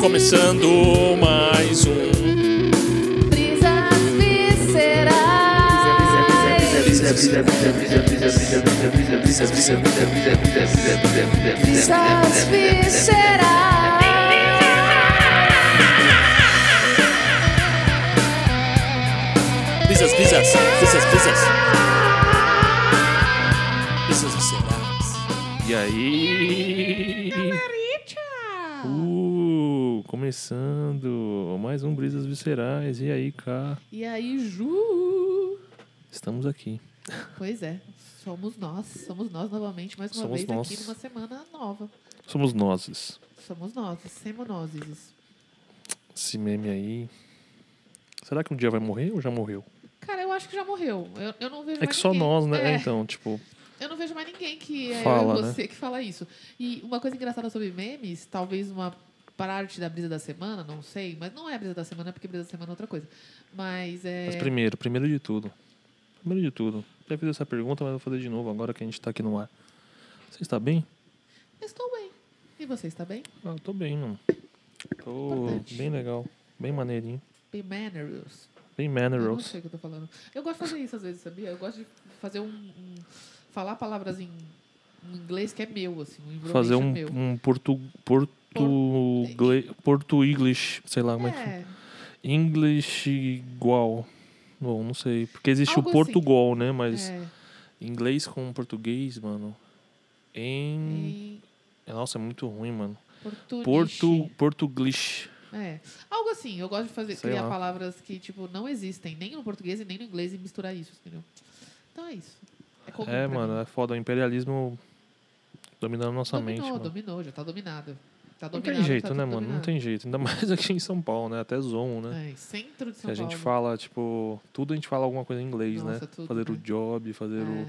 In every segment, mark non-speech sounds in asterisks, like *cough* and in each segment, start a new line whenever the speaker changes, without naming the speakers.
começando mais um.
Brisas viscerais. Brisas viscerais.
Brisas, brisas, brisas, brisas. Brisas viscerais.
E aí? Uh, começando mais um Brisas Viscerais. E aí, cá?
E aí, Ju?
Estamos aqui.
Pois é, somos nós. Somos nós novamente, mais uma
Somos
vez aqui
nós.
numa semana nova.
Somos nós.
Somos nós, semonoses.
Esse meme aí. Será que um dia vai morrer ou já morreu?
Cara, eu acho que já morreu. Eu, eu não vejo
É que
mais
só
ninguém.
nós, né?
É,
É, então, tipo,
Eu não vejo mais ninguém que é
Fala,
eu e
né?
você que fala isso. E uma coisa engraçada sobre memes, talvez uma parte da brisa da semana, não sei, mas não é a brisa da semana, porque brisa da semana é outra coisa. Mas é.
mas primeiro, primeiro de tudo. Primeiro de tudo. Já fiz essa pergunta, mas eu vou fazer de novo agora que a gente tá aqui no ar. Você está bem?
Eu Estou bem. E você está bem?
Ah, eu tô bem, mano. Tô
Importante.
bem legal, bem maneirinho,
Be mannerous.
bem
Eu não
mannerous.
sei o que eu tô falando. Eu gosto de fazer isso às vezes, sabia? Eu gosto de fazer um. um- falar palavras em, em inglês que é meu, assim. Um
fazer
embromation
um,
meu.
um portu, portu, gle- portu English, sei lá como é, que
É,
English igual. Bom, não sei. Porque existe
Algo
o
assim.
Portugal, né? Mas
é.
inglês com português, mano. Em.
Em
Nossa, é muito ruim, mano.
português.
Portu, portuglish.
É. Algo assim, eu gosto de fazer,
Sei
criar
lá.
palavras que, tipo, não existem nem no português e nem no inglês e misturar isso, entendeu? Então é isso. É, comum
É,
pra
mano,
mim.
é foda. O imperialismo dominando nossa
dominou,
mente, mano.
dominou, já tá dominado. Tá
Não
dominado,
tem jeito, né,
tá tudo
mano? Não
dominado.
tem jeito. Ainda *laughs* mais aqui em São Paulo, né? Até zoom, né?
É, centro de São
Que a gente
Paulo.
fala, tipo, tudo a gente fala alguma coisa em inglês,
Nossa,
né?
tudo,
fazer o
né?
job, fazer o
É.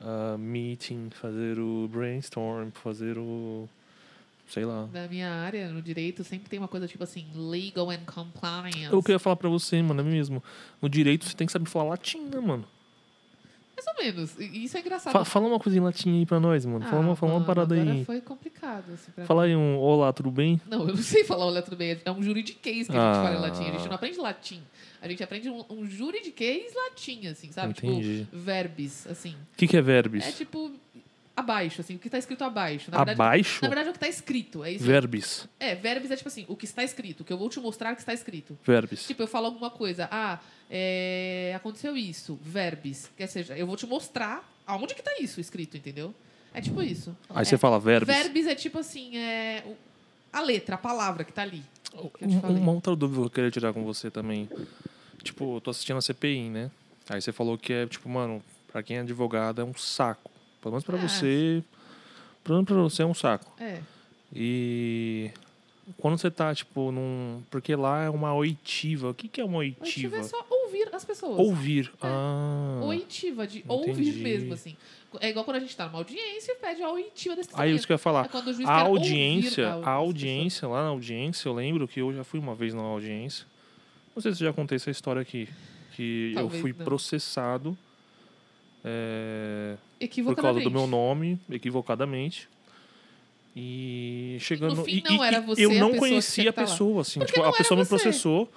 ah, meeting, fazer o brainstorm, fazer o. sei lá.
É, Na minha área, no direito, sempre tem uma coisa tipo assim, legal and compliance.
Eu queria falar pra você, mano, é mesmo. No direito você tem que saber falar latim, né, mano?
Mais ou menos. E Isso é engraçado.
Fa- fala uma coisa em latim aí pra nós, mano. Fala uma,
Ah,
fala uma
mano,
parada
agora
aí.
foi complicado. Assim, pra
Fala aí um olá, tudo bem?
Não, eu não sei *laughs* falar o juridiquês. É um juridiquês que a gente
Ah.
fala em latim. A gente não aprende latim. A gente aprende um, um juridiquês latim, assim, sabe?
Entendi.
Tipo, verbis, assim.
O que, que é verbis?
É tipo abaixo, assim, o que tá escrito abaixo. Na verdade,
Abaixo?
na verdade é o que tá escrito. É isso.
Verbis.
É, verbis é tipo assim, o que está escrito, o que eu vou te mostrar que está escrito.
Verbis.
Tipo, eu falo alguma coisa, ah, é, aconteceu isso, verbis. Quer seja, eu vou te mostrar aonde que tá isso escrito, entendeu? É tipo isso.
aí
é.
você fala verbis.
Verbis é tipo assim, é o- a letra, a palavra que tá ali. que eu te
Um-
falei.
Uma outra dúvida que eu queria tirar com você também. Tipo, eu tô assistindo a CPI, né? Aí você falou que é, tipo, mano, pra quem é advogado é um saco. Pelo menos pra
Ah.
você. Pelo menos pra você é um saco.
É.
E quando você tá, tipo, num. Porque lá é uma oitiva. O que, que é uma
Oitiva
oitiva?
é só ouvir as pessoas.
Ouvir. Ah.
Oitiva, de
Entendi.
ouvir mesmo, assim. É igual quando a gente tá numa audiência e pede a oitiva desse
Aí isso que eu ia falar.
É quando o juiz
A
quer ouvir
audiência,
a- as
a audiência, lá na audiência, eu lembro que eu já fui uma vez na audiência. Não sei se eu já contei essa história aqui. Que
Talvez
eu fui
não.
processado é, por causa
Equivocadamente.
do meu nome, equivocadamente. E chegando.
No fim,
e-
não
e-
era
e
você a
eu
pessoa
não
que
conhecia
tinha
a
que tá lá.
pessoa, assim.
Porque
Tipo,
não
a
era
pessoa me
você.
processou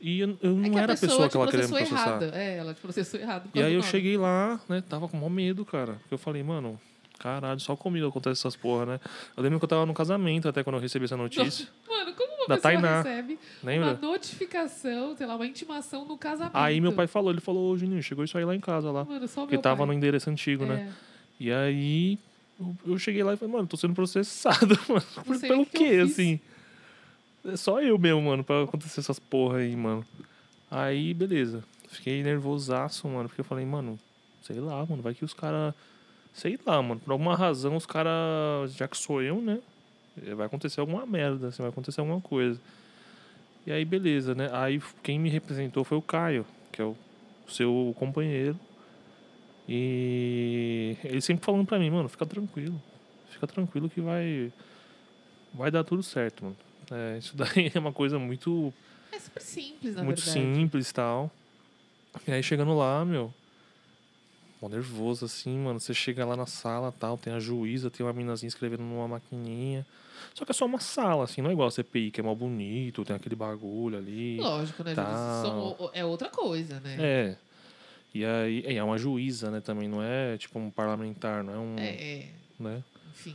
e eu, eu
É
não
que
era a pessoa que
te
ela queria me
processou
processar.
errado. É, ela te processou errado. por
E
causa
aí
do
eu
nome.
cheguei lá, né? Tava com maior medo, cara. Porque eu falei, mano, caralho, só comigo acontece essas porra, né? Eu lembro que eu tava no casamento até quando eu recebi essa notícia.
*laughs* Mano, como uma
Da
pessoa
Tainá.
recebe uma
Lembra?
notificação, sei lá, uma intimação no casamento?
Aí meu pai falou, ele falou, ô Juninho, chegou isso aí lá em casa lá.
Mano, só
Porque
meu
tava
pai.
no endereço antigo, né?
É.
E aí eu- eu cheguei lá e falei, mano, tô sendo processado, *laughs* mano. Por-
sei
Pelo
o que eu
quê,
fiz.
assim? É só eu mesmo, mano, pra acontecer essas porra aí, mano. Aí, beleza. Fiquei nervosaço, mano, porque eu falei, mano, sei lá, mano, vai que os caras. Sei lá, mano, por alguma razão os caras. Já que sou eu, né? eh, Vai acontecer alguma merda, assim, vai acontecer alguma coisa. E aí, beleza, né? Aí f- quem me representou foi o Caio, que é o seu companheiro. E ele sempre falando pra mim, mano, fica tranquilo. Fica tranquilo que vai. Vai dar tudo certo, mano. É, isso *laughs* daí é uma coisa muito
É super simples, na
muito
verdade.
simples e tal. E aí chegando lá, meu, Mó nervoso, assim, mano. Você chega lá na sala tal, tem a juíza, tem uma minazinha escrevendo numa maquininha. Só que é só uma sala, assim, não é igual a CPI, que é mal bonito, tem aquele bagulho ali.
Lógico, né?
Tá.
São- é outra coisa, né?
É. E aí, é é uma juíza, né, também, não é tipo um parlamentar, não é um,
É, é,
né?
enfim.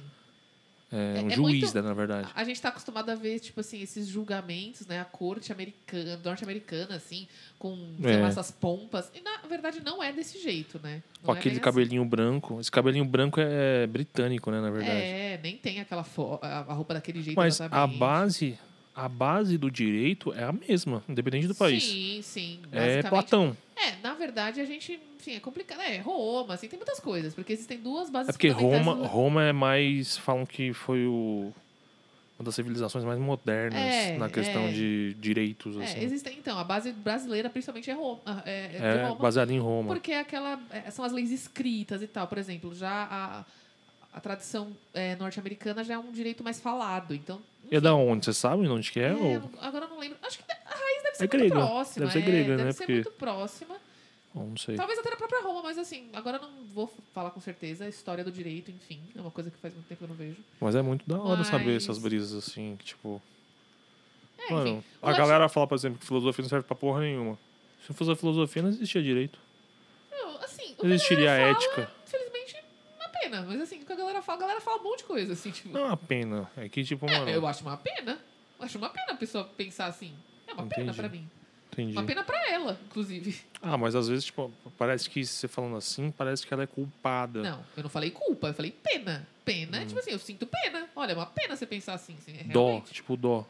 É,
É-
um
é
juiz,
muito-
né, na verdade.
A gente tá acostumado a ver, tipo assim, esses julgamentos, né? A corte americana, norte-americana, assim, com sei
É.
lá, essas pompas. E na verdade não é desse jeito, né?
Com
Não é
aquele
bem assim.
cabelinho branco. Esse cabelinho branco é britânico, né, na verdade.
É, nem tem aquela fo- a a roupa daquele jeito.
Mas a
exatamente.
base, a base do direito é a mesma, independente do país.
Sim, sim.
é
basicamente.
Platão.
É, na verdade a gente, enfim, é complicado. É, Roma, assim, tem muitas coisas, porque existem duas bases
É porque Roma,
fundamentais do-
Roma é mais. Falam que foi o- uma das civilizações mais modernas
É,
na questão
é.
de direitos, assim.
É, existem, então, a base brasileira principalmente é Roma. É, é de
É,
Roma.
baseado em Roma.
Porque é aquela, é, são as leis escritas e tal. Por exemplo, já a, a tradição é, norte-americana já é um direito mais falado. Então,
E é da onde? Você sabe onde que é?
é,
ou- É
eu não- agora eu não lembro. Acho que a raiz deve ser muito
grega,
próxima.
deve ser
é,
grega,
deve
né,
ser
porque-
muito próxima.
ou não sei.
Talvez até na própria Roma, mas assim, agora eu não vou falar com certeza. A história do direito, enfim, é uma coisa que faz muito tempo que eu não vejo.
Mas é muito da hora saber
Mas-
essas brisas, assim, que, tipo.
É,
Mano,
enfim.
a
Lati-
galera fala, por exemplo, que filosofia não serve pra porra nenhuma. Se não fosse a filosofia, não existia direito.
Não, assim, o que
Não existiria
a
a
galera fala,
ética.
Infelizmente, uma pena. Mas assim, o que a galera fala, a galera fala um monte de coisa, assim, tipo.
Não é uma pena. É que, tipo, mano.
É, eu acho uma pena. Eu acho uma pena a pessoa pensar assim. É uma pena
Entendi.
pra mim.
Entendi.
Uma pena pra ela, inclusive.
Ah, mas às vezes, tipo, parece que você falando assim, parece que ela é culpada.
Não, eu não falei culpa, eu falei pena. Pena é tipo assim, eu sinto pena. Olha, é uma pena você pensar assim. assim é
Hum. Dó,
realmente.
tipo, dó.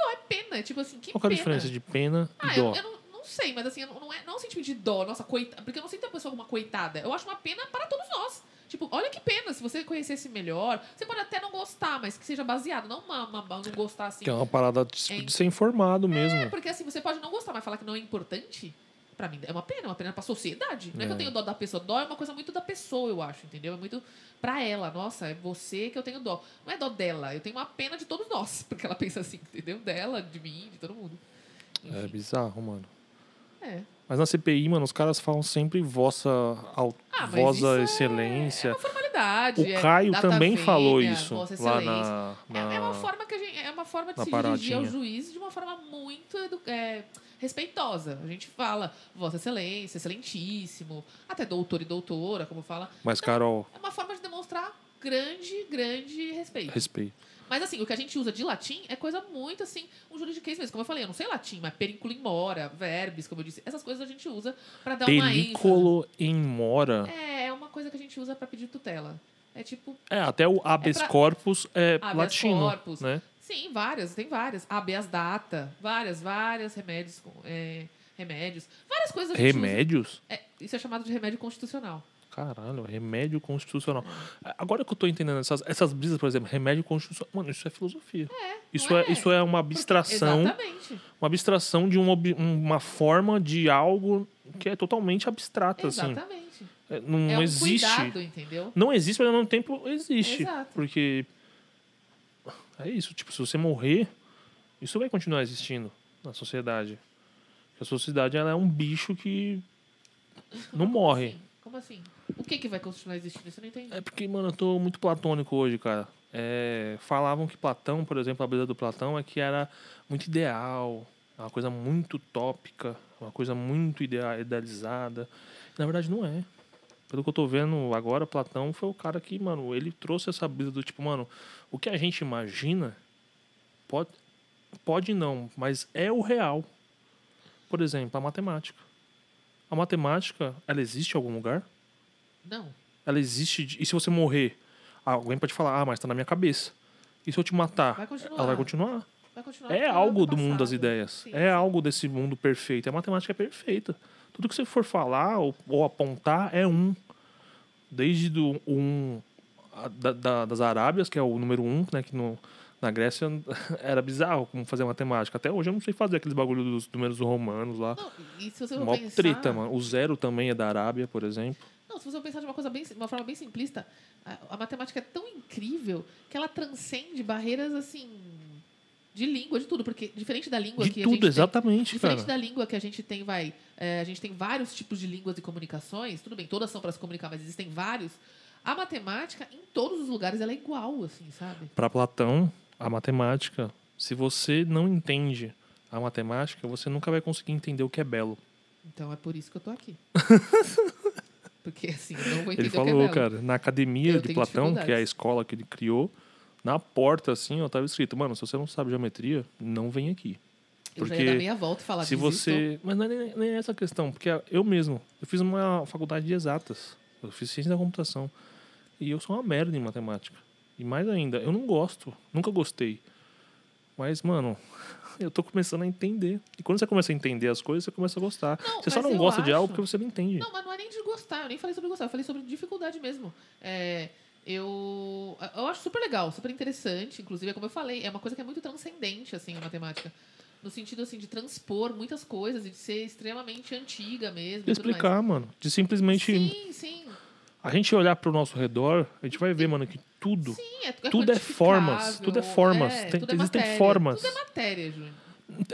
Dó é pena. é Tipo assim, que
Qual que é a
pena.
diferença de pena e
ah,
dó?
eu, eu não, não sei, mas assim, eu não, não é, não é um sentimento de dó, nossa, coitada. Porque eu não sinto a pessoa como uma coitada. Eu acho uma pena para todos nós. Tipo, olha que pena, se você conhecesse melhor, você pode até não gostar, mas que seja baseado, não uma, uma- não gostar assim.
Que é uma parada tipo,
É.
de ser informado mesmo.
É, porque assim, você pode não gostar, mas falar que não é importante, pra mim é uma pena, é uma pena pra sociedade. Não é, que
É.
eu tenho dó da pessoa. Dó é uma coisa muito da pessoa, eu acho, entendeu? É muito pra ela. Nossa, é você que eu tenho dó. Não é dó dela, eu tenho uma pena de todos nós, *laughs* porque ela pensa assim, entendeu? Dela, de mim, de todo mundo.
É,
Enfim,
bizarro, mano.
é.
Mas na CPI, mano, os caras falam sempre vossa, al...
Ah, mas isso
vossa
é-
excelência.
Formalidade. é
o Caio
data
também
vênia,
falou isso
Vossa
lá
Excelência.
na.
É, é uma
na-
forma que a gente, é uma forma de
na
se dirigir
paradinha.
ao juiz de uma forma muito edu- é, respeitosa. A gente fala Vossa Excelência, Excelentíssimo, até doutor e doutora, como fala.
Mas, Carol,
É uma forma de demonstrar grande, grande respeito.
respeito.
Mas assim, o que a gente usa de latim é coisa muito assim, um juridiquês mesmo. Como eu falei, eu não sei latim, mas periculo in mora, verbes, como eu disse, essas coisas a gente usa pra dar uma ênfase.
Películo em mora.
É, é uma coisa que a gente usa pra pedir tutela. É tipo
É, até o habeas
É pra-
corpus é
Habeas
latino.
corpus.
Né?
Sim, várias, tem várias. Habeas data, várias, várias remédios, com- é, remédios, várias coisas. a gente
Remédios?
usa. É, isso é chamado de remédio constitucional.
Caralho, remédio constitucional.
É.
Agora que eu tô entendendo essas, essas brisas, por exemplo, remédio constitucional. Mano, isso é filosofia. isso,
não
é.
é?
isso é uma abstração.
Exatamente.
uma abstração de um ob- uma forma de algo que é totalmente abstrata, assim.
Exatamente.
É, Não
é um
existe.
cuidado, entendeu?
Não existe, mas ao mesmo tempo existe.
Exato.
Porque. É isso, tipo, se você morrer, isso vai continuar existindo na sociedade. Porque A sociedade ela é um bicho que não morre.
Sim, como assim? O que, que vai continuar existindo? Isso eu não entendi.
É porque, mano, eu tô muito platônico hoje, cara. É, falavam que Platão, por exemplo, a brisa do Platão é que era muito ideal, é uma coisa muito tópica, uma coisa muito idea- idealizada. Na verdade, não é. Pelo que eu tô vendo agora, Platão foi o cara que, mano, ele trouxe essa brisa do tipo, mano, o que a gente imagina pode, pode não, mas é o real. Por exemplo, a matemática. A matemática, ela existe em algum lugar?
Não.
ela existe. de- E se você morrer, alguém pode falar, ah, mas tá na minha cabeça. E se eu te matar,
Vai continuar.
ela vai continuar.
Vai continuar
É
porque
algo
é
do mundo das
passado.
ideias.
Sim,
É algo desse mundo perfeito. A matemática é perfeita. Tudo que você for falar ou, ou apontar é um. Desde do um a- da- da- das Arábias, que é o número um, né? Que no, na Grécia *laughs* era bizarro como fazer matemática. Até hoje eu não sei fazer aqueles bagulho dos números romanos lá.
Não, e se você for
Mó
pensar...
treta, mano. O zero também é da Arábia, por exemplo.
Não, se você for pensar de uma coisa bem, de uma forma bem simplista, a, a matemática é tão incrível que ela transcende barreiras assim De língua, de tudo. Porque diferente da língua que
De
a
tudo,
gente tem-
exatamente,
Diferente
cara.
da língua que a gente tem, vai. é, a gente tem vários tipos de línguas e comunicações. Tudo bem, todas são para se comunicar, mas existem vários. A matemática, em todos os lugares, ela é igual, assim, sabe?
Para Platão, a matemática, se você não entende a matemática, você nunca vai conseguir entender o que é belo.
Então é por isso que eu
*laughs*
tô aqui. Porque, assim, eu não vou entender
Ele
o que
falou,
é belo.
cara, na academia
Eu
de
tenho
Platão, que é a
dificuldades.
escola que ele criou, na porta assim, ó, tava escrito: "Mano, se você não sabe geometria, não vem aqui".
Eu já
porque
ia dar meia volta e falar
se você, mas não é nem, nem essa questão, porque eu mesmo, eu fiz uma faculdade de exatas, eu fiz ciência da computação, e eu sou uma merda em matemática. E mais ainda, eu não gosto, nunca gostei. Mas, mano, *laughs* eu tô começando a entender. E quando você começa a entender as coisas, você começa a gostar.
Não,
você só
mas
não
eu
gosta de algo
acho-
porque você não entende.
Não, mas não é nem de gostar, eu nem falei sobre gostar, eu falei sobre dificuldade mesmo. É, eu, eu acho super legal, super interessante, inclusive, é como eu falei, é uma coisa que é muito transcendente, assim, a matemática. No sentido, assim, de transpor muitas coisas e de ser extremamente antiga mesmo.
De
e tudo mais.
explicar, mano. De simplesmente
Sim, sim.
a gente olhar pro nosso redor, a gente vai ver, mano, que tudo.
Sim, é, é
Tudo é formas,
quantificável,
tudo é formas, tem-
tudo é
existem
matéria,
formas.
Tudo é matéria, Júnior.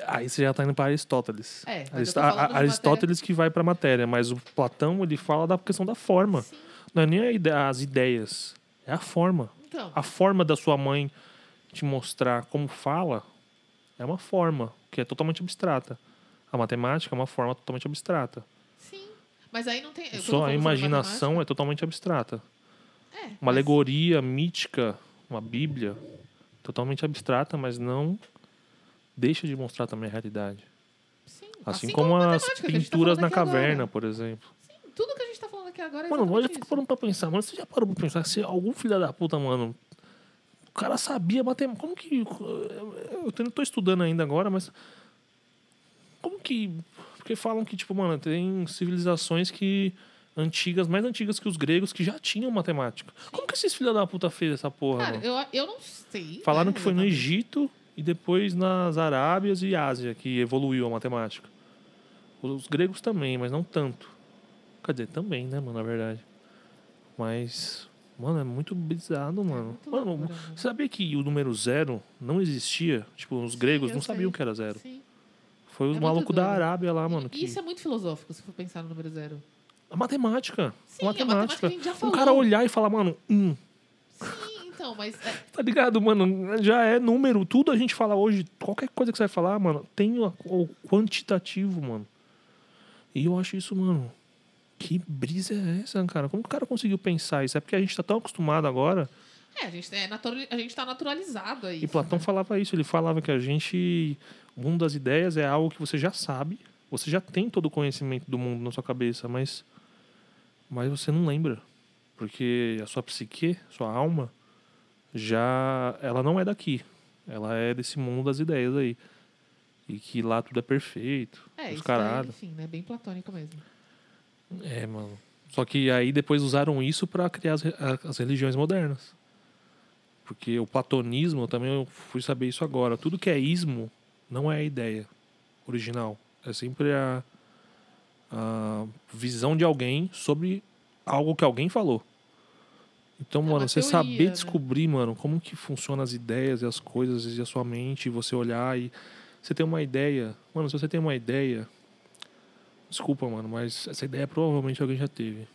Aí você já tá indo para Aristóteles.
É, mas eu tô
Arist- a-
falando
a-
de
Aristóteles que vai pra matéria, mas o Platão, ele fala da questão da forma.
Sim,
Não é nem a ide- as ideias, é a forma.
então.
A forma da sua mãe te mostrar como fala é uma forma que é totalmente abstrata. A matemática é uma forma totalmente abstrata.
Sim. Mas aí não tem. quando eu falo
Só a
sobre
imaginação é totalmente abstrata.
matemática- é,
Uma
mas-
alegoria mítica, uma bíblia, totalmente abstrata, mas não deixa de mostrar também a realidade.
Sim,
Assim, como, as
matemática, que a gente tá
pinturas
falando
na
aqui agora.
caverna, por exemplo.
Sim, tudo que a gente tá falando aqui agora é
Mano,
exatamente
nós já
isso.
ficamos parando pra pensar, mano. Você já parou pra pensar se algum filho da puta, mano. O cara sabia matemática. Como que. Eu eu tô estudando ainda agora, mas. Como que. Porque falam que, tipo, mano, tem civilizações que. Antigas, mais antigas que os gregos, que já tinham matemática. Como que esses filhos da puta fez essa porra,
Cara,
mano?
eu, eu não sei.
Falaram
né,
que foi no
exatamente.
Egito e depois nas Arábias e Ásia que evoluiu a matemática. Os gregos também, mas não tanto. Quer dizer, também, né, mano, na verdade. Mas, mano, é muito bizarro, mano.
É muito
Mano,
loucura, mano.
você sabia que o número zero não existia? Tipo, os
Sim,
gregos
eu
não sabiam
sei.
que era zero.
Sim.
Foi os
É muito
malucos da
doido.
Arábia lá, né? Tá, mano.
E
Que...
Isso é muito filosófico, se for pensar no número zero.
A matemática.
Sim,
a
a
matemática.
matemática a gente já
um
falou.
cara olhar e falar, mano, um.
Sim, então, mas. é,
Tá ligado, mano? Já é número. Tudo a gente fala hoje, qualquer coisa que você vai falar, mano, tem o o quantitativo, mano. E eu acho isso, mano. Que brisa é essa, cara? Como que o cara conseguiu pensar isso? É porque a gente tá tão acostumado agora.
é, a gente, é naturali- a gente tá naturalizado aí.
E Platão falava isso. Ele falava que a gente. O mundo das ideias é algo que você já sabe. Você já tem todo o conhecimento do mundo na sua cabeça, mas. Mas você não lembra. Porque a sua psique, sua alma, já. Ela não é daqui. Ela é desse mundo das ideias aí. E que lá tudo é perfeito.
É,
os
isso daí,
caralho.
enfim, né? Bem platônico mesmo.
É, mano. Só que aí depois usaram isso pra criar as, re- a- as religiões modernas. Porque o platonismo, eu também eu fui saber isso agora. Tudo que é ismo não é a ideia original. É sempre a, a visão de alguém sobre algo que alguém falou. Então,
É uma
mano, você
teoria,
saber
né?
descobrir, mano, como que funcionam as ideias e as coisas e a sua mente, e você olhar e você tem uma ideia. Mano, se você tem uma ideia. Desculpa, mano, mas essa ideia provavelmente alguém já teve.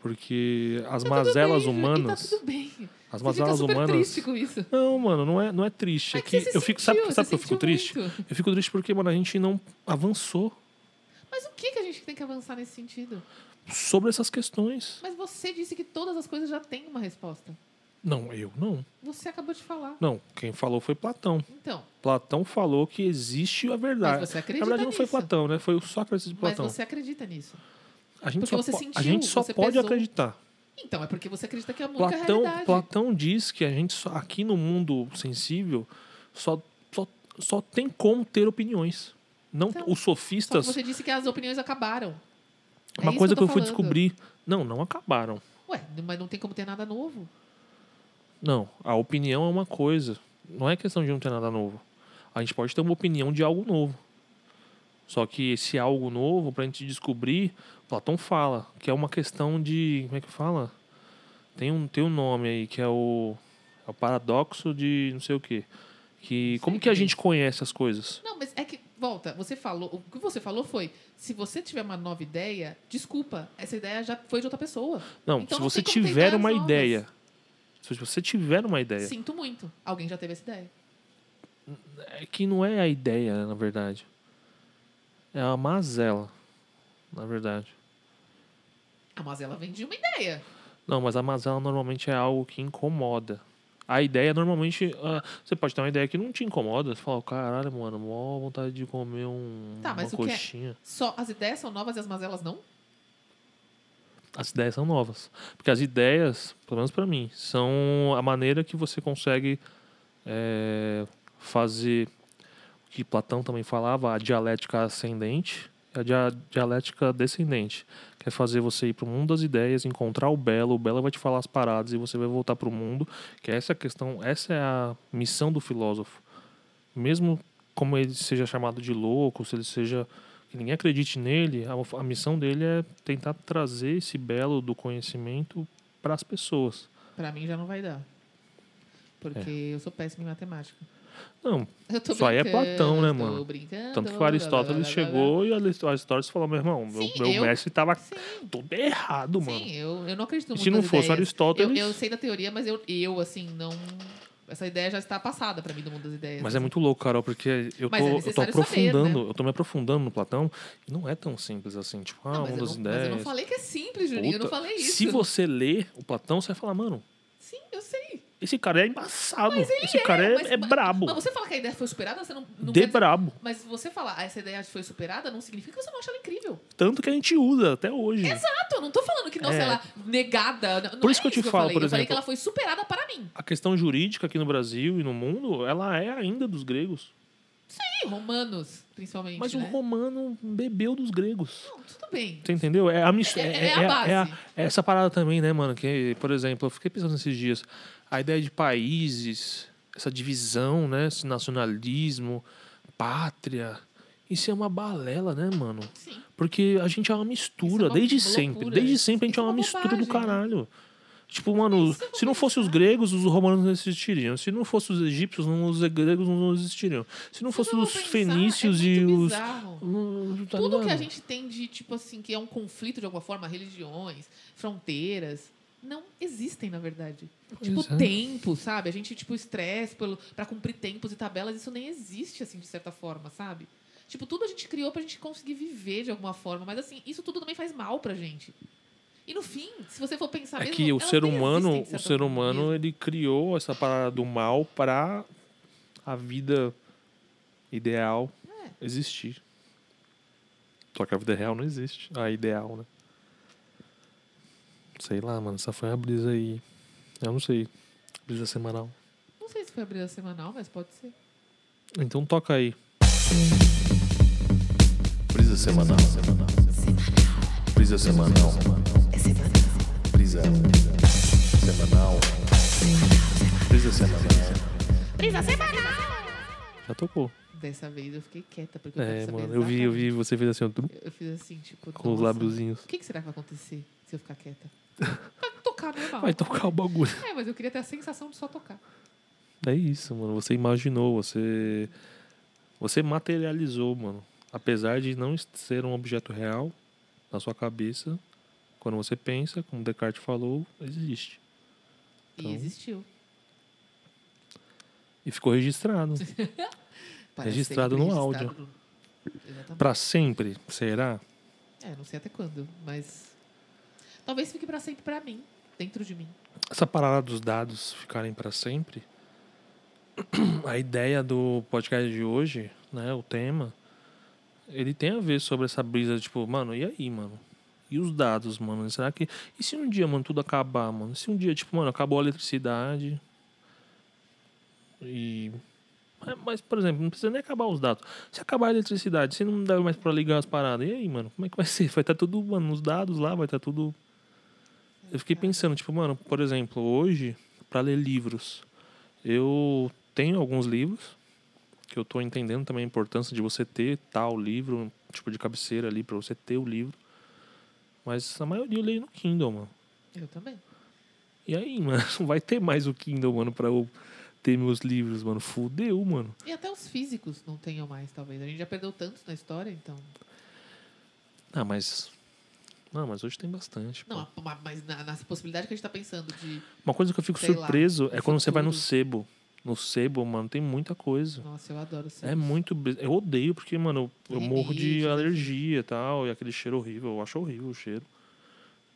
Porque as mazelas
tá Tudo bem,
humanas.
E tá tudo bem.
As
Você fica
mazelas
super
humanas.
triste com isso.
Não, mano, não é, não é triste. É
Mas
que
você se
eu fico. Sabe,
sentiu,
sabe
você
por que eu fico
sentiu
triste?
muito.
Eu fico triste porque, mano, a gente não avançou
Mas o que, que a gente tem que avançar nesse sentido?
sobre essas questões.
Mas você disse que todas as coisas já têm uma resposta.
Não, eu não.
Você acabou de falar.
Não, quem falou foi Platão.
Então,
Platão falou que existe a verdade.
Mas você
Na
acredita
verdade, não foi
nisso?
Platão, né? Foi o Sócrates de
mas
Platão.
você acredita nisso.
a gente
porque
só,
você
po- a
sentiu,
gente só
você
pode
pesou.
acreditar.
Então, é porque você acredita que é a única
Platão,
realidade.
Platão diz que a gente só, aqui no mundo sensível só, só, só tem como ter opiniões. Não,
Então,
os
Só que
sofistas,
você disse que as opiniões acabaram. É
uma
isso
coisa que
tô
eu fui
falando.
descobrir, não, não acabaram.
Ué, mas não tem como ter nada novo.
Não, a opinião é uma coisa. Não é questão de não ter nada novo. A gente pode ter uma opinião de algo novo. Só que esse algo novo, pra gente descobrir, Platão fala que é uma questão de. Como é que fala? Tem um, tem um nome aí que é o, é o paradoxo de não sei o quê. Que, como que a gente conhece as coisas?
Não, mas é que, volta, você falou, o que você falou foi, se você tiver uma nova ideia, desculpa, essa ideia já foi de outra pessoa.
Não,
Então
se
não
você
tem como ter
tiver
ideias
uma
novas.
ideia. Se você tiver uma ideia.
Sinto muito. Alguém já teve essa ideia.
É que não é a ideia, na verdade. É a mazela, na verdade.
Ah, mas ela vem de uma ideia.
Não, mas a mazela normalmente é algo que incomoda. A ideia normalmente. ah, você pode ter uma ideia que não te incomoda. Você fala, caralho, mano, mó vontade de comer um,
Tá, mas
uma
o que é-
coxinha.
Só as ideias são novas e as mazelas não?
As ideias são novas. Porque as ideias, pelo menos pra mim, são a maneira que você consegue eh, fazer o que Platão também falava, a dialética ascendente e a dia- dialética descendente. Que é fazer você ir pro mundo das ideias, encontrar o belo, o belo vai te falar as paradas e você vai voltar pro mundo. Que essa é a questão, essa é a missão do filósofo. Mesmo como ele seja chamado de louco, se ele seja que ninguém acredite nele, a, a missão dele é tentar trazer esse belo do conhecimento para as pessoas.
Pra mim já não vai dar. Porque eu sou péssima em matemática. *laughs*
Não,
Eu tô
É. Isso aí é
brincando,
Platão, né,
tô
mano?
brincando,
tanto que o Aristóteles
blá, blá, blá, blá,
chegou e Alist- Aristóteles falou: meu irmão, meu,
né, Sim,
meu
eu-
mestre tava
blá. Sim,
todo errado, mano.
sim eu, eu não acredito
E
muito
se não
nas
fosse o
ideias.
Aristóteles.
Eu, eu sei da teoria, mas eu, eu, assim, não. Essa ideia já está passada pra mim do mundo das ideias.
Mas é muito louco, Carol, porque eu tô,
Mas é
eu tô
necessário saber, né?
aprofundando, eu tô me aprofundando no Platão e não é tão simples assim, tipo, ah,
Não, mas,
uma
eu
das
não, mas eu não
ideias.
falei que é simples, Juninho. Eu não
Puta,
falei isso.
Se você ler o Platão, você vai falar, mano,
Sim, eu sei.
esse cara é embaçado, esse
É,
cara é,
mas-
é
mas-
brabo,
Mas você fala que a ideia foi superada, você não. não
de
quer dizer-
brabo.
Mas você falar ah, essa ideia foi superada não significa que você não acha ela incrível.
Tanto que a gente usa até hoje.
Exato, eu não tô falando que, nossa,
É.
ela negada. Não,
Por
não
isso
é
que eu te falo,
falei.
por
Eu falei
exemplo.
que ela foi superada para mim.
a questão jurídica aqui no Brasil e no mundo, ela é ainda dos gregos.
Sim, romanos, principalmente.
Mas o
né?
romano bebeu dos gregos.
Não, tudo bem.
Você entendeu? É a mis-
É- é a
é
base.
é essa parada também, né, mano? Que, por exemplo, eu fiquei pensando esses dias. A ideia de países, essa divisão, né? Esse nacionalismo, pátria. Isso é uma balela, né, mano?
Sim.
Porque a gente é uma mistura,
Isso é uma
desde
loucura.
sempre. Desde sempre a gente
Isso
é
é
uma
uma
mistura do
bobagem, né?
caralho. Tipo, mano,
Isso é uma
se não fossem os gregos, os romanos não existiriam. Se não fossem os egípcios, não, os gregos não existiriam. Se não fossem
for
os
pensar,
fenícios
é
e
muito
os.
bizarro.
Hum, tá
Tudo que a
ligado?
gente tem de, tipo assim, que é um conflito de alguma forma, religiões, fronteiras, não existem, na verdade. Tipo,
é.
tempo, sabe? A gente, tipo, estresse pelo- pra cumprir tempos e tabelas, isso nem existe, assim, de certa forma, sabe? Tipo, tudo a gente criou pra gente conseguir viver de alguma forma, mas assim, isso tudo também faz mal pra gente. E no fim, se você for pensar
É
Ah, mesmo,
que o
elas
ser
nem
humano,
existem, de
o
certa
ser
forma,
humano,
mesmo.
ele criou essa parada do mal pra a vida ideal
É.
existir. Só que a vida real não existe. A ideal, né? Sei lá, mano. Essa foi a brisa aí. Eu não sei. Brisa semanal.
Não sei se foi a brisa semanal, mas pode ser.
Então toca aí. Brisa semanal.
Brisa semanal. Brisa semanal. Brisa semanal.
Já tocou.
Dessa vez eu fiquei quieta, porque eu
É,
quero saber
mano. Eu vi, eu vi você fez assim, ó, tru,
Eu fiz assim, tipo.
com os
nossa,
lábiozinhos.
O que, que será que vai acontecer se eu ficar quieta? Vai tocar normal.
Vai tocar o bagulho.
É, mas eu queria ter a sensação de só tocar.
É isso, mano. Você imaginou, você. Você materializou, mano. Apesar de não est- ser um objeto real na sua cabeça, quando você pensa, como Descartes falou, existe. Então.
E existiu.
E ficou registrado. Registrado
sempre
no
registrado no- Exatamente.
Pra sempre, será?
É, não sei até quando, mas. Talvez fique pra sempre pra mim, dentro de mim.
Essa parada dos dados ficarem pra sempre. *clears throat* A ideia do podcast de hoje, né, o tema, ele tem a ver sobre essa brisa, tipo, mano, e aí, mano? E os dados, mano? Será que. E se um dia, mano, tudo acabar, mano? E se um dia, tipo, mano, acabou a eletricidade. E. Mas- Mas, por exemplo, não precisa nem acabar os dados. Se acabar a eletricidade, se não dá mais pra ligar as paradas, e aí, mano? Como é que vai ser? Vai estar tudo, mano, nos dados lá, vai estar tudo. Eu fiquei pensando, tipo, mano, por exemplo, hoje, pra ler livros, eu tenho alguns livros que eu tô entendendo também a importância de você ter tal livro, um tipo de cabeceira ali, pra você ter o livro. Mas a maioria eu leio no Kindle, mano.
Eu também.
*laughs* E aí, mano, não vai ter mais o Kindle, mano, pra eu ter meus livros, mano. Fudeu, mano.
E até os físicos não tenham mais, talvez. A gente já perdeu tantos na história, então.
Ah, mas. Não, mas hoje tem bastante. pô.
Não, ma- mas na, nessa possibilidade que a gente tá pensando de.
Uma coisa que eu fico
Sei lá,
surpreso é
no
quando você vai no
futuro.
sebo. No sebo, mano, tem muita coisa.
Nossa, eu adoro isso.
É muito. bes- Eu odeio porque, mano, eu eu morro de
Remídios.
alergia e tal. E aquele cheiro horrível. Eu acho horrível o cheiro.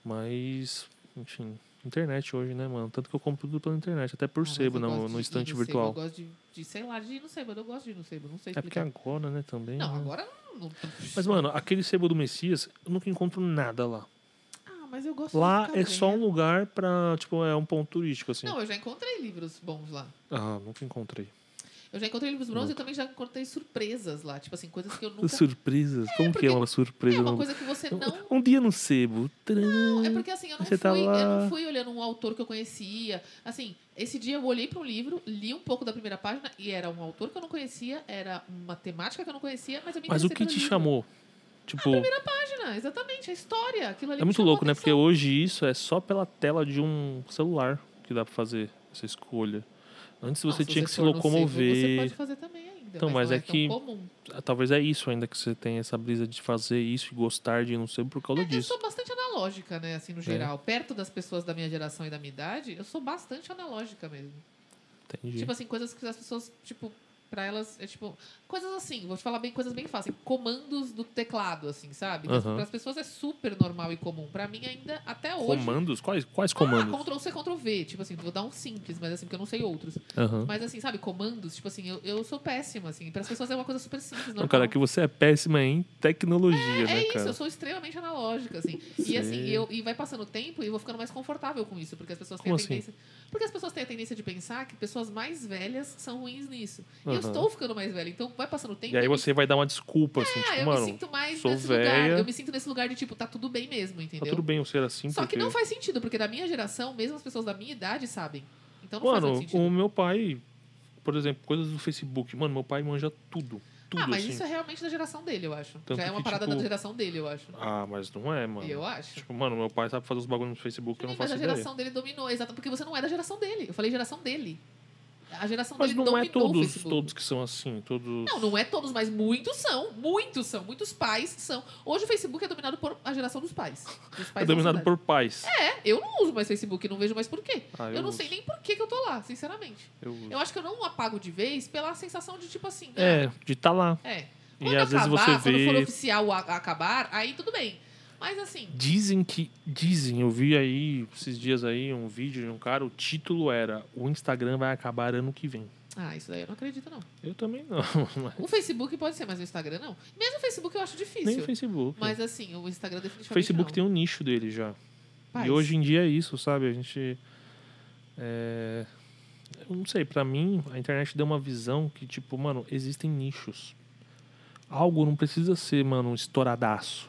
Mas, enfim. Internet hoje, né, mano? Tanto que eu compro tudo pela internet. Até
Ah,
por sebo no, no instante virtual.
Eu gosto de, de, sei lá, de ir no sebo. Eu não gosto de ir no sebo. Não sei
É porque
explicar.
agora, né, também.
Não,
né?
agora não, não.
Mas, mano, aquele sebo do Messias, eu nunca encontro nada lá.
Ah, mas eu gosto
Lá
de ficar
é só um
vendo.
lugar pra. Tipo, é um ponto turístico, assim.
né? Não, eu já encontrei livros bons lá.
Ah, nunca encontrei.
Eu já encontrei livros bons e eu também já encontrei surpresas lá. Tipo assim, coisas
*laughs*
que eu nunca.
Surpresas? Como que é
porque
uma surpresa?
É uma
mano?
coisa que você
*laughs*
não.
Um dia no sebo. Tcharam.
É porque assim, eu não,
Você
fui,
tá lá.
eu não fui olhando um autor que eu conhecia. Assim, esse dia eu olhei para um livro, li um pouco da primeira página e era um autor que eu não conhecia, era uma temática que eu não conhecia, mas eu me
Mas o
interessei
que
pelo
te
livro.
chamou? Tipo,
Página, exatamente, a história, aquilo ali.
é
me
muito
chamou
louco,
a
né?
atenção.
Porque hoje isso é só pela tela de um celular que dá pra fazer essa escolha. Antes
Não,
você
se
tinha que se
for no sebo, Você
locomover.
pode fazer também ainda.
Então,
mas,
mas
não
é que-
tão comum.
Talvez é isso ainda que você tem essa brisa de fazer isso e gostar de ir no sebo por causa
É, eu
disso. É.
sou bastante analógica, né? Assim, no geral. Perto das pessoas da minha geração e da minha idade, eu sou bastante analógica mesmo.
Entendi.
Tipo assim, coisas que as pessoas, tipo, pra elas, é tipo. Coisas assim, vou te falar bem, coisas bem fáceis. Comandos do teclado, assim, sabe? Então,
Aham.
Pras pessoas é super normal e comum. Pra mim, ainda, até hoje.
comandos? Quais, quais
Ah,
comandos?
Ctrl C, Ctrl V. Tipo assim, vou dar um simples, mas assim, porque eu não sei outros.
Aham.
Mas assim, sabe, comandos, tipo assim, eu, eu sou péssima, assim. Pras pessoas é uma coisa super simples, normal.
Não, cara, que você é péssima em tecnologia,
É
né,
isso,
cara?
eu sou extremamente analógica, assim. E
Sei.
assim, eu, e vai passando o tempo e eu vou ficando mais confortável com isso, porque as pessoas
Como
têm a
assim?
tendência. Porque as pessoas têm a tendência de pensar que pessoas mais velhas são ruins nisso. E
Aham.
eu estou ficando mais velha, então vai passando o tempo.
E aí
eu me-
você vai dar uma desculpa, assim,
Ah,
tipo,
eu me
mano,
sinto mais
sou
nesse
velha.
lugar. Eu me sinto nesse lugar de tipo, tá tudo bem mesmo,
tá
entendeu?
tudo bem eu ser assim,
Só
porque...
que não faz sentido, porque da minha geração, mesmo as pessoas da minha idade sabem. Então não faz
Mano, um
muito sentido.
o meu pai, por exemplo, coisas do Facebook, mano, meu pai manja tudo. Tudo,
ah, mas
assim.
isso é realmente da geração dele, eu acho.
Tanto
Já é uma
que,
parada
tipo,
da geração dele, eu acho.
Ah, mas não é, mano.
eu acho.
Tipo, mano, meu pai sabe fazer os bagulhos no Facebook, eu não
Sim,
faço
mas a
ideia.
geração dele dominou, exato, porque você não é da geração dele. Eu falei geração dele. A geração
Mas
dele
não
dominou
é
o
todos,
Facebook.
todos que são assim, todos...
Não, não é todos, mas muitos são. Muitos são. Muitos pais são. Hoje o Facebook é dominado por a geração dos pais. Dos pais
é
da
dominado
sociedade.
por pais. É,
É, eu não uso mais Facebook, não vejo mais por quê.
ah,
eu não sei nem por que que eu tô lá, sinceramente.
Eu...
Eu acho que eu não apago de vez pela sensação de tipo assim.
É, de estar lá.
ah, é.
E
Quando
às vezes
acabar,
você
quando for
vê-
oficial a- a acabar, aí tudo bem. Mas assim,
Dizem que. Dizem, eu vi aí esses dias aí um vídeo de um cara, o título era O Instagram vai acabar ano que vem.
ah, isso daí eu não acredito, não.
Eu também não, *laughs* mas
O Facebook pode ser, mas o Instagram não. Mesmo o Facebook eu acho difícil.
nem o Facebook.
Mas assim, o Instagram definitivamente.
o Facebook
não.
tem um nicho dele já.
Paz.
E hoje em dia é isso, sabe? A gente. é, Eu não sei, pra mim, a internet deu uma visão que, tipo, mano, existem nichos. Algo não precisa ser, mano, um estouradaço.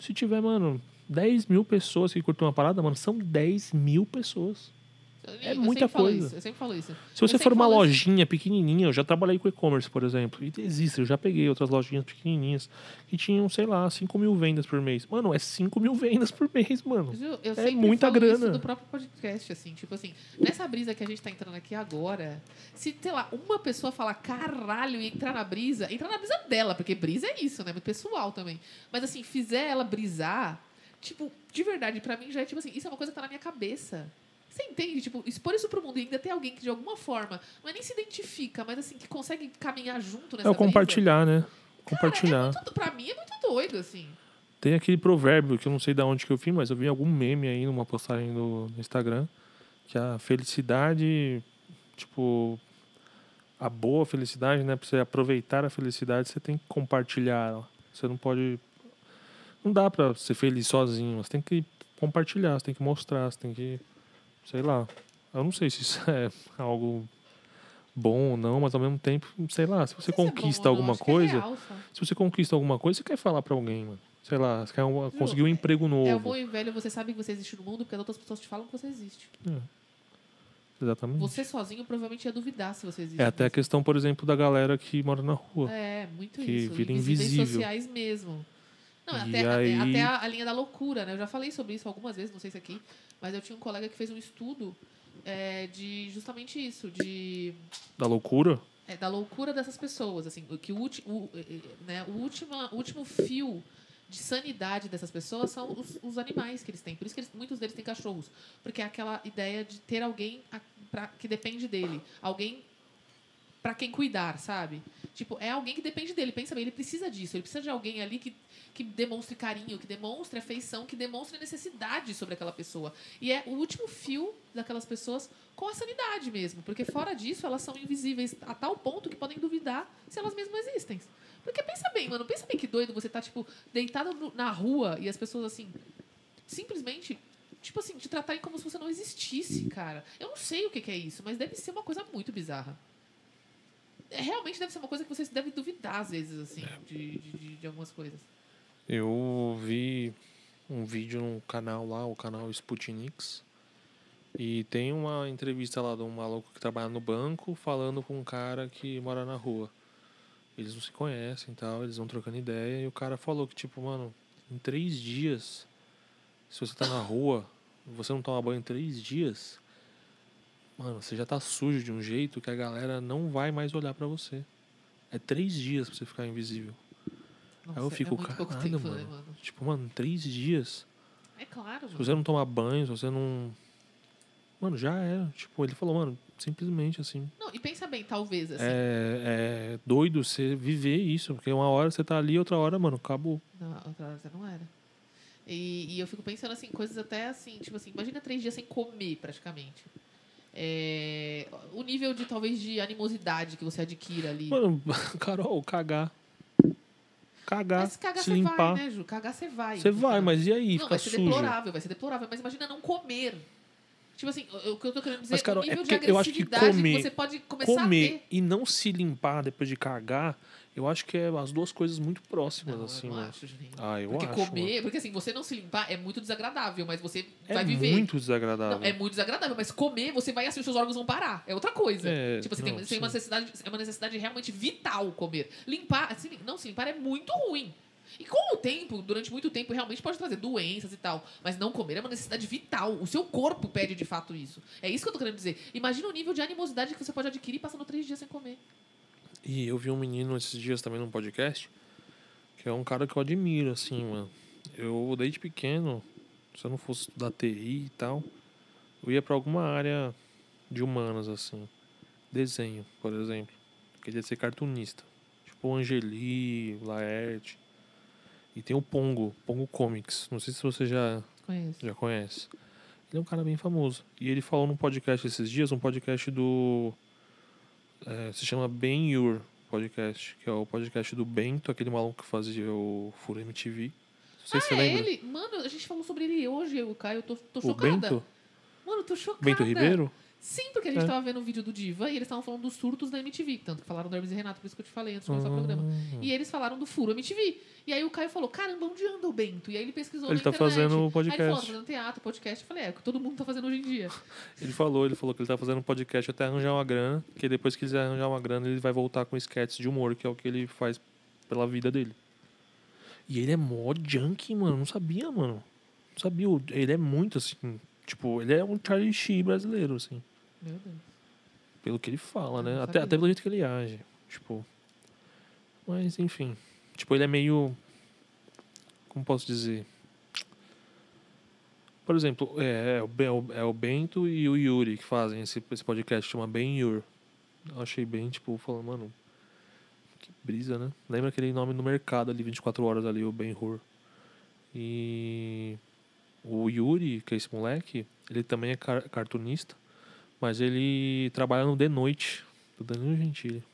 Se tiver, mano, 10 mil pessoas que curtam uma parada, mano, são 10 mil pessoas.
Eu-
é
eu
muita
sempre falo
coisa.
isso, eu sempre falo isso.
Se você
Eu
for
sempre
uma
falo isso.
lojinha pequenininha, eu já trabalhei com e-commerce, por exemplo, e existe, eu já peguei outras lojinhas pequenininhas que tinham, sei lá, 5 mil vendas por mês. Mano, é 5 mil *laughs* vendas por mês, mano.
Ju, Eu
É
sempre
muita
falo
grana.
Isso do próprio podcast, assim, tipo assim, nessa brisa que a gente tá entrando aqui agora, se, sei lá, uma pessoa falar caralho e entrar na brisa, entrar na brisa dela, porque brisa é isso, né? Muito pessoal também. Mas assim, fizer ela brisar, tipo, de verdade, pra mim já é tipo assim, isso é uma coisa que tá na minha cabeça. Você entende? Tipo, expor isso pro mundo e ainda tem alguém que de alguma forma, não é nem se identifica, mas assim, que consegue caminhar junto nessa
É o
brisa.
compartilhar, né? Compartilhar.
Muito- Pra mim é muito doido, assim.
Tem aquele provérbio que eu não sei de onde que eu vi, mas eu vi em algum meme aí numa postagem do, no Instagram, que a felicidade, tipo, a boa felicidade, né? Pra você aproveitar a felicidade, você tem que compartilhar ela. Você não pode. Não dá pra ser feliz sozinho. Você tem que compartilhar, você tem que mostrar, você tem que. Sei lá. Eu não sei se isso *laughs* é algo bom ou não, mas ao mesmo tempo, sei lá, se você
Não sei se é bom
conquista
ou não,
alguma
acho que é
coisa.
real, só.
Se você conquista alguma coisa, você quer falar pra alguém, mano. Sei lá, você quer um,
Ju,
conseguir um emprego
É o
novo.
bom e velho, você sabe que você existe no mundo porque as outras pessoas te falam que você existe.
Exatamente.
Você sozinho provavelmente ia duvidar se você existe.
É até a questão, por exemplo, da galera que mora na rua.
É, muito
que
isso.
vira
Invisíveis
invisível.
sociais mesmo. Não,
E
até, até-
aí-
é até a, a linha da loucura, né? Eu já falei sobre isso algumas vezes, não sei se aqui, mas eu tinha um colega que fez um estudo é, de justamente isso, de
Da loucura?
é, da loucura dessas pessoas, assim, o que o, ulti- o, eh, eh, né, o, última, o último fio de sanidade dessas pessoas são os, os animais que eles têm. Por isso que eles- muitos deles têm cachorros, porque é aquela ideia de ter alguém a- pra- que depende dele, alguém para quem cuidar, sabe? Tipo, é alguém que depende dele, pensa bem, ele precisa disso, ele precisa de alguém ali que, que demonstre carinho, que demonstre afeição, que demonstre necessidade sobre aquela pessoa. E é o último fio daquelas pessoas com a sanidade mesmo, porque fora disso elas são invisíveis a tal ponto que podem duvidar se elas mesmas existem. Porque pensa bem, mano, pensa bem que doido você tá, tipo, deitado no- na rua e as pessoas, assim, simplesmente, tipo assim, te tratarem como se você não existisse, cara. Eu não sei o que, que é isso, mas deve ser uma coisa muito bizarra. É, Realmente deve ser uma coisa que vocês devem duvidar, às vezes, assim,
É.
de, de, de- de algumas coisas.
Eu vi um vídeo num canal lá, o canal Sputniks. E tem uma entrevista lá de um maluco que trabalha no banco falando com um cara que mora na rua. Eles não se conhecem e tal, eles vão trocando ideia. E o cara falou que, tipo, mano, em três dias, se você tá na rua, você não toma banho em três dias, mano, você já tá sujo de um jeito que a galera não vai mais olhar pra você. É três dias pra você ficar invisível.
Nossa,
eu fico,
é muito pouco
"Caralho,
tempo, né,
mano."
mano?
Tipo, mano, três dias.
É claro,
Se
mano.
você não tomar banho, se você não. Mano, já era. Tipo, ele falou, mano, simplesmente assim.
Não, e pensa bem, talvez, assim.
É, é doido você viver isso, porque uma hora você tá ali, outra hora, mano, acabou.
Não, outra hora você não era. E, e eu fico pensando assim, coisas até assim, tipo assim, imagina três dias sem comer praticamente. É, o nível de talvez de animosidade que você adquira ali.
Mano, *laughs* Carol, cagar. Cagar,
mas
se
cagar você vai,
limpar.
né, Ju? Cagar você vai.
Você vai, mas e aí?
Não,
Fica
vai ser
sujo.
deplorável, vai ser deplorável, mas imagina não comer. Tipo assim, o- o que eu tô querendo dizer
Mas, Carol,
o
é
nível de
porque eu acho que
agressividade
comer-
você pode começar a ter.
Comer e não se limpar depois de cagar, eu acho que é as duas coisas muito próximas,
Não,
assim,
eu não
mano.
acho, Juninho.
Ah, eu
porque
acho. mano.
comer, porque assim, você não se limpar é muito desagradável, mas você
É
vai viver.
muito desagradável.
Não, é muito desagradável, mas comer, você vai assim, os seus órgãos vão parar. É outra coisa.
É,
tipo, você tem,
não,
você tem uma
sim.
necessidade, é uma necessidade realmente vital comer. Limpar, se lim- não se limpar é muito ruim. E com o tempo, durante muito tempo, realmente pode trazer doenças e tal. Mas não comer é uma necessidade vital. O seu corpo pede de fato isso. É isso que eu tô querendo dizer. Imagina o nível de animosidade que você pode adquirir passando três dias sem comer.
E eu vi um menino esses dias também num podcast, que é um cara que eu admiro, assim, mano. Eu, desde pequeno, se eu não fosse estudar TI e tal, eu ia pra alguma área de humanas, assim. Desenho, por exemplo. Queria ser cartunista. Tipo Angeli, Laerte. E tem o Pongo, Pongo Comics. Não sei se você já
Conheço.
já conhece. Ele é um cara bem famoso. E ele falou num podcast esses dias, um podcast do. eh, se chama Ben Your Podcast, que é o podcast do Bento, aquele maluco que fazia o Furo MTV. Não sei
Ah,
se você
é
lembra.
ele? Mano, a gente falou sobre ele hoje, eu, Caio. Eu tô, tô
O
chocada.
Bento?
Mano, eu tô chocada.
Bento Ribeiro?
Sim, porque a gente
É.
tava vendo o vídeo do Diva e eles estavam falando dos surtos da MTV. Tanto que falaram do Hermes e Renato, por isso que eu te falei antes de começar o programa.
Hum.
E eles falaram do furo MTV. E aí o Caio falou, caramba, onde anda o Bento? E aí ele pesquisou
Ele
na
tá
internet.
fazendo o
Aí ele falou,
podcast.
tá fazendo teatro, podcast. Eu falei, é, é o que todo mundo tá fazendo hoje em dia.
Ele falou, ele falou que ele tá fazendo um podcast até arranjar uma grana, que depois que ele arranjar uma grana, ele vai voltar com sketches de humor, que é o que ele faz pela vida dele. E ele é mó junkie, mano. Não sabia, mano. Não sabia. Ele é muito assim. Tipo, ele é um Charlie Sheen brasileiro, assim.
Meu Deus.
Pelo que ele fala,
Eu
né?
não
Até,
sabia.
até pelo jeito que ele age. Tipo. Mas, enfim. Tipo, ele é meio. Como posso dizer? Por exemplo, é, é o Ben- é, o, é o Bento e o Yuri que fazem esse, esse podcast, chama Ben Yur. Eu achei bem, tipo, falando, mano. Que brisa, né? Lembra aquele nome no mercado ali, 24 horas ali, o Ben Hur. E. O Yuri, que é esse moleque, ele também é car- cartunista. Mas ele trabalha no The Noite, do Danilo Gentili.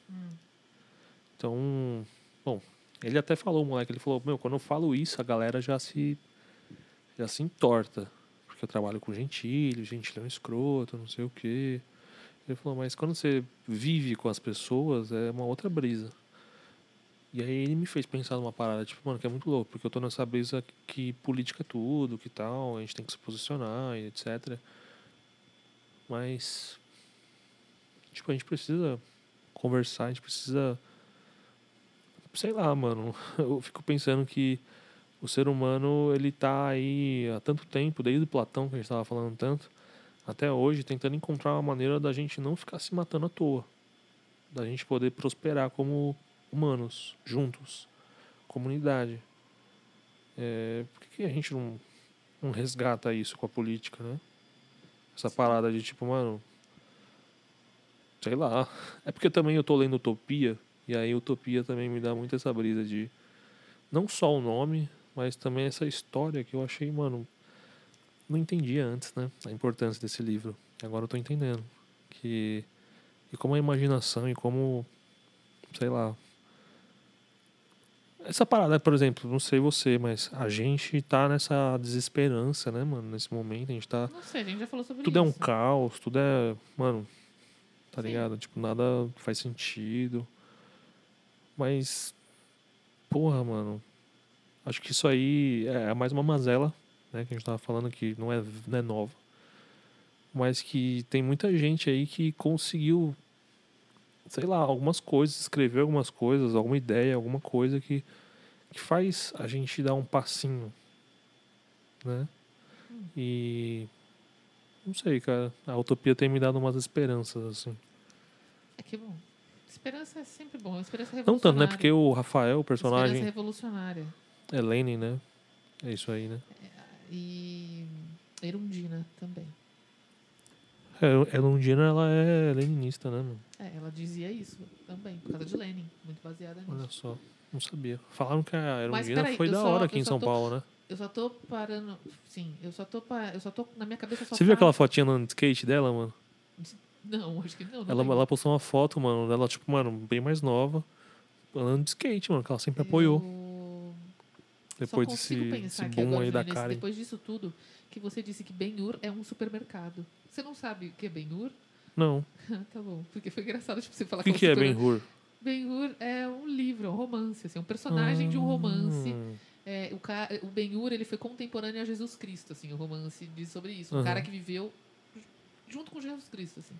Então, bom, ele até falou, moleque, ele falou, meu, quando eu falo isso, a galera já se já se entorta. Porque eu trabalho com Gentili, o Gentili é um escroto, não sei o quê. Ele falou, mas quando você vive com as pessoas, é uma outra brisa. E aí ele me fez pensar numa parada, tipo, mano, que é muito louco, porque eu tô nessa brisa que política é tudo, que tal, a gente tem que se posicionar e etc. Mas. Tipo, a gente precisa conversar, a gente precisa. Sei lá, mano. *laughs* Eu fico pensando que o ser humano, ele tá aí há tanto tempo, desde o Platão, que a gente tava falando tanto, até hoje tentando encontrar uma maneira da gente não ficar se matando à toa. Da gente poder prosperar como humanos, juntos, comunidade. É, por que que a gente não, não resgata isso com a política, né? Essa parada de tipo, mano. Sei lá. É porque também eu tô lendo Utopia, e aí Utopia também me dá muito essa brisa de. Não só o nome, mas também essa história que eu achei, mano. Não entendia antes, né? A importância desse livro. Agora eu tô entendendo. Que. E como a imaginação e como. Sei lá. Essa parada, por exemplo, não sei você, mas a gente tá nessa desesperança, né, mano? Nesse momento, a gente tá
Não sei, a gente já falou sobre
tudo é
isso.
um caos, tudo é. Mano, tá
Sim.
ligado? Tipo, nada faz sentido. Mas. Porra, mano. Acho que isso aí é mais uma mazela, né? Que a gente tava falando que não é, não é nova. Mas que tem muita gente aí que conseguiu, sei lá, algumas coisas, escrever algumas coisas, alguma ideia, alguma coisa que, que faz a gente dar um passinho, né? E não sei, cara. A utopia tem me dado umas esperanças, assim.
É que bom. Esperança é sempre bom. Esperança
Não
revolucionária.
tanto, né? Porque o Rafael, o
Esperança
personagem,
revolucionária.
é Lenin, né? É isso aí, né?
E Erundina também.
É, Elundina, ela é leninista, né, mano?
É, ela dizia isso também, por causa de Lenin. Muito baseada nisso.
Olha só. Não sabia. Falaram que a Erundina
peraí,
foi
eu
da
só-
hora
eu
aqui em
só
São
tô-
Paulo, né?
Eu só tô parando. Sim, eu só tô. Pa... Eu só tô. Na minha cabeça só
Você viu
tá-
aquela fotinha no skate dela, mano?
*laughs* Não, acho que não. não
Ela,
lembro.
ela postou uma foto, mano, dela, tipo, mano, bem mais nova, andando de skate, mano, que ela sempre apoiou.
Eu
Depois
só
desse,
consigo pensar
desse
que
boom
agora,
aí da
Vinícius,
Karen.
Depois disso tudo, que você disse que Ben-Hur é um supermercado. Você não sabe o que é Ben-Hur?
Não.
Ah, tá bom. Porque foi engraçado tipo, você falar
O que,
como
que é
super-
Ben-Hur?
Ben-Hur é um livro, é um romance, assim, é um personagem de um romance.
Hum.
É, o ca- o Ben-Hur, ele foi contemporâneo a Jesus Cristo, assim, o romance diz sobre isso.
Aham.
Um cara que viveu ju- junto com Jesus Cristo, assim.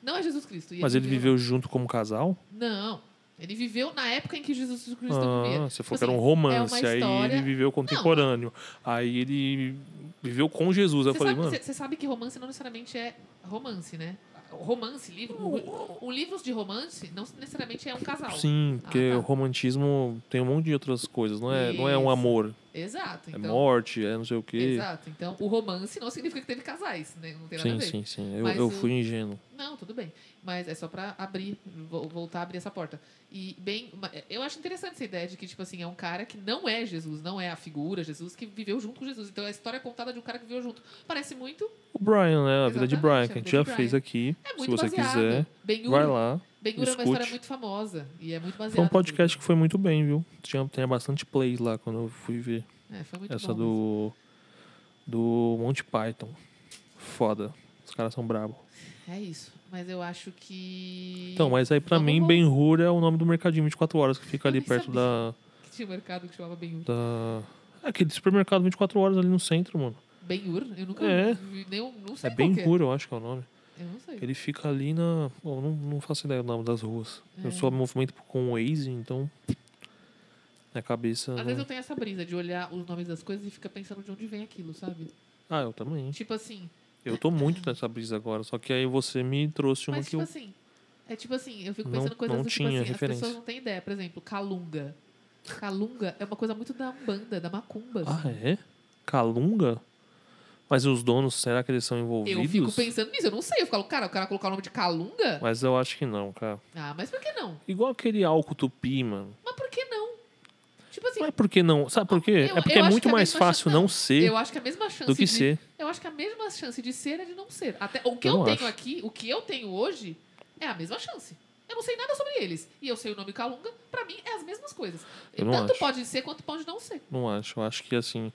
Não é Jesus Cristo. e
Mas ele viveu junto como casal?
Não. Ele viveu na época em que Jesus Cristo vivia.
Ah, você falou
Tipo
que era um
assim, é
romance,
uma
aí ele
história-
viveu contemporâneo. Aí ele viveu com Jesus. Eu
Você
falei,
sabe,
mano.
você- você sabe que romance não necessariamente é romance, né? Romance, livro. Um, um livro de romance não necessariamente é um casal.
Sim, porque
Ah, tá.
o romantismo tem um monte de outras coisas, não é, não é um
Isso.
amor,
Exato.
é
Então,
morte, é não sei o quê.
Exato. Então, o romance não significa que teve casais, né? Não tem nada a
Sim,
ver.
sim, sim. Eu,
Mas
eu
o-
fui ingênuo.
Não, tudo bem. Mas é só pra abrir, vo- voltar a abrir essa porta. E bem, ma- eu acho interessante essa ideia de que, tipo assim, é um cara que não é Jesus, não é a figura Jesus, que viveu junto com Jesus. Então a história é contada de um cara que viveu junto. Parece muito.
O Brian, né? A vida de
Exatamente,
Brian,
a
que a gente
vida
já
de Brian.
fez aqui.
É
Se
muito
você
baseado. um
quiser,
Ben-Hur-
vai lá.
Ben-Hur é uma
escute.
história muito famosa. E é muito baseada.
Foi um
no
podcast que foi muito bem, viu? Tinha, tinha bastante plays lá quando eu fui ver.
livro. É, foi muito
Essa
bom mesmo.
do. Do Monty Python. Foda. Os caras são brabo.
É isso. Mas eu acho que.
Então, mas aí pra
Vamos
mim,
vol-
Ben-Hur é o nome do mercadinho 24 horas que fica
Eu
ali
nem
perto da,
Que tinha um mercado que chamava Ben-Hur.
da. é Aquele supermercado 24 horas ali no centro, mano.
Ben-Hur? Eu nunca
É.
vi, nem, eu não sei
É
qual que
Ben-Hur, eu acho que é o nome.
Eu não sei.
Ele fica ali na. Bom, não, não faço ideia do nome das ruas. Eu
É.
só me movimento com o Waze, então. Minha cabeça. né?
Às
não-
vezes eu tenho essa brisa de olhar os nomes das coisas e fica pensando de onde vem aquilo, sabe?
Ah, eu também.
Tipo assim.
Eu tô muito nessa brisa agora, só que aí você me trouxe uma
Mas
um que
tipo
eu.
assim. É tipo assim, eu fico
Não-
pensando coisas
não
do
tinha
tipo assim,
referência.
as pessoas não têm ideia. Por exemplo, Calunga. Calunga é uma coisa muito da Umbanda, da Macumba. assim.
Ah, é? Calunga? Mas os donos, será que eles são envolvidos?
eu fico pensando nisso, eu não sei. Eu falo, cara, o cara colocar o nome de Calunga?
Mas eu acho que não, cara.
Ah, mas por que não?
Igual aquele álcool tupi, mano.
Mas por que não? Tipo assim,
Mas por que não? Sabe por quê?
Eu-
é porque
eu
é
acho
muito
que a
mais
mesma
fácil
chance-
não ser
eu acho que a mesma chance
do que
de-
ser.
Eu acho que a mesma chance de ser é de não ser. Até, o que
Eu
eu,
não
tenho
acho.
aqui, o que eu tenho hoje, é a mesma chance. Eu não sei nada sobre eles. E eu sei o nome Calunga, pra mim é as mesmas coisas.
Eu não
Tanto
acho.
pode ser quanto pode não ser.
Não acho. Eu acho que, assim,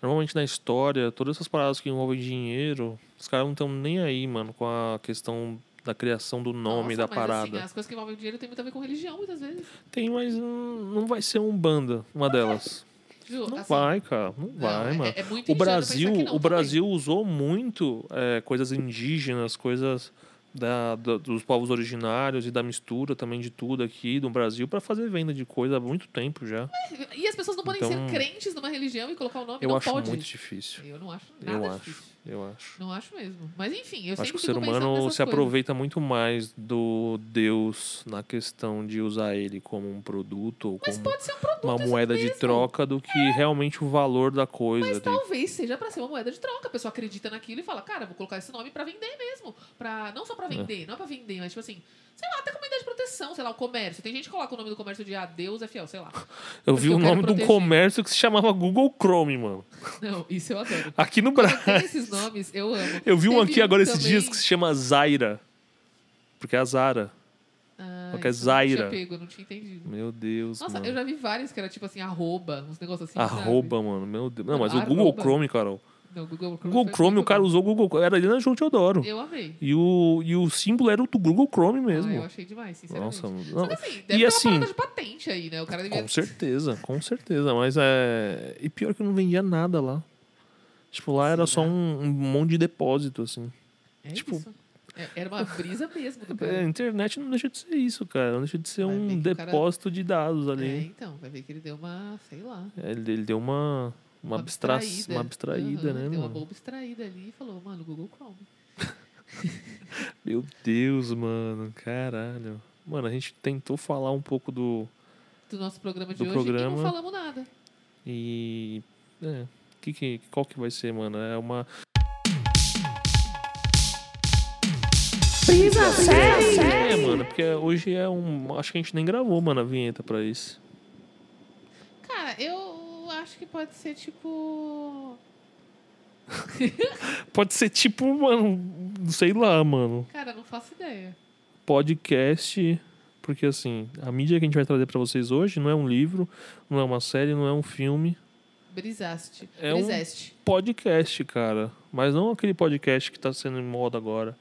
normalmente na história, todas essas paradas que envolvem dinheiro, os caras não estão nem aí, mano, com a questão da criação do nome
Nossa,
da
mas,
parada.
Assim, as coisas que envolvem dinheiro tem muito a ver com religião, muitas vezes.
Tem, mas hum, não vai ser um banda, uma delas.
Ju,
Não
assim,
vai, cara. Não,
não,
vai,
é-
mano.
é
o
muito ingênuo pensar
Brasil,
que não
o
também.
Brasil usou muito é, coisas indígenas, coisas da, da- dos povos originários e da mistura também de tudo aqui do Brasil pra fazer venda de coisa há muito tempo já.
E as pessoas não podem
Então-
ser crentes numa religião e colocar o nome,
Eu
não
acho
pode.
muito difícil.
Eu não acho nada é
Eu acho,
difícil.
eu acho.
Não acho mesmo. Mas enfim, eu
acho
sempre
que o
fico
ser
pensando
humano
nessas
se
coisas.
aproveita muito mais do Deus na questão de usar ele como um produto ou
Mas
como
pode ser um produto.
uma
isso
moeda de
mesmo. É.
troca do que realmente o valor da coisa.
Mas
ali.
talvez seja pra ser uma moeda de troca. A pessoa acredita naquilo e fala, cara, vou colocar esse nome pra vender mesmo. Pra, não só pra vender, não é pra vender, mas tipo assim, sei lá, até como ideia de proteção, sei lá, o comércio. Tem gente que coloca o nome do comércio de ah, Deus é fiel,
*laughs*
sei lá.
Eu
porque
vi
eu
o
quero
nome de um
proteger.
comércio que se chamava Google Chrome, mano.
Não, isso eu adoro.
Aqui no
Tem
Brasil.
esses nomes, eu amo.
*laughs* Eu vi um
Teve
aqui agora esses
também-
dias que se chama Zaira. Porque é a Zara.
Ah,
Qualquer
isso eu não tinha
Zaira.
pego, eu não tinha entendido.
Meu Deus,
Nossa,
mano.
eu já vi vários que era tipo assim, arroba, uns negócios assim. sabe?
Arroba, mano. Meu Deus. Não,
Não,
mas o Google
arroba.
Chrome, Carol.
Não, Google Chrome.
Google
foi
Chrome, o
muito
cara
bom.
usou o Google Chrome. Era ali na João Teodoro.
Eu amei.
E o, e o símbolo era o do Google Chrome
Ah,
*laughs*
eu
mesmo.
achei demais, sinceramente.
Nossa,
Nossa.
não,
assim, deve ter
assim-
uma parada de patente aí, né? O cara devia...
com certeza, com certeza. Mas é. E pior que não vendia nada lá. Tipo, lá era só
Será?
um, um monte de depósito, assim.
É
tipo-
isso. É- Era uma brisa mesmo do
*laughs* É, a
cara.
internet não deixa de ser isso, cara. Não deixa de ser
Vai
um
ver que o cara-
depósito de dados
É,
ali.
então, vai ver que ele deu uma, sei lá...
Ele, ele deu uma. Uma, abstra... uma abstraída,
Aham,
né,
Deu uma
mano?
boba abstraída ali e falou, mano, Google Chrome.
Meu Deus, mano. Caralho. Mano, a gente tentou falar um pouco do.
Do nosso programa de
Do
hoje e
programa.
não falamos nada.
E. É. Que, que, qual que vai ser, mano? É uma.
Brisa série.
É, mano, porque hoje é um. Acho que a gente nem gravou, mano, a vinheta pra isso.
Cara, eu acho que pode ser tipo...
Pode ser tipo, mano. Sei lá, mano.
Cara, não faço ideia.
Podcast. Porque assim, a mídia que a gente vai trazer pra vocês hoje não é um livro, não é uma série, não é um filme.
Brisaste.
É um-
Brisaste.
Podcast, cara. Mas não aquele podcast que tá sendo em moda agora.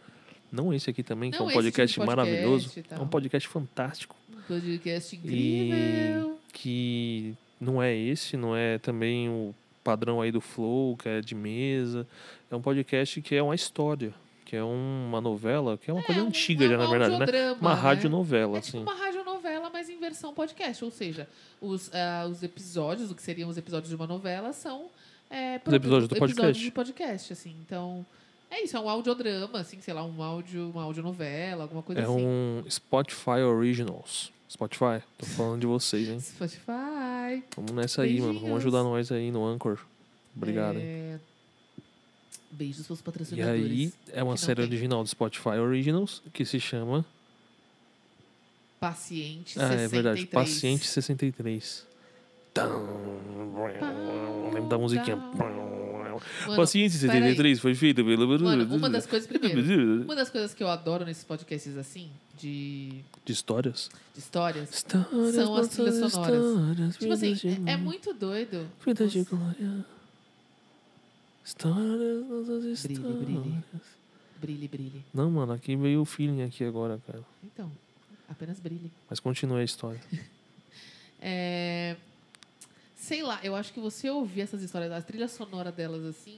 Não esse aqui também, que é
Não
um
esse tipo
podcast,
de podcast então.
maravilhoso.
e tal.
É um podcast fantástico.
Um podcast incrível.
que não é esse, não é também o padrão aí do Flow, que é de mesa. É um podcast que é uma história, que é uma novela, que é uma coisa
É um-
antiga
é
já,
um
na verdade, né?
audiodrama,
Uma
né?
radionovela,
É tipo
assim.
uma radionovela, mas em versão podcast. Ou seja, os, ah, os episódios, o que seriam os episódios de uma novela, são... é, pro-
episódios do podcast.
de podcast, assim. Então, é isso. É um audiodrama, assim, sei lá, um áudio, uma audionovela, alguma coisa
É
assim.
um Spotify Originals. Spotify, tô falando de vocês, hein?
Spotify.
Vamos nessa aí, mano. Vamos
Beijinhos.
ajudar nós aí no Anchor. Obrigado, hein?
É... Beijos pros
E
patrocinadores.
aí, é uma
não
série
tem.
original do Spotify Originals que se chama.
Paciente
Ah,
63.
é verdade. Paciente 63. Lembra da musiquinha.
Mano,
Paciente
peraí.
73 foi feito pelo.
Mano, uma das
*laughs*
coisas primeiro. Uma das coisas que eu adoro nesses podcasts assim, de,
De histórias?
de histórias,
Histórias.
São as trilhas
nossas
sonoras.
histórias,
tipo assim,
vidas de
é, é
amor,
muito doido.
Vidas de
Nossa.
glória. Histórias, nossas histórias.
brilhe. Brilhe, brilhe.
Não, mano, aqui veio o feeling aqui agora, cara.
Então, apenas brilhe.
Mas continue a história.
É, Sei lá, eu acho que você ouvir essas histórias, a trilha sonora delas assim,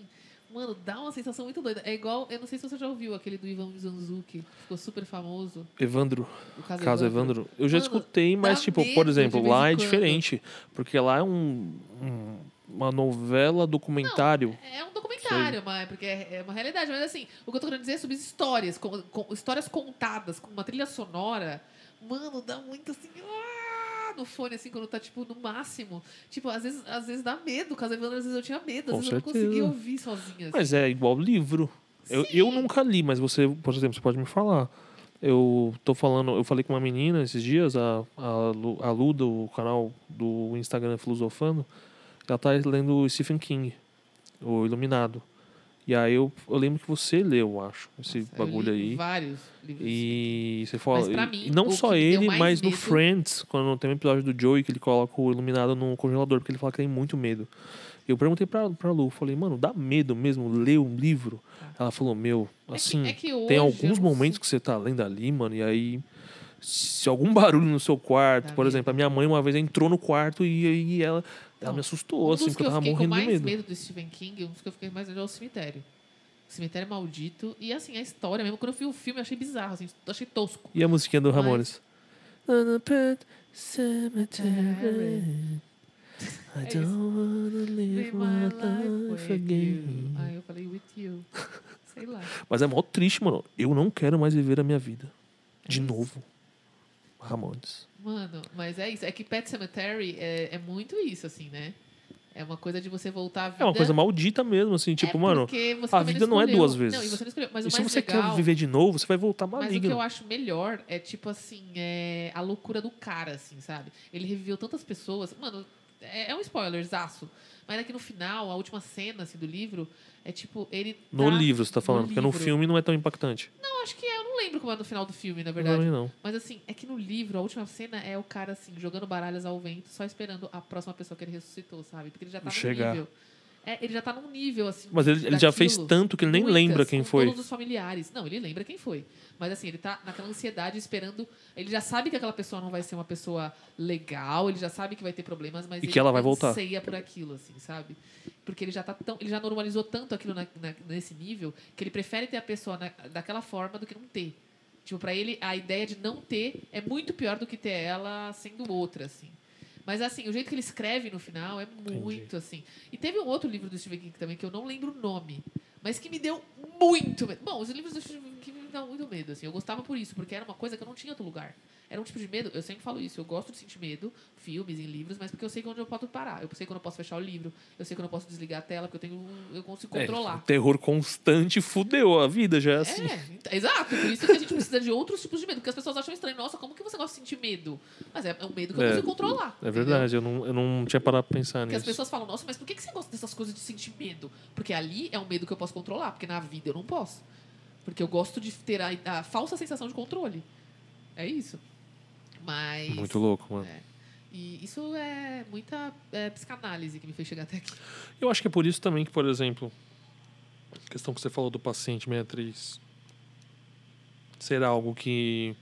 mano, dá uma sensação muito doida. É igual, eu não sei se você já ouviu aquele do Ivan Mizanzuki, que ficou super famoso.
Evandro.
O caso,
Caso
Evandro.
Evandro. Eu já
Mano,
escutei, mas,
Ah, dá
tipo,
medo
por
de
exemplo,
vez
lá
em
é
quando.
diferente. Porque lá é um, um- uma novela documentário.
É um documentário, mas porque é é uma realidade. Mas assim, o que eu tô querendo dizer é sobre histórias, com, com- histórias contadas com uma trilha sonora. Mano, dá muito assim. ah, No fone, assim, quando tá, tipo, no máximo. Tipo, às vezes, às vezes dá medo. Caso Evandro, às vezes eu tinha medo. Às
Com
vezes eu não
certeza.
conseguia ouvir sozinha. assim.
Mas é igual livro. Eu, eu nunca li, mas você, por exemplo, você pode me falar. Eu tô falando, eu falei com uma menina esses dias, a, a, Lu, a Lu do canal do Instagram Filosofando, ela tá lendo Stephen King, o Iluminado. E aí eu, eu lembro que você leu, eu acho, esse
Nossa, eu
bagulho
li
aí.
assim. Vários livros. É
E você fala.
Mas pra
e-
mim,
e não
o
só
que me deu
ele,
mais
mas no
medo-
Friends, quando tem um episódio do Joey que ele coloca o iluminado no congelador, porque ele fala que tem muito medo. Eu perguntei pra, pra Lu, falei, mano, dá medo mesmo ler um livro? Ela falou, meu, assim,
é que hoje
tem
eu
alguns
não
momentos que você tá lendo ali, mano, e aí. Se algum *laughs* barulho no seu quarto,
Dá
por
medo.
exemplo, a minha mãe uma vez entrou no quarto e aí ela, ela
Não,
me assustou, assim,
um dos
porque
que
eu
eu
tava
fiquei com
morrendo de
mais
medo.
medo do Stephen King, um dos que eu fiquei mais medo é o cemitério. Cemitério Maldito. E assim, a história mesmo, quando eu vi o filme, eu achei bizarro, assim, eu achei tosco.
E a musiquinha do
Mas-
Ramones? On a pet cemetery, I
É isso.
don't wanna live my life again.
Aí eu falei, with you.
*laughs*
Sei lá.
Mas é mó triste, mano. Eu não quero mais viver a minha vida. De
É isso.
novo. Ramones.
Mano, mas é isso. É que Pet Cemetery é, é muito isso, assim, né? É uma coisa de você voltar à vida.
É uma coisa maldita mesmo, assim, tipo,
Né? É
mano.
porque você
a
também
vida não é duas
escolheu.
vezes.
Não, e você não escolheu. Mas
E
o
se
mais
você quer
legal,
viver de novo, você vai voltar
Mas o que eu
maligno.
acho melhor é, tipo assim, é a loucura do cara, assim, sabe? Ele reviveu tantas pessoas. Mano, é, é um spoilerzaço. Mas aqui no final, a última cena, assim, do livro, é tipo, ele.
No
tá-
livro, você tá falando, porque no
livro.
filme não é tão impactante.
Não, acho que é. Eu não lembro como é no final do filme, na
Verdade.
verdade.
Não, não.
Mas assim, é que no livro, a última cena é o cara, assim, jogando baralhas ao vento, só esperando a próxima pessoa que ele ressuscitou, sabe? Porque ele já tá
Chegar.
num nível. É, ele já tá num nível, assim.
Mas ele, ele já fez
daquilo.
tanto que ele nem
Muitas,
lembra quem
com
foi.
Todos os familiares. Não, ele lembra quem foi. Mas assim, ele tá naquela ansiedade esperando. Ele já sabe que aquela pessoa não vai ser uma pessoa legal, ele já sabe que vai ter problemas, mas
E
ele
que ela vai voltar.
anseia por aquilo, assim, sabe? Porque ele já tá tão. Ele já normalizou tanto aquilo na- na- nesse nível que ele prefere ter a pessoa na- daquela forma do que não ter. Tipo, pra ele, a ideia de não ter é muito pior do que ter ela sendo outra, assim. Mas, assim, o jeito que ele escreve no final é muito, assim. E teve um outro livro do Stephen King também, que eu não lembro o nome, mas que me deu muito medo. Bom, os livros do Stephen King me dão muito medo, assim. Eu gostava por isso, porque era uma coisa que eu não tinha em outro lugar. Era um tipo de medo, eu sempre falo isso, eu gosto de sentir medo, filmes, em livros, mas porque eu sei é onde eu posso parar. Eu sei quando eu posso fechar o livro, eu sei quando eu posso desligar a tela, porque eu tenho um, eu consigo
É,
controlar.
terror constante fudeu a vida, já é assim.
É, ent- exato. Por isso que a gente precisa de outros tipos de medo. Porque as pessoas acham estranho. Nossa, como que você gosta de sentir medo? Mas é, é um medo que eu
É,
consigo controlar.
É,
entendeu?
verdade, eu não, eu não tinha parado pra pensar
Porque as
nisso.
pessoas falam, nossa, mas por que que você gosta dessas coisas de sentir medo? Porque ali é um medo que eu posso controlar, porque na vida eu não posso. Porque eu gosto de ter a, a falsa sensação de controle. É isso. Mas.
Muito louco, mano.
E isso é muita é, psicanálise que me fez chegar até aqui.
Eu acho que é por isso também que, por exemplo, a questão que você falou do paciente 63 ser algo que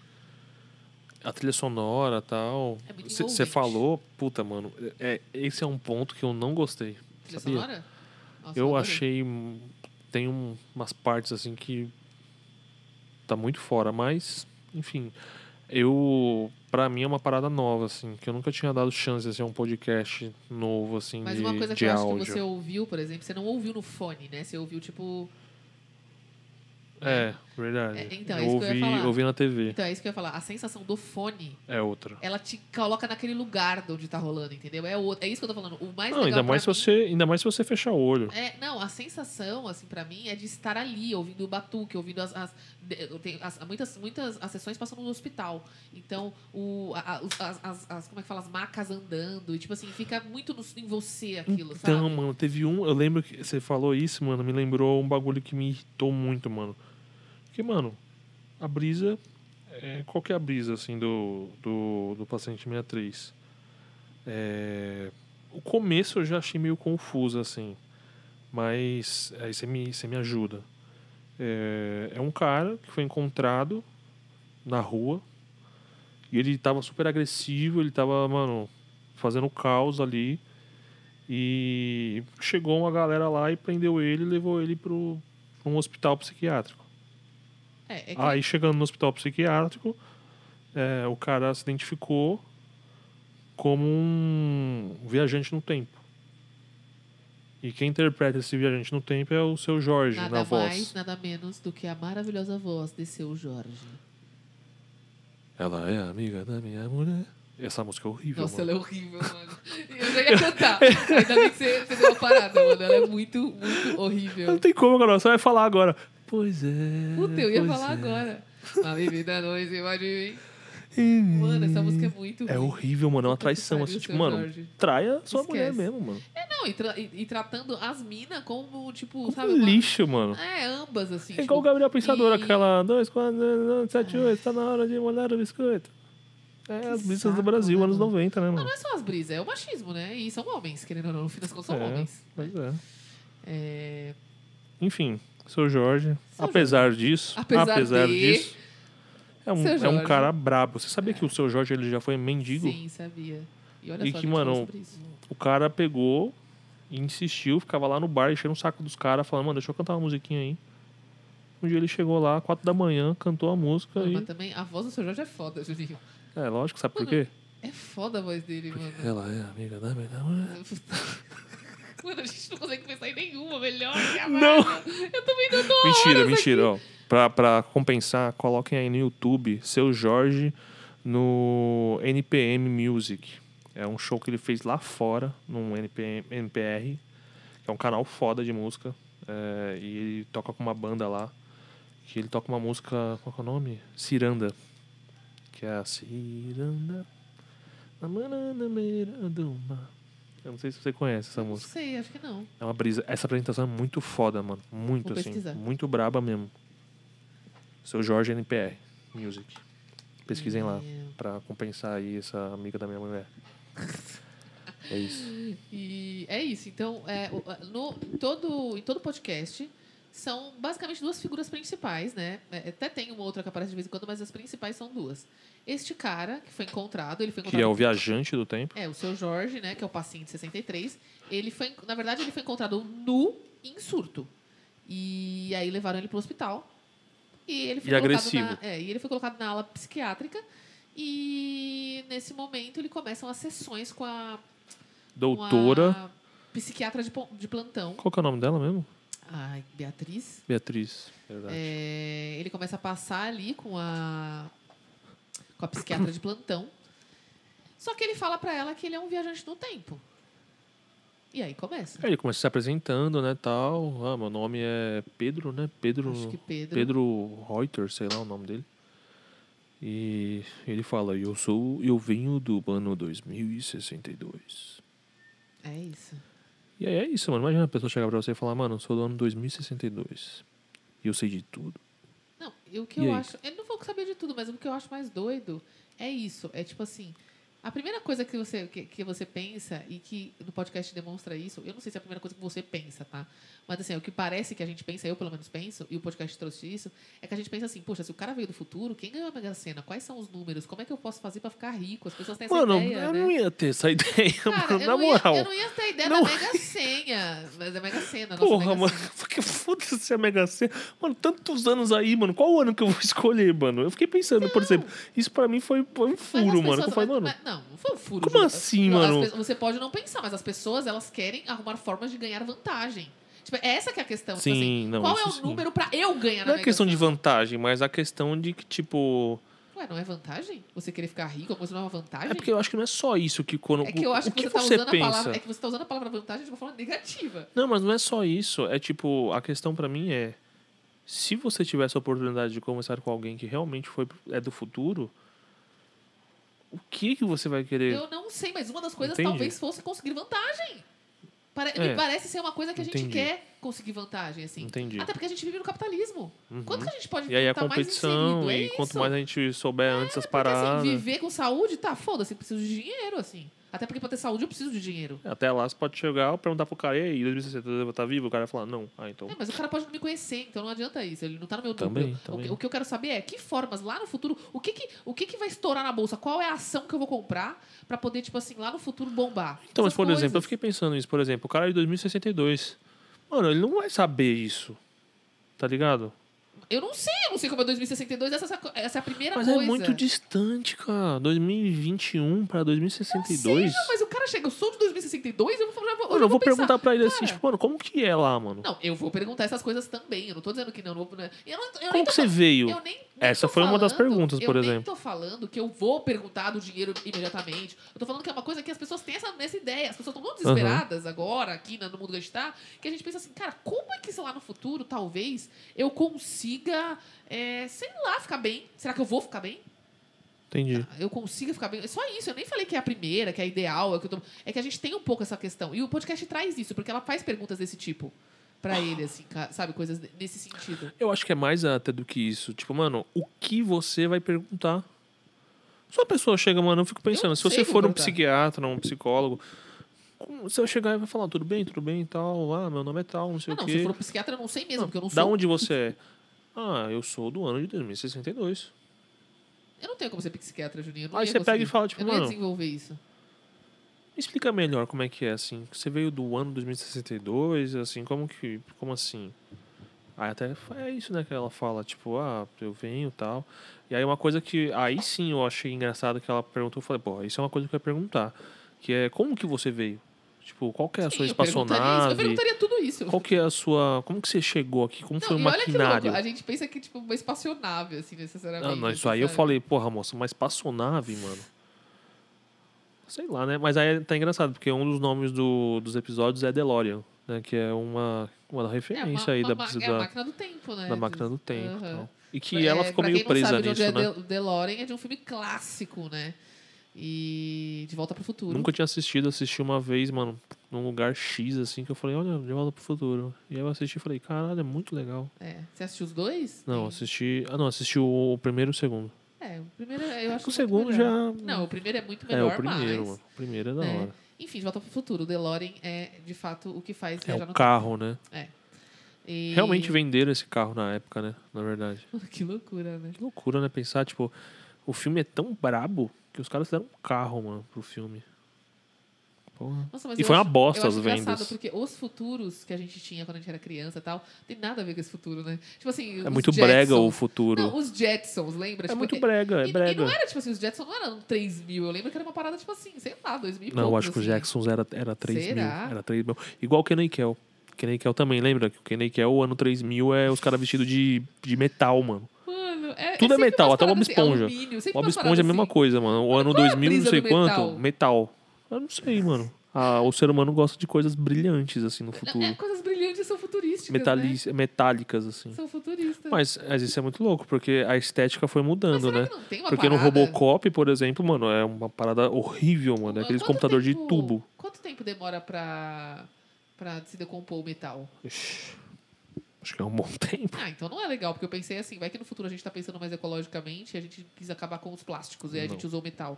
a trilha sonora tal.
É muito
Você
envolvente.
falou, puta, mano, é, esse é um ponto que eu não gostei.
Trilha
Sabia?
sonora? Nossa,
eu
adorei.
achei. hum, Tem um- umas partes assim que. Tá muito fora, mas. Enfim. Eu. Pra mim é uma parada nova, assim. Que eu nunca tinha dado chance assim, a um podcast novo, assim.
Mas
de,
uma coisa
de
que eu
áudio.
acho que você ouviu, por exemplo, você não ouviu no fone, né? Você ouviu, tipo.
É, verdade.
É, então, é
eu
isso que eu
ouvi,
ia falar.
ouvi na TV.
Então é isso que eu ia falar. A sensação do fone,
É outra.
ela te coloca naquele lugar de onde tá rolando, entendeu? É, o, é isso que eu tô falando. O mais
Não,
legal
ainda
pra
mais, se
mim-
você, ainda mais se você fechar o olho.
É, não, a sensação, assim, pra mim, é de estar ali, ouvindo o batuque, ouvindo as. as- de- eu tenho- as- muitas, muitas as sessões passam no hospital. Então, o, a- a- os- as, as- as- Como é que fala? As macas andando. E, tipo assim, fica muito no- em você aquilo, sabe?
Então, mano, teve um. Eu lembro que você falou isso, mano. Me lembrou um bagulho que me irritou muito, mano. Porque, mano, a brisa. É, qual que é a brisa, assim, do, do, do paciente 63? É, o começo eu já achei meio confuso, assim. Mas aí você me, você me ajuda. É, é um cara que foi encontrado na rua. E ele tava super agressivo, ele tava, mano, fazendo caos ali. E chegou uma galera lá e prendeu ele e levou ele para um hospital psiquiátrico.
É, é que-
Aí chegando no hospital psiquiátrico, é, o cara se identificou como um viajante no tempo. E quem interpreta esse viajante no tempo é o seu Jorge
nada
na
mais, né?
voz.
nada menos do que a maravilhosa voz de seu Jorge.
Ela é amiga da minha mulher. Essa música é horrível.
Nossa,
mano.
ela é horrível, mano. Eu já ia cantar. Ainda bem que você, você deu uma parada, mano. Ela é muito, muito
Não
horrível.
tem como, cara. Você vai falar agora. Pois é.
Puta, eu ia
pois
falar
é.
agora. A bebida não em cima de mim. Mano, essa múca é muito
É
ruim.
horrível, mano. É uma
Puta que
traição.
pariu,
Assim, tipo,
seu
mano,
Jorge.
traia sua
Esquece.
mulher mesmo, mano.
É, não, e, tra- e- e tratando as minas como, tipo,
Como
sabe?
um
uma-
lixo, mano.
É, ambas, assim.
É igual o
tipo,
Gabriel Pensador,
e-
aquela 2, 4, 7, 8, tá na hora de molhar o biscoito. É as brisas do
saco,
Brasil,
né,
anos
mano?
90, né,
Não,
mano?
não é só as brisas, é o machismo, né? E são homens, querendo ou não, no fim das contas são
É.
homens.
Pois é.
É...
Enfim, seu Jorge,
Seu
apesar disso,
Apesar
apesar,
de-
disso, é um,
Seu
é um
Jorge.
cara brabo. Você sabia que o seu Jorge ele já foi mendigo?
Sim, sabia. E olha
E que,
só, a gente falou
mano,
sobre isso.
O cara pegou e insistiu, ficava lá no bar, enchendo o saco dos caras, falando, mano, deixa eu cantar uma musiquinha aí. Um dia ele chegou lá, 4 da manhã, cantou a música
Mano,
e.
mas também a voz do seu Jorge é foda, Juninho.
É, lógico, sabe por
Mano,
quê?
É foda a voz dele, mano. *laughs*
Ela é amiga da minha mulher.
Mano, a gente não consegue pensar em nenhuma melhor.
Não.
caralho. Eu também não tô
Mentira,
horas
mentira, ó. Pra, pra compensar, coloquem aí no YouTube seu Jorge no NPM Music. É um show que ele fez lá fora, num NPM, NPR, que é um canal foda de música. é, e ele toca com uma banda lá. Que ele toca uma música. Qual que é o nome? Ciranda. Que é a Ciranda. na Marana Beira do Mar. Eu não sei se você conhece essa
Não
música.
sei, acho que não.
É uma brisa. Essa apresentação é muito foda, mano. Muito
Vou
assim.
pesquisar.
Muito braba mesmo. Seu Jorge NPR Music. Pesquisem lá
É.
pra compensar aí essa amiga da minha
*laughs*
mulher. É isso.
E é isso. Então, é, o- a- no, em todo, em todo podcast, são basicamente duas figuras principais, né? É, Até tem uma outra que aparece de vez em quando, mas as principais são duas. Este cara, que foi encontrado, ele foi
Que é
encontrado.
o viajante do tempo.
É, o seu Jorge, né? Que é o paciente 63. Ele foi, na verdade, ele foi encontrado nu e em surto. E aí levaram ele pro hospital. E ele foi
E
colocado
agressivo.
na- é, e ele foi colocado na ala psiquiátrica. E nesse momento ele começam as sessões com a
Doutora.
uma psiquiatra de, pon- de plantão.
Qual que é o nome dela mesmo?
Ai, Beatriz.
Beatriz. Verdade.
É, ele começa a passar ali com a com a psiquiatra de plantão. Só que ele fala pra ela que ele é um viajante no tempo. E aí começa.
Aí ele começa se apresentando, né, tal. Ah, meu nome é Pedro, né? Pedro.
Acho que Pedro.
Pedro Reuter, sei lá o nome dele. E ele fala: "Eu sou, eu venho do ano 2062".
É isso.
E aí é isso, mano. Imagina a pessoa chegar pra você e falar, mano, eu sou do ano 2062. E eu sei de tudo.
Não, e o que
E
eu
aí?
acho. Ele não falou que sabia de tudo, mas o que eu acho mais doido é isso. É tipo assim. A primeira coisa que você, que, que você pensa e que no podcast demonstra isso, eu não sei se é a primeira coisa que você pensa, tá? Mas assim, o que parece que a gente pensa, eu pelo menos penso, e o podcast trouxe isso, é que a gente pensa assim, poxa, se o cara veio do futuro, quem ganhou a Mega Sena? Quais são os números? Como é que eu posso fazer pra ficar rico? As pessoas têm essa
mano,
ideia,
eu
né?
não ia *laughs* ter essa ideia,
Cara,
mano.
eu
Na
não ia-
moral.
eu não ia ter ideia
Não.
da Mega Senha, mas da Mega
*laughs*
Sena. nossa
Porra,
Mega
mano.
Sena.
Porque foda-se a Mega Sena. Mano, tantos anos aí, mano. Qual ano que eu vou *laughs* escolher, mano? Eu fiquei pensando, por exemplo, isso pra mim foi, foi um
Mas as
furo, mano.
pessoas-
que eu falei,
mas-
mano.
mas- não, não foi um furo.
Como
Ju.
assim,
As
mano?
pe- Você pode não pensar, mas as pessoas, elas querem arrumar formas de ganhar vantagem. Tipo, é essa que é a questão. tipo
Sim,
assim,
não,
qual
isso
é o
sim.
número pra eu ganhar
Não
na
é
Mega
questão de
Sena?
vantagem, mas a questão de que, tipo.
Ué, não é vantagem? Você querer ficar rico, alguma coisa não é uma vantagem?
É porque eu acho que não é só isso que quando.
É que eu acho
o
que,
que
você,
você
tá usando
pensa?
a palavra. É que você tá usando a palavra vantagem de uma forma negativa.
Não, mas não é só isso. É tipo, a questão pra mim é: se você tivesse a oportunidade de conversar com alguém que realmente foi é do futuro, o que que você vai querer?
Eu não sei, mas uma das coisas
Entendi.
talvez fosse conseguir vantagem. Pare-
É.
Me parece ser uma coisa que a gente
Entendi.
quer conseguir vantagem, assim.
Entendi.
Até porque a gente vive no capitalismo.
Uhum.
Quanto que a gente pode
E aí a
tá mais
competição,
inserido? É
e quanto
isso. É,
mais a gente souber antes as
Porque,
paradas.
assim, viver com saúde, tá, foda-se, preciso de dinheiro, assim. Até porque pra ter saúde eu preciso de dinheiro.
Até lá você pode chegar, perguntar pro cara, e aí, 2060 eu vou estar tá vivo? O cara vai falar, não. Ah, então.
É, mas o cara pode não me conhecer, então não adianta isso. Ele não tá no meu
Também,
núcleo. O que-
também.
O, que eu quero saber é que formas lá no futuro, o que que, o que que vai estourar na bolsa? Qual é a ação que eu vou comprar pra poder, tipo assim, lá no futuro bombar?
Então, mas
Essas
por exemplo, eu
coisas.
fiquei pensando nisso. Por exemplo, o cara é de 2062. Mano, ele não vai saber isso. Tá ligado?
Eu não sei, eu não sei como é 2062, essa, essa- essa é a primeira
Mas
coisa.
é muito distante, cara. 2021 pra 2062.
Não, mas o cara chega, eu sou de 2062, eu vou, já vou,
Mano, eu vou
pensar,
perguntar pra ele assim,
cara,
tipo, mano, como que é lá, mano?
Não, eu vou perguntar essas coisas também. Eu não tô dizendo que não. Eu, não vou- né? eu então não- eu nem
como
tô
que você veio?
Eu nem, nem
Essa
tô
foi uma das
falando-
perguntas, por
Eu nem
exemplo.
tô falando que eu vou perguntar do dinheiro imediatamente. Eu tô falando que é uma coisa que as pessoas têm essa, nessa ideia. As pessoas estão tão desesperadas agora, aqui na- no mundo que a gente tá, que a gente pensa assim, cara, como é que, sei lá, no futuro, talvez, eu consiga, é, sei lá, ficar bem? Será que eu vou ficar bem?
Entendi.
eu consiga ficar bem. É só isso. Eu nem falei que é a primeira, que é a ideal. É que, eu tô- é que a gente tem um pouco essa questão. E o podcast traz isso, porque ela faz perguntas desse tipo pra ele, assim, ca- sabe? Coisas nesse sentido.
Eu acho que é mais até do que isso. Tipo, mano, o que você vai perguntar? Só a pessoa chega, mano, eu fico pensando,
não
se
sei
você
o que
for um
perguntar.
psiquiatra, um psicólogo, como- se eu chegar e vai falar, tudo bem, tudo bem e tal, ah, meu nome é tal, não sei
Ah,
o
não,
quê.
se eu for um psiquiatra, eu não sei mesmo, porque eu não sou.
da onde você é? Ah, eu sou do ano de 2062.
Eu não tenho como ser psiquiatra, Juninho. eu não
Aí
ia
você pega e
conseguir.
fala, tipo,
Eu não ia
mano-
desenvolver isso.
Me explica melhor como é que é, assim. Você veio do ano 2062, assim, como que. Como assim? Aí até fa- é isso, né, que ela fala, tipo, ah, eu venho e tal. E aí uma coisa que aí sim eu achei engraçado que ela perguntou, eu falei, pô, isso é uma coisa que eu ia perguntar. Que é como que você veio? Tipo, qual que é a
Sim,
sua
eu perguntaria isso, Eu
espaçonave?
perguntaria tudo isso.
Qual que é a sua. Como que você chegou aqui? Como foi o
e olha que louco,
maquinário?
a gente pensa que, tipo, uma espaçonave, assim, necessariamente. Tipo, é
Ah, não, isso aí eu
sabe?
falei, porra, moça, mas espaçonave, mano. Sei lá, né? Mas aí tá engraçado, porque um dos nomes do, dos episódios é DeLorean, né? Que é uma, uma
É, uma,
referência aí
uma
da,
ma- é a
da,
máquina do tempo, né?
da máquina do tempo. e
Aham.
tal. E que ela
É,
ficou
pra
meio
quem não
presa
sabe de
nisso,
onde é
né?
De- DeLorean é de um filme clássico, né? E De Volta pro Futuro.
Nunca tinha assistido, assisti uma vez, mano, num lugar X, assim, que eu falei, olha, de volta pro futuro. E aí eu assisti e falei, caralho, é muito legal.
É. Você assistiu os dois?
Não,
Tem-
assisti. Ah, não, assisti o, o primeiro e o segundo.
É, o primeiro eu acho
O
muito
segundo
melhor.
já.
Não, o primeiro é muito
é
melhor,
o primeiro,
mas...
mano. O primeiro é da
É.
hora.
Enfim, De Volta pro Futuro. O DeLorean é, de fato, o que faz
É
viajar
o
no
carro, né?
tempo. E-
Realmente venderam esse carro na época, né? Na verdade.
*laughs* Que loucura, né?
Que loucura, né? Pensar, tipo, o filme é tão brabo que os caras fizeram um carro, mano, pro filme. Porra.
Nossa, mas
E
eu
foi uma
acho-
bosta
eu acho
as vendas.
engraçado, porque os futuros que a gente tinha quando a gente era criança e tal, tem nada a ver com esse futuro, né? Tipo assim,
É muito brega o futuro.
Não, os Jetsons, lembra?
é
Tipo,
muito
e-
brega,
e,
é
E não
brega.
era, tipo assim, os Jetsons não eram 3 mil. Eu lembro que era uma parada, tipo assim, sei lá, 2 mil e
Não, eu
poucos,
acho que o
assim.
Jacksons era, era 3 mil.
Será?
Era 3 mil. Igual o Kenny Kell. Kenny Kell também, lembra? Que o Kenny Kell, o ano 3000, é os caras vestidos de, de metal, mano.
Mano, é,
Tudo é
sempre
metal,
umas
até o Bob
paradas assim,
Esponja.
alumínio, sempre
Bob
umas
Esponja é a
paradas
mesma
assim.
coisa, mano. O ano
qual é a
2000, não
brisa
sei
do
quanto.
metal?
Metal. Eu não sei, mano. Ah, o ser humano gosta de coisas brilhantes, assim, no futuro.
Não, é, coisas brilhantes são futurísticas. né?
Metalis, Metálicas, assim.
São futuristas.
Mas, mas isso é muito louco, porque a estética foi
Mas
mudando,
será
né?
que não tem uma
Porque no
parada?
Robocop, por exemplo, mano, é uma parada horrível, mano. É aqueles
Quanto
computador de
tempo-
tubo.
Quanto tempo demora pra, pra se decompor o metal?
Ixi, Acho que é um bom *laughs* tempo.
Ah, então não é legal, porque eu pensei assim, vai que no futuro a gente tá pensando mais ecologicamente e a gente quis acabar com os plásticos e aí a
Não.
gente usou metal.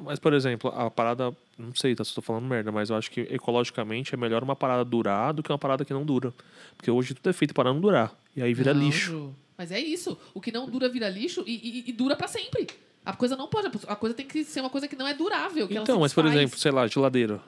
Mas, por exemplo, a parada. Não sei, tá, se eu tô falando merda, mas eu acho que ecologicamente é melhor uma parada durar do que uma parada que não dura. Porque hoje tudo é feito para não durar. E aí vira
Não,
lixo.
Ju. Mas é isso. O que não dura vira lixo e, e- e dura pra sempre. A coisa não pode. A coisa tem que ser uma coisa que não é durável. Que ela
Então,
se
mas, por
desfaz.
exemplo, sei lá, geladeira.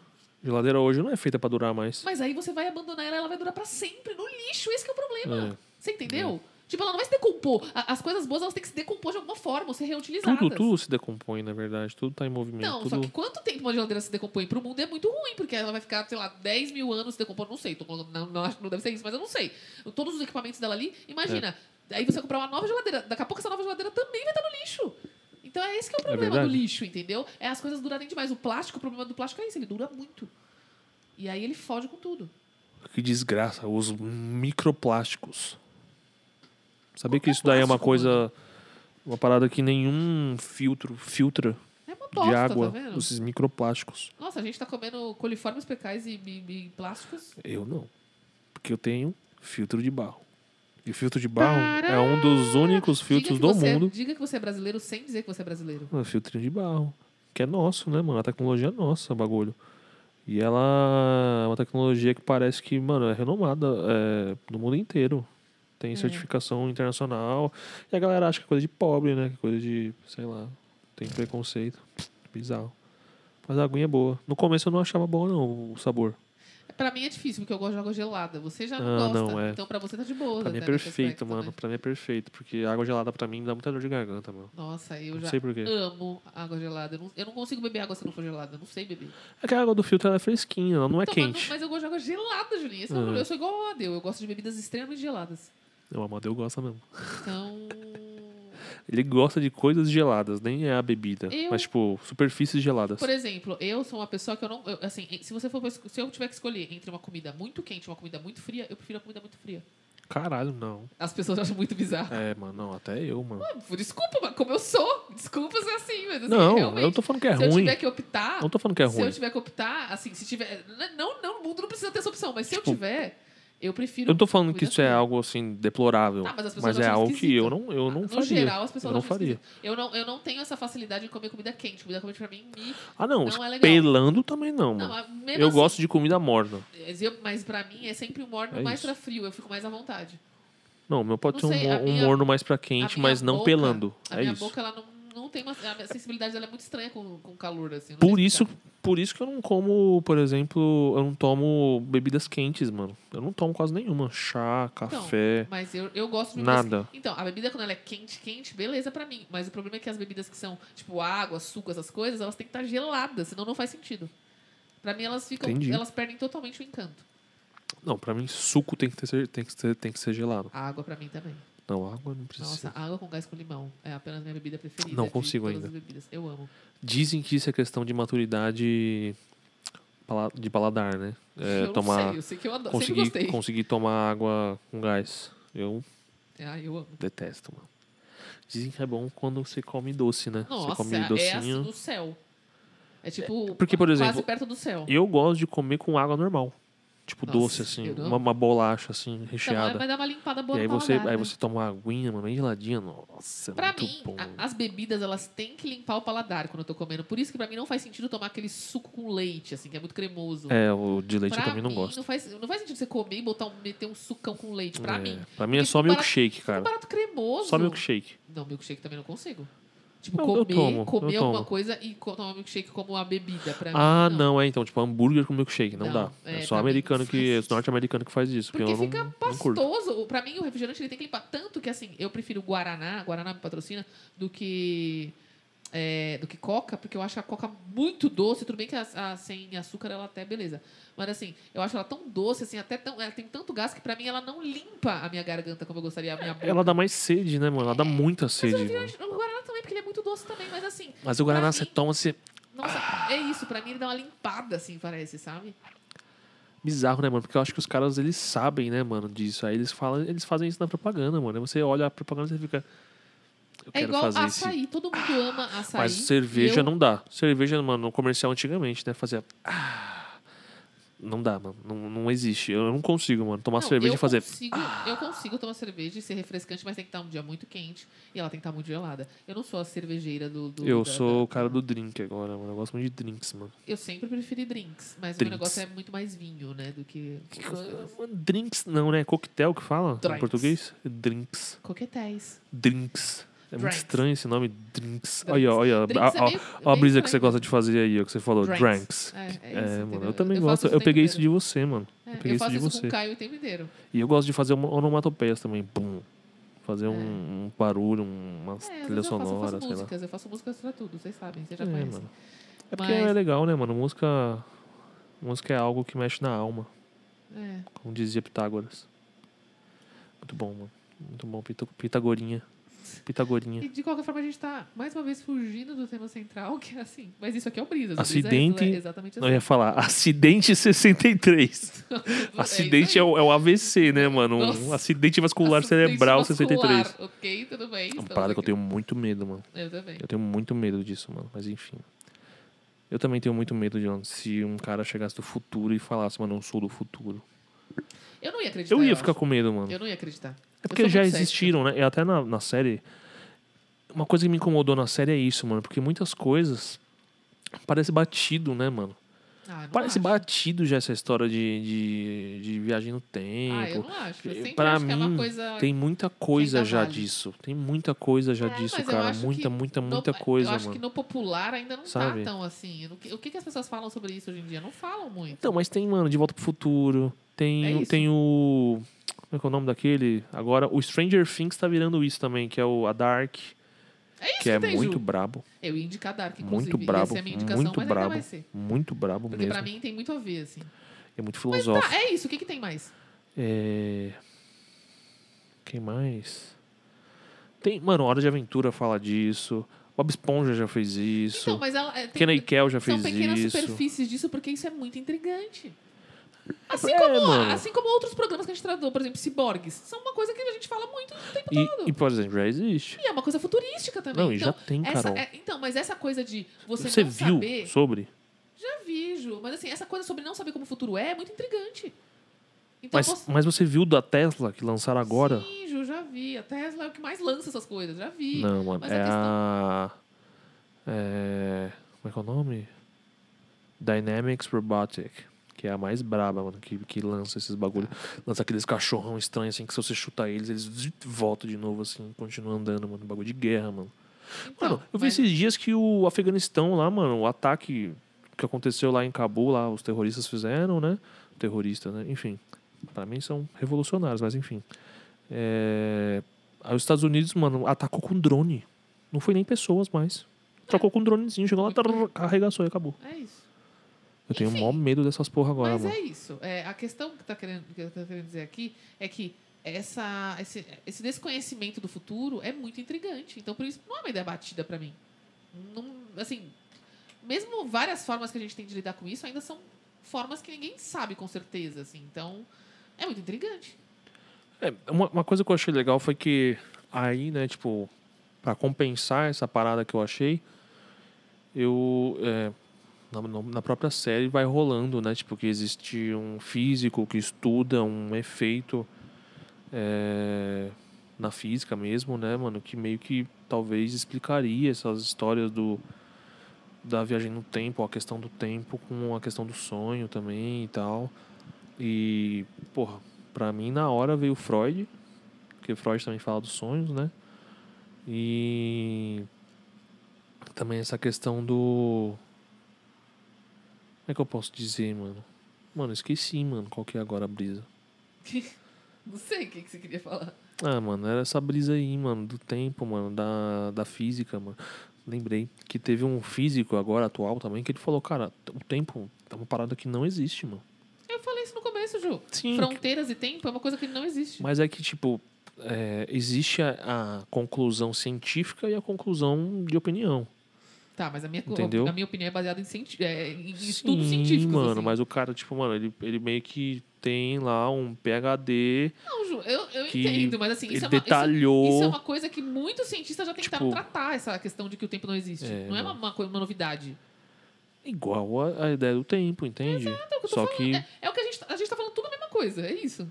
Geladeira hoje não é feita para durar mais.
Mas aí você vai abandonar ela, ela vai durar pra sempre no lixo. Esse que é o problema.
É.
Você entendeu? Tipo, ela não vai se decompor. A- As coisas boas, elas têm que se decompor de alguma forma, ou ser reutilizadas.
Tudo, tudo se decompõe, na verdade. Tudo tá em movimento.
Não,
tudo...
só que quanto tempo uma geladeira se decompõe pro mundo é muito ruim, porque ela vai ficar, sei lá, 10 mil anos se decompondo, não sei, tô falando- não, não, acho- não deve ser isso, mas eu não sei. Todos os equipamentos dela ali, imagina,
É.
aí você vai comprar uma nova geladeira, daqui a pouco essa nova geladeira também vai estar no lixo. Então é esse que é o problema do
verdade.
lixo, entendeu? É as coisas durarem demais. O plástico, o problema do plástico é isso, ele dura muito. E aí ele foge com tudo.
Que desgraça, os microplásticos. Sabia que isso
Qual que é
daí é uma
plástico,
coisa. Uma parada que nenhum filtro filtra
É uma
de
bosta, tá
água,
vendo?
esses microplásticos.
Nossa, a gente tá comendo coliformes fecais e, e- e plásticos.
Eu não. Porque eu tenho filtro de barro. E filtro de barro é um dos únicos filtros
Diga
do
que você-
mundo.
Diga que você é brasileiro sem dizer que você é brasileiro.
Um filtrinho de barro. Que é nosso, né, mano? A tecnologia é nossa, o bagulho. E ela é uma tecnologia que parece que, mano, é renomada é, no mundo inteiro.
É.
Tem certificação internacional. E a galera acha que é coisa de pobre, né? Que é coisa de, sei lá, tem preconceito. Bizarro. Mas a aguinha é boa. No começo eu não achava bom, não, o sabor.
Pra mim é difícil, porque eu gosto de água gelada. Você já
Ah,
não gosta.
não, é.
Então pra você tá de boa.
Pra mim é
até nesse
perfeito,
aspecto,
mano.
né?
Pra mim é perfeito. Porque água gelada pra mim dá muita dor de garganta, mano.
Nossa, eu
Não
já
sei por quê.
amo água gelada. Eu não, eu não consigo beber água se não for gelada. Eu não sei beber.
É que a água do filtro ela é fresquinha, ela não é
Então, mas, não-
quente.
mas eu gosto de água gelada, Julinha. Esse é o
Ah.
problema. Eu sou igual ao Adeu. Eu gosto de bebidas extremamente geladas.
O Amadeu gosta mesmo.
Então.
Ele gosta de coisas geladas, nem é a bebida.
Eu-
Mas, tipo, superfícies geladas.
Por exemplo, eu sou uma pessoa que eu não. eu, assim, se você for. pra esco- Se eu tiver que escolher entre uma comida muito quente e uma comida muito fria, eu prefiro a comida muito fria.
Caralho, não.
As pessoas *laughs* acham muito bizarro.
É, mano, não, até eu, mano.
Desculpa, mas como eu sou. Desculpa ser assim, mas assim,
não,
realmente.
eu não tô falando que é
se eu
ruim.
tiver que optar.
Não tô falando que é
se eu
ruim.
tiver que optar, assim, se tiver. n- Não, não, o mundo não precisa ter essa opção, mas se
Tipo,
eu tiver, eu
Eu
prefiro.
não tô falando que
cuidar
isso é
dele.
algo, assim, deplorável.
Tá, mas
mas
as pessoas
é
acham
algo que
esquisito.
eu não, eu não
no
faria.
geral, as pessoas
eu não
acham
faria.
esquisito. Eu não, eu não tenho essa facilidade de comer comida quente. Comida quente pra mim me.
Ah, não,
Não é legal.
pelando também não, mano.
Não, é mesmo
eu
assim,
gosto de comida morna.
mas eu- Mas pra mim é sempre um morno
É
mais
isso.
pra frio, eu fico mais à vontade.
Não, meu pode
Não
ser
sei,
um,
a
um
minha-
morno mais pra
A
quente,
minha
mas não
boca-
pelando.
A
é
minha
isso.
boca, ela não, não não tenho uma. A minha sensibilidade dela é muito estranha com, com calor, assim. eu não
Por
sei
isso,
explicar.
por isso que eu não como, por exemplo, eu não tomo bebidas quentes, mano. Eu não tomo quase nenhuma. Chá,
Então,
café.
mas eu, eu gosto de bebidas-
É. Nada.
Então, a bebida quando ela é quente, quente, beleza pra mim. Mas o problema é que as bebidas que são, tipo, água, suco, essas coisas, elas têm que estar geladas, senão não faz sentido. Pra mim, elas ficam.
Entendi.
Elas perdem totalmente o encanto.
Não, pra mim, suco tem que, ter, ser- tem, que ser, tem que ser gelado.
A água pra mim também.
Não, água não precisa.
Nossa,
ser.
água com gás com limão é apenas minha bebida preferida.
Não
de
consigo
todas
ainda.
as bebidas. Eu amo.
Dizem que isso é questão de maturidade pala- de paladar, né? É,
eu não
tomar,
sei, eu sei que eu adoro, sempre
conseguir,
gostei.
conseguir tomar água com gás. Eu
Ah, eu amo.
detesto, mano. Dizem que é bom quando você come doce, né? você
Nossa,
come
é assim
docinho.
do céu. É tipo
porque, por exemplo,
quase perto do céu.
Eu gosto de comer com água normal. Tipo
Nossa,
doce, assim.
eu não.
Uma, uma bolacha, assim,
Então, é-
recheada.
vai dar uma limpada boa
e aí
no
você,
paladar,
aí
né?
você toma uma aguinha, mano, bem geladinha. Nossa, é
Pra
muito
mim,
bom.
a- as bebidas, elas têm que limpar o paladar quando eu tô comendo. Por isso que pra mim não faz sentido tomar aquele suco com leite, assim, que é muito cremoso.
É, o de leite
pra
eu também não gosto.
Não faz, não faz sentido você comer e botar um, meter um sucão com leite. Pra
é,
mim.
pra mim é
Porque
só
fica
milkshake,
Um
cara.
barato cremoso.
Só milkshake.
Não, milkshake também não consigo. Tipo,
Não, eu
comer,
tomo,
comer
eu
alguma
tomo.
coisa e co- tomar milkshake como uma bebida. Pra
Ah,
mim,
não. é então, tipo, hambúrguer com milkshake, não,
Não,
dá. É,
é,
só
pra mim
americano
não
que.
faz
É norte-americano que faz isso.
Porque
eu não,
fica
não curto.
pastoso. Pra mim, o refrigerante ele tem que limpar. Tanto que, assim, eu prefiro Guaraná, Guaraná me patrocina, do que. é, do que coca, porque eu acho a coca muito doce. Tudo bem que a, a sem açúcar ela até é beleza. Mas assim, eu acho ela tão doce, assim, até tão. Ela tem tanto gás que pra mim ela não limpa a minha garganta como eu gostaria, a minha boca.
Ela dá mais sede, né, mano? Ela dá muita
Mas o
sede. mano.
refrigerante, o Guaraná também, porque ele é muito doce também, mas assim.
Mas o Guaraná
pra
você
mim-
toma, você.
Nossa, é isso. Pra mim ele dá uma limpada, assim, parece, sabe?
Bizarro, né, mano? Porque eu acho que os caras, eles sabem, né, mano, disso. Aí eles falam, eles fazem isso na propaganda, mano. Aí você olha a propaganda e você fica. Eu
É
quero
igual
fazer isso.
açaí. Todo mundo ama açaí.
Mas
e
cerveja
eu
não dá. Cerveja, mano, no comercial antigamente, né? Fazia. Ah, não dá, mano. Não, não existe. Eu não consigo, mano. Tomar
Não,
cerveja
eu
e fazer.
Consigo, Eu consigo tomar cerveja e ser refrescante, mas tem que estar um dia muito quente e ela tem que estar muito gelada. Eu não sou a cervejeira do. do-
Eu
da-
sou
da-
o cara do drink agora, mano. Eu gosto muito de drinks, mano.
Eu sempre preferi drinks, mas o
Drinks.
meu negócio é muito mais vinho, né? Do que.
Drinks não, né? Coquetel que fala em
Drinks.
português? Drinks.
Coquetéis.
Drinks. É muito
Drinks.
estranho esse nome, drinks.
Drinks.
Olha, olha, olha.
Drinks
a-
é
a-
meio-
Ó a
meio
brisa que você
estranho.
gosta de fazer aí, ó, que você falou,
Drinks.
drinks.
É, é,
É,
isso,
mano,
entendeu?
eu também
faço
gosto.
o
Eu
tempo
peguei isso de
inteiro.
você, mano.
É,
eu peguei isso
faço
de
isso com
você.
o Caio o tempo inteiro.
E eu gosto de fazer uma- onomatopeias também, pum. Fazer um, um barulho, uma
É, às
trilha
vezes eu faço, eu
sonora, sei
faço
lá.
músicas, eu faço músicas pra tudo, vocês sabem, vocês já
É,
conhecem.
mano. É porque
Mas-
é legal, né, mano? Música. Música é algo que mexe na alma,
É.
como dizia Pitágoras. Muito bom, mano. Muito bom. Pita- Pitagorinha. Pitagorinha.
E de qualquer forma, a gente tá mais uma vez fugindo do tema central, *laughs* que é assim. Mas isso aqui é o Brisa.
Acidente-
É exatamente
Não
assim.
eu ia falar, acidente 63.
isso
acidente é,
aí.
o, é o AVC, né, mano? Um
Nossa.
acidente vascular
Acidente
cerebral
vascular,
63.
Ok, tudo bem.
É uma
estamos
parada que eu
aqui.
tenho muito medo, mano.
Eu também.
Eu tenho muito medo disso, mano. Mas enfim. Eu também tenho muito medo de mano, se um cara chegasse do futuro e falasse, mano, eu sou do futuro.
Eu não ia acreditar.
Eu ia
acho.
ficar com medo, mano.
é Eu não ia acreditar.
É porque já existiram, né? E até na, na série. Uma coisa que me incomodou na série é isso, mano. Porque muitas coisas. Parece batido, né, mano?
Ah,
Parece
bate.
batido já essa história de, de, de viagem no
Ah, eu
tempo.
não acho. Eu
Eh,
sempre
pra
acho que é
mim,
uma coisa.
Tem muita coisa
ainda
já
vale.
disso. Tem muita coisa já
É,
disso,
mas eu
cara.
acho
Muita,
que
muita,
no-
muita
Eu
coisa,
acho que
mano.
no popular ainda não
Sabe?
tá tão assim. O que, o que que as pessoas falam sobre isso hoje em dia? Não falam muito.
Então, mas tem, mano, De Volta pro Futuro.
É
Tem, o-
isso.
tem o. Como é que é o nome daquele? Agora, o Stranger Things tá virando isso também, que é o a Dark,
é isso
que é
tem, Ju.
muito brabo.
Eu ia indicar Dark, inclusive.
Muito brabo.
Ia ser a minha indicação,
Muito
mas ainda
brabo.
vai ser.
Muito brabo
Porque
mesmo.
pra mim tem muito a ver, assim.
É muito
Mas tá,
filosófico.
é isso. O que, que tem mais?
É... Quem mais? Tem, mano, Hora de Aventura fala disso. Bob Esponja já fez isso.
Então, mas ela. é, tem-
Kenna e Kel já fez
São pequenas
isso.
superfícies disso, porque isso é muito intrigante. Assim,
É,
como,
mano.
assim como outros programas que a gente tratou, por exemplo, ciborgues, são uma coisa que a gente fala muito o tempo todo.
E, e,
E,
por exemplo, já existe.
é uma coisa futurística também.
Não, e já
então,
tem,
essa-
Carol.
é- então, mas essa coisa de você,
Você
não
viu
saber. Então
sobre?
Já vi, Ju. Mas assim, essa coisa sobre não saber como o futuro é é muito intrigante. Então,
Mas,
você-
mas você viu da Tesla que lançaram agora?
Sim, Ju, já vi. A Tesla é o que mais lança essas coisas, já vi.
Não, mano.
mas
é
a
a. É... Como é que é o nome? Dynamics Robotic. Que é a mais braba, mano. Que, que lança esses bagulho.
Ah.
Lança aqueles cachorrão estranhos, assim, que se você chutar eles, eles zzz, voltam de novo, assim, continuam andando, mano. Bagulho de guerra, mano.
Então,
Mano, eu vi
mas-
esses dias que o Afeganistão lá, mano, o ataque que aconteceu lá em Cabul, lá os terroristas fizeram, né? Terrorista, né? Enfim, pra mim são revolucionários, mas enfim. É... Aí os Estados Unidos, mano, atacou com drone. Não foi nem pessoas mais. Trocou com um dronezinho, chegou lá, tarrr, arregaçou e acabou.
É isso.
Eu tenho o
Enfim.
maior medo dessas porra agora,
Mas
mano.
é isso. É, a questão que, tá querendo, que eu tô querendo dizer aqui é que essa, esse, esse desconhecimento do futuro é muito intrigante. Então, por isso, não é uma ideia batida pra mim. Não, assim, mesmo várias formas que a gente tem de lidar com isso, ainda são formas que ninguém sabe com certeza. Assim. Então, é muito intrigante.
É, uma, uma coisa que eu achei legal foi que aí, né, tipo, pra compensar essa parada que eu achei, eu. é, na, na- na própria série vai rolando, né? Tipo, que existe um físico que estuda um efeito é, na física mesmo, né, mano? Que meio que talvez explicaria essas histórias do da viagem no tempo, a questão do tempo com a questão do sonho também e tal. E, porra, Pra mim, na hora veio Freud, porque Freud também fala dos sonhos, né? E também essa questão do. Como é que eu posso dizer, mano? Mano, esqueci, mano, qual que é agora a brisa.
Não sei o que, que você queria falar.
Ah, mano, era essa brisa aí, mano, do tempo, mano, da, da física, mano. Lembrei que teve um físico agora, atual também, que ele falou, cara, o tempo é uma parada que não existe, mano.
Eu falei isso no começo, Ju.
Sim,
Fronteiras e tempo é uma coisa que não existe.
Mas é que, tipo, é, existe a, a conclusão científica e a conclusão de opinião.
Tá, mas a minha, co-
Entendeu?
a minha opinião é baseada em, cienti- é, em
Sim,
estudos científicos.
mano,
assim.
mas o cara, tipo, mano, ele, ele meio que tem lá um PhD
Não, Ju, eu, eu
que
entendo, mas assim,
ele
isso é, uma, isso,
detalhou.
isso é uma coisa que muitos cientistas já tentaram
Tipo,
tratar, essa questão de que o tempo não existe.
é,
não é uma,
não.
uma, coisa- uma novidade.
Igual a, a ideia do tempo, entende?
É o que eu tô
Só
falando.
que
É, é o que a gente, a gente tá falando tudo a mesma coisa, é isso.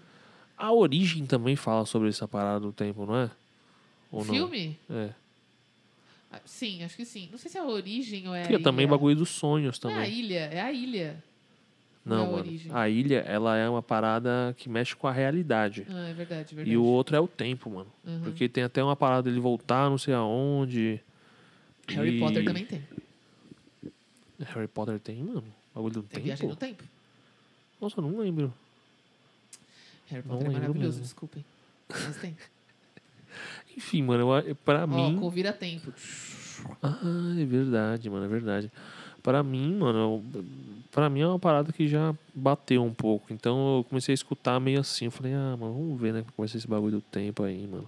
a origem também fala sobre essa parada do tempo, não é? Ou
Filme?
não? É.
Ah, Sim, acho que sim. Não sei se é a origem ou é
Que
a
é também
ilha.
bagulho dos sonhos
É a
também.
ilha, é a ilha.
não,
da
mano.
origem.
A ilha, ela é uma parada que mexe com a realidade.
Ah, é verdade, é verdade.
E o outro é o tempo, mano.
Uhum.
Porque tem até uma parada dele voltar, não sei aonde.
Harry
E-
Potter também tem.
Harry Potter tem, mano? Bagulho do
Tem
tempo?
viagem no tempo.
Nossa, eu não lembro.
Harry
Não
Potter é
lembro
maravilhoso,
mesmo. *laughs*
desculpem. Mas tem.
Enfim, mano, eu, pra
Ó,
mim.
convida tempo.
Ah, é verdade, mano, é verdade. Pra mim, mano, eu- pra mim é uma parada que já bateu um pouco. Então eu comecei a escutar meio assim. Eu falei, ah, mano, vamos ver, né? Como vai ser esse bagulho do tempo aí, mano.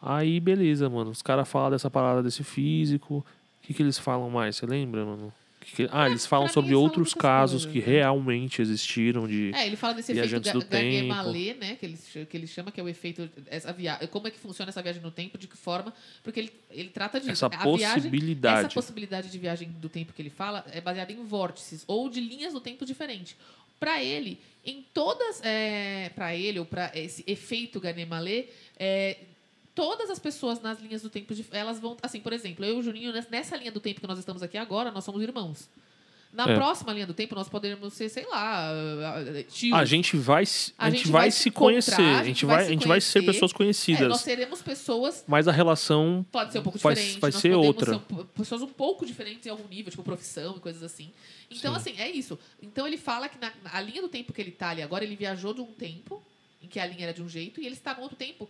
Aí, beleza, mano. Os caras falam dessa parada desse físico. O que, que eles falam mais? Você lembra, mano? Que que- Ah, eles falam
pra mim,
sobre
eles falam
outros
muitas
casos
coisas,
que
né?
realmente existiram de.
É, ele fala desse
Viajantes
efeito
do
Ga-
Tempo.
Garnier-Mallet, né? Que ele, ch- que ele chama, que é o efeito. Essa via... Como é que funciona essa viagem no tempo, de que forma. Porque ele, ele trata disso. né,
Essa
É, A viagem-
possibilidade.
essa possibilidade de viagem do tempo que ele fala é baseada em vórtices ou de linhas do tempo diferentes. Para ele, em todas. É, para ele, ou para esse efeito Ganemalé, é, todas as pessoas nas linhas do tempo, dif- elas vão. Assim, por exemplo, eu e o Juninho, nes- nessa linha do tempo que nós estamos aqui agora, nós somos irmãos. Na
É.
próxima linha do tempo, nós poderemos ser, sei lá, tio.
A gente vai, se-
A
a gente vai se
encontrar,
conhecer, a gente vai, a gente vai ser
conhecer.
pessoas
É, nós
conhecidas,
seremos pessoas.
mas a relação
Pode ser um pouco
Vai-
diferente.
vai
nós
ser
podemos
outra.
ser um- pessoas um pouco diferentes em algum nível, tipo profissão e coisas assim. Então,
Sim.
assim, é isso. Então ele fala que na, a linha do tempo que ele tá ali agora, ele viajou de um tempo, em que a linha era de um jeito, e ele está num outro tempo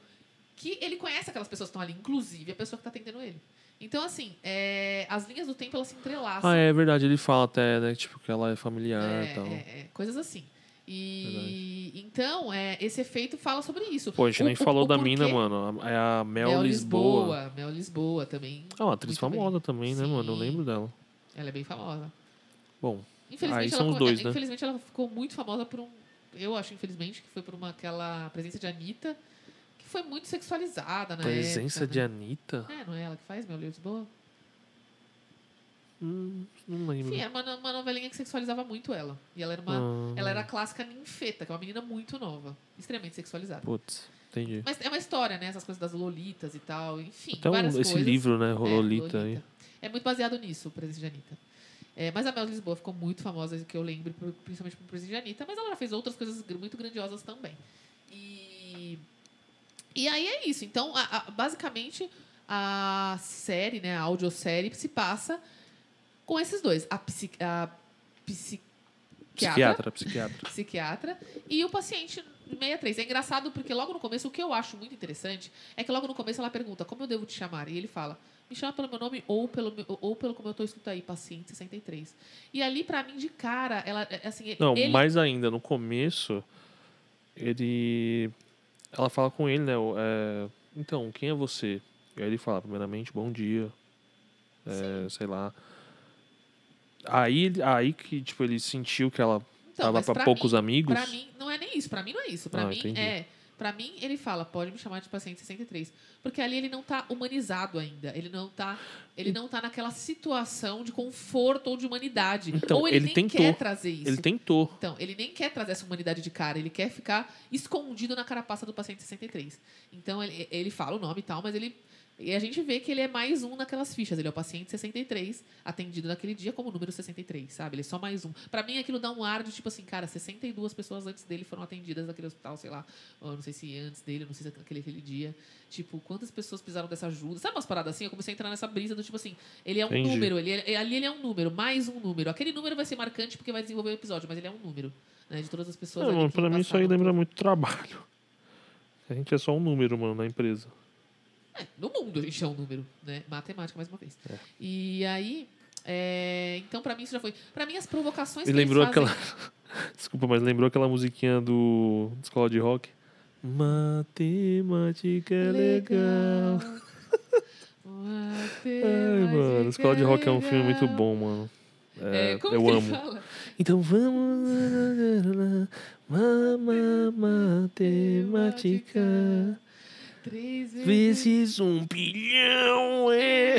que ele conhece aquelas pessoas que estão ali, inclusive a pessoa que tá atendendo ele. Então, assim, é, as linhas do tempo elas se entrelaçam.
Ah, é verdade, ele fala até, né, tipo que ela é familiar
É,
e tal.
é, é, coisas assim. E então, é, esse efeito fala sobre isso.
Pô, a gente
O-
nem
o-
falou
o
da
porquê-
mina, mano, a- é a Mel, Lisboa.
Mel Lisboa também.
É uma atriz
Muito bem.
famosa também, né, mano? Eu
Sim.
lembro dela.
Ela é bem famosa.
Bom,
Infelizmente,
Aí
ela,
são os
ficou- é,
dois, né?
infelizmente ela ficou muito famosa por um. Eu acho, infelizmente, que foi por uma, aquela presença de Anitta, que foi muito sexualizada, né?
presença de
época,
Anitta?
né? É, não é ela que faz Mel Lisboa?
Hum, não lembro.
Enfim, era uma, no- uma novelinha que sexualizava muito ela. E ela era é uma.
Ah,
Ela era a clássica ninfeta, que é uma menina muito nova. Extremamente sexualizada.
Putz, entendi.
Mas é uma história, né? Essas coisas das Lolitas e tal, enfim.
Até um-
várias
esse
coisas.
livro, né, Rololita
é,
aí.
É muito baseado nisso, o Presidente de Anitta. É, mas a Mel Lisboa ficou muito famosa, que eu lembro, por- principalmente por Presidente de Anitta, mas ela já fez outras coisas gr- muito grandiosas também. E, e aí é isso. Então, a- a- basicamente, a série, né, a audiosérie, se passa com esses dois. A, psi, a
Psiquiatra,
psiquiatra,
psiquiatra.
psiquiatra e o paciente 63. É engraçado porque logo no começo, o que eu acho muito interessante é que logo no começo ela pergunta como eu devo te chamar. E ele fala, me chama pelo meu nome ou pelo, meu- ou pelo como eu estou escrito aí, paciente 63. E ali, pra mim, de cara, ela, é, assim,
Não,
ele...
mais ainda, no começo, ele. Ela fala com ele, né? o- é, então, quem é você? E aí ele fala, primeiramente, bom dia. é, sei lá. Aí, ele- aí que, tipo, ele sentiu que ela
Então,
tava
mas
pra,
pra
poucos
mim,
amigos.
Pra mim, não é nem isso. Pra mim, não é isso. Pra
Ah,
mim,
entendi.
é. Pra mim, ele fala, pode me chamar de paciente 63. Porque ali ele não tá humanizado ainda. Ele não tá, ele não tá naquela situação de conforto ou de humanidade.
Então,
ou ele,
ele
nem
tentou.
quer trazer isso.
ele tentou.
Então, ele nem quer trazer essa humanidade de cara, ele quer ficar escondido na carapaça do paciente 63. Então, ele, ele fala o nome e tal, mas ele. E a gente vê que ele é mais um naquelas fichas. Ele é o paciente 63, atendido naquele dia como número 63, sabe? Ele é só mais um. Pra mim, aquilo dá um ar de tipo assim, cara, 62 pessoas antes dele foram atendidas naquele hospital, sei lá. Ou não sei se antes dele, não sei se aquele, aquele dia. Tipo, quantas pessoas precisaram dessa ajuda? Sabe umas paradas assim? Eu comecei a entrar nessa brisa do tipo assim, ele é um
Entendi.
número, ele é- ali ele é um número, mais um número. Aquele número vai ser marcante porque vai desenvolver o episódio, mas ele é um número, né? De todas as pessoas.
Ah,
ali
mano,
que
pra mim isso aí
passaram.
lembra muito trabalho. A gente é só um número, mano, na empresa.
É, no mundo *laughs* a gente é um número, né? Matemática, mais uma vez.
É.
E aí. é, então, pra mim, isso já foi. Pra mim, as provocações
Me
que eles
lembrou
fazem-
aquela. Desculpa, mas lembrou aquela musiquinha do. de Escola de rock? Matemática é
*laughs*
legal. Ai, mano, Escola de Rock é um filme muito bom, mano. É,
É, como
eu
que ele
amo.
fala?
Então vamos. Mama, matemática.
Três vezes.
Vezes um bilhão é.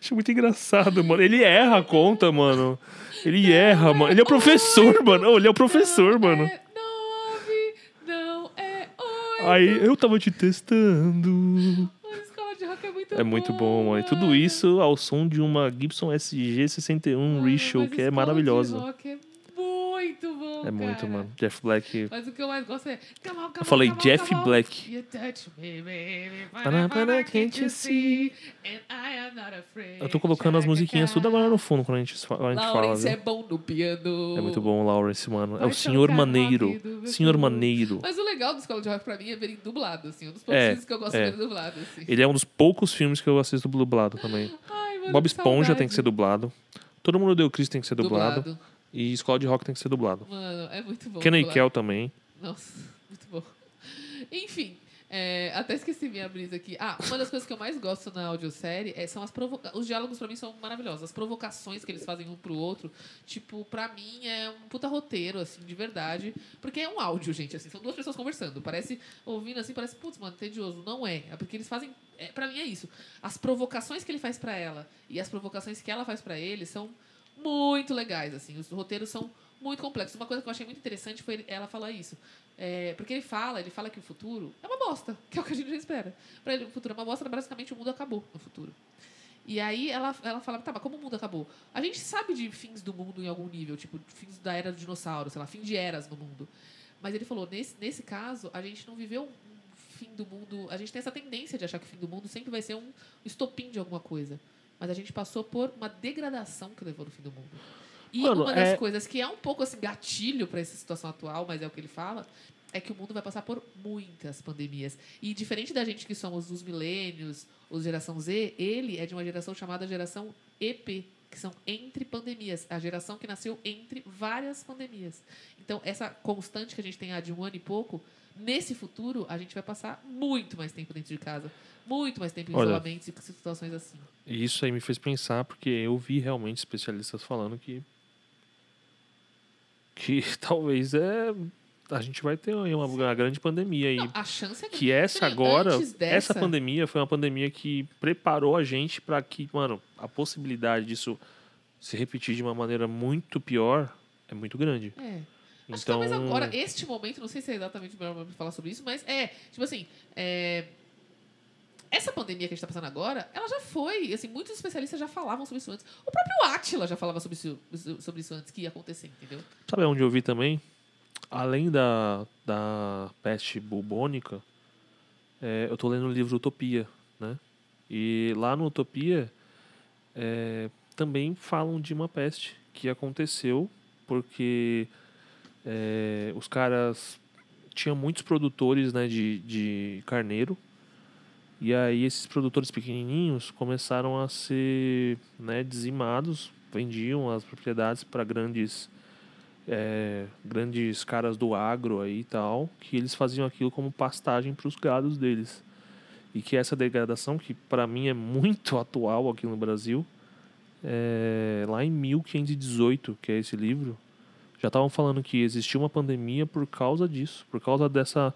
Acho muito engraçado, mano. Ele erra a conta, mano. Ele erra, mano. Ele é o professor, mano. Ô, Ele é o professor,
não
mano.
É nove, não é oito.
Aí eu tava te testando.
A escola de rock é muito
É muito bom, mano. E tudo isso ao som de uma Gibson SG61 Richel, que é maravilhosa.
Rock é muito bom.
É muito,
cara.
mano. Jeff Black.
Mas o que eu mais gosto é. Come on, come on,
falei
come on,
Jeff
come on.
Black.
You touch me, baby.
Para, para,
can't you see? And I am not afraid.
Eu tô colocando as musiquinhas tudo agora no fundo quando a gente, fa- quando a gente fala.
é Lawrence
Viu?
é bom no piano.
É muito bom, Lawrence, mano. É o
Vai
Senhor
tocar
Maneiro.
um rápido, meu
Senhor
Deus.
Maneiro.
Mas o legal do Escola de Rock pra mim é verem dublado, assim. Um dos poucos
É,
filmes que eu gosto
é.
de ver dublado, assim.
Ele é um dos poucos filmes que eu assisto dublado também.
Ai, mano,
Bob
que
Esponja tem que ser
saudade.
dublado. Todo mundo deu Chris tem que ser dublado. E Escola de Rock tem que ser dublado.
Mano, é muito bom.
Kenny
dublado.
Kel também.
Nossa, muito bom. Enfim, é, até esqueci minha brisa aqui. Ah, uma das coisas que eu mais gosto na audiosérie é, são as provoca Os diálogos pra mim são maravilhosos. As provocações que eles fazem um pro outro. Tipo, pra mim é um puta roteiro, assim, de verdade. Porque é um áudio, gente, assim. São duas pessoas conversando. Parece, ouvindo assim, parece, putz, mano, tedioso. Não é. É porque eles fazem... É, pra mim é isso. As provocações que ele faz pra ela e as provocações que ela faz pra ele são muito legais, assim. Os roteiros são muito complexos. Uma coisa que eu achei muito interessante foi ele- ela falar isso. É, porque ele fala, ele fala que o futuro é uma bosta, *laughs* que é o que a gente já espera. Pra ele, o futuro é uma bosta, basicamente o mundo acabou no futuro. E aí ela, ela fala, tá, mas como o mundo acabou? A gente sabe de fins do mundo em algum nível, tipo, fins da era do dinossauro, sei lá, fim de eras no mundo. Mas ele falou, nesse, nesse caso, a gente não viveu um fim do mundo. A gente tem essa tendência de achar que o fim do mundo sempre vai ser um estopim de alguma coisa. Mas a gente passou por uma degradação que levou no fim do mundo. E
Mano,
uma das
é-
coisas que é um pouco assim gatilho para essa situação atual, mas é o que ele fala, é que o mundo vai passar por muitas pandemias. E diferente da gente que somos os milênios, os geração Z, ele é de uma geração chamada geração EP, que são entre pandemias, a geração que nasceu entre várias pandemias. Então, essa constante que a gente tem há de um ano e pouco, nesse futuro, a gente vai passar muito mais tempo dentro de casa, muito mais tempo em
Olha.
isolamento e situações assim.
E isso aí me fez pensar, porque eu vi realmente especialistas falando que. que *laughs* talvez é. A gente vai ter aí uma, uma grande pandemia aí.
Não, a chance é
que essa
Peraí,
agora,
antes dessa-
essa pandemia foi uma pandemia que preparou a gente para que, mano, a possibilidade disso se repetir de uma maneira muito pior é muito grande.
É. Acho
então,
que talvez agora, este momento, não sei se é exatamente o melhor momento pra falar sobre isso, mas é, tipo assim, é, essa pandemia que a gente tá passando agora, ela já foi, assim, muitos especialistas já falavam sobre isso antes. O próprio Átila já falava sobre isso, sobre isso antes que ia acontecer, entendeu?
sabe onde eu vi também? Além da, da peste bubônica, é, eu tô lendo o livro Utopia, né? E lá no Utopia é, também falam de uma peste que aconteceu porque é, os caras tinham muitos produtores né, de, de carneiro e aí esses produtores pequenininhos começaram a ser né, dizimados, vendiam as propriedades para grandes é, grandes caras do agro aí e tal, que eles faziam aquilo como pastagem para os gados deles. E que essa degradação, que para mim é muito *laughs* atual aqui no Brasil, é, lá em 1518, que é esse livro, já estavam falando que existia uma pandemia por causa disso, por causa dessa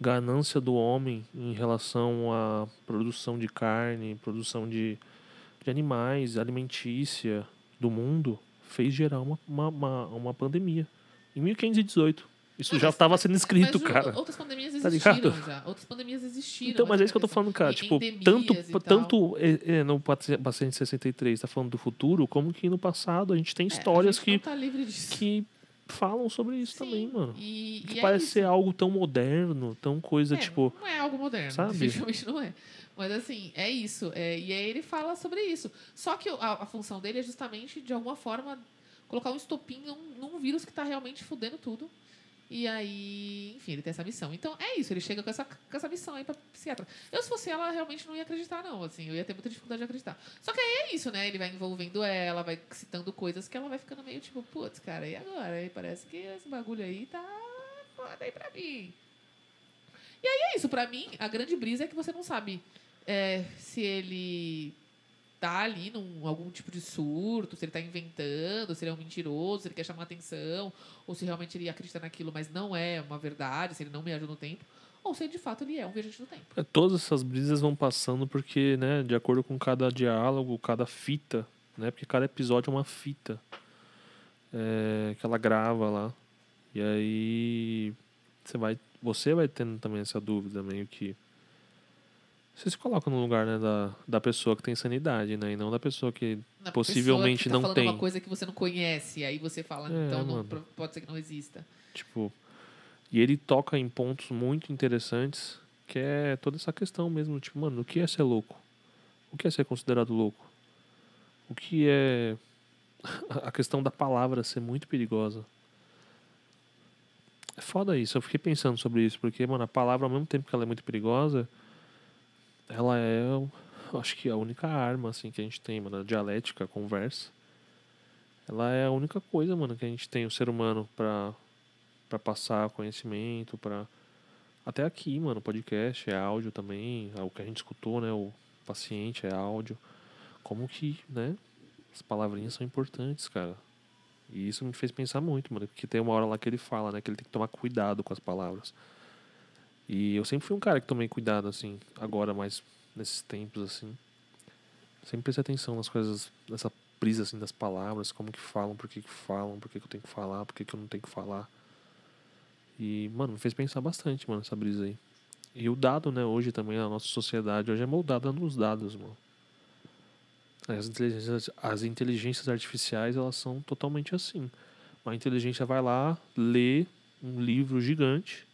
ganância do homem em relação à produção de carne, produção de, de animais, alimentícia do mundo, fez gerar uma, uma, uma, uma pandemia. Em 1518. Isso já estava sendo escrito,
Mas o-
cara.
Outras pandemias
Tá
existiram
ligado?
já. Outras pandemias existiram.
Então, mas é isso que eu tô
essa questão.
falando, cara.
E
Tipo,
endemias
tanto,
e tal.
tanto é, é, no paci- paciente 63 tá falando do futuro, como que no passado a gente tem
É, a
histórias
gente
que,
Não tá livre disso.
que falam sobre isso também,
Sim,
mano.
E,
Que
e é
parece
isso.
ser algo tão moderno, tão coisa,
É,
tipo.
Não é algo moderno,
sabe?
definitivamente não é. Mas assim, é isso. É, e aí ele fala sobre isso. Só que o- a, a função dele é justamente, de alguma forma, colocar um estopim num, num vírus que tá realmente fudendo tudo. E aí, enfim, ele tem essa missão. Então é isso, ele chega com essa, com essa missão aí pra psiquiatra. Eu, se fosse ela, realmente não ia acreditar, não. Assim, eu ia ter muita dificuldade de acreditar. Só que aí é isso, né? Ele vai envolvendo ela, vai citando coisas que ela vai ficando meio tipo, putz, cara, e agora? Aí parece que esse bagulho aí tá foda aí pra mim. É isso, pra mim, a grande brisa é que você não sabe é, se ele tá ali num algum tipo de surto, se ele tá inventando, se ele é um mentiroso, se ele quer chamar atenção, ou se realmente ele acredita naquilo, mas não é uma verdade, se ele não viaja no tempo, ou se de fato ele é um viajante do tempo.
É, Todas essas brisas vão passando porque, né, de acordo com cada diálogo, cada fita, né, porque cada episódio é uma fita é, que ela grava lá. E aí você vai, você vai tendo também essa dúvida meio que você se coloca no lugar, né, da, da pessoa que tem sanidade, né, e não da pessoa que
Na
Possivelmente
pessoa que tá
não
falando
tem.
uma coisa que você não conhece, aí você fala,
É,
então não-
mano.
pro- pode ser que não exista.
Tipo, e ele toca em pontos muito interessantes, que é toda essa questão mesmo, tipo, mano, o que é ser louco? O que é ser considerado louco? O que é *laughs* a questão da palavra ser muito perigosa? É foda isso, eu fiquei pensando sobre isso, porque, mano, a palavra, ao mesmo tempo que ela é muito perigosa, ela é, eu acho que, a única arma, assim, que a gente tem, mano, a dialética, a conversa. Ela é a única coisa, mano, que a gente tem, o ser humano, pra, para passar conhecimento, para até aqui, mano, podcast é áudio também, é o que a gente escutou, né, o paciente é áudio. Como que, né, as palavrinhas são importantes, cara. E isso me fez pensar muito, mano, porque tem uma hora lá que ele fala, né, que ele tem que tomar cuidado com as palavras. E eu sempre fui um cara que tomei cuidado assim, agora mais nesses tempos assim. Sempre prestei atenção nas coisas, nessa brisa assim das palavras, como que falam, por que que falam, por que que eu tenho que falar, por que que eu não tenho que falar. E, mano, me fez pensar bastante, mano, essa brisa aí. E o dado, né, hoje também, a nossa sociedade hoje é moldada nos dados, mano. As inteligências, as inteligências artificiais, elas são totalmente assim. Uma inteligência vai lá, lê um livro gigante,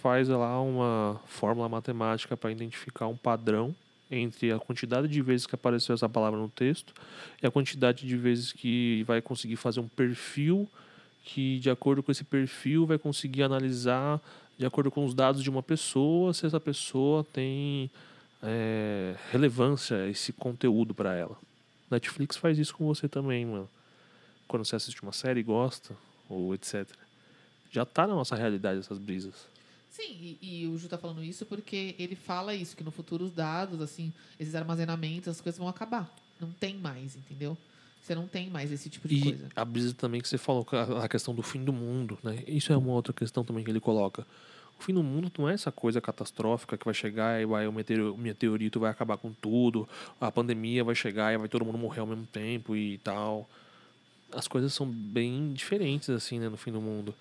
faz lá uma fórmula matemática para identificar um padrão entre a quantidade de vezes que apareceu essa palavra no texto e a quantidade de vezes que vai conseguir fazer um perfil que de acordo com esse perfil vai conseguir analisar de acordo com os dados de uma pessoa se essa pessoa tem é, relevância esse conteúdo para ela. Netflix faz isso com você também, mano. Quando você assiste uma série e gosta ou etc. Já tá na nossa realidade essas brisas.
Sim, e, e o Ju tá falando isso porque ele fala isso, que no futuro os dados, assim, esses armazenamentos, as coisas vão acabar. Não tem mais, entendeu? Você não tem mais esse tipo de
E
coisa.
a brisa também que você falou, a a questão do fim do mundo, né? Isso é uma outra questão também que ele coloca. O fim do mundo não é essa coisa catastrófica que vai chegar e vai o meteoro- o meteorito vai acabar com tudo, a pandemia vai chegar e vai todo mundo morrer ao mesmo tempo e tal. As coisas são bem diferentes, assim, né, no fim do mundo.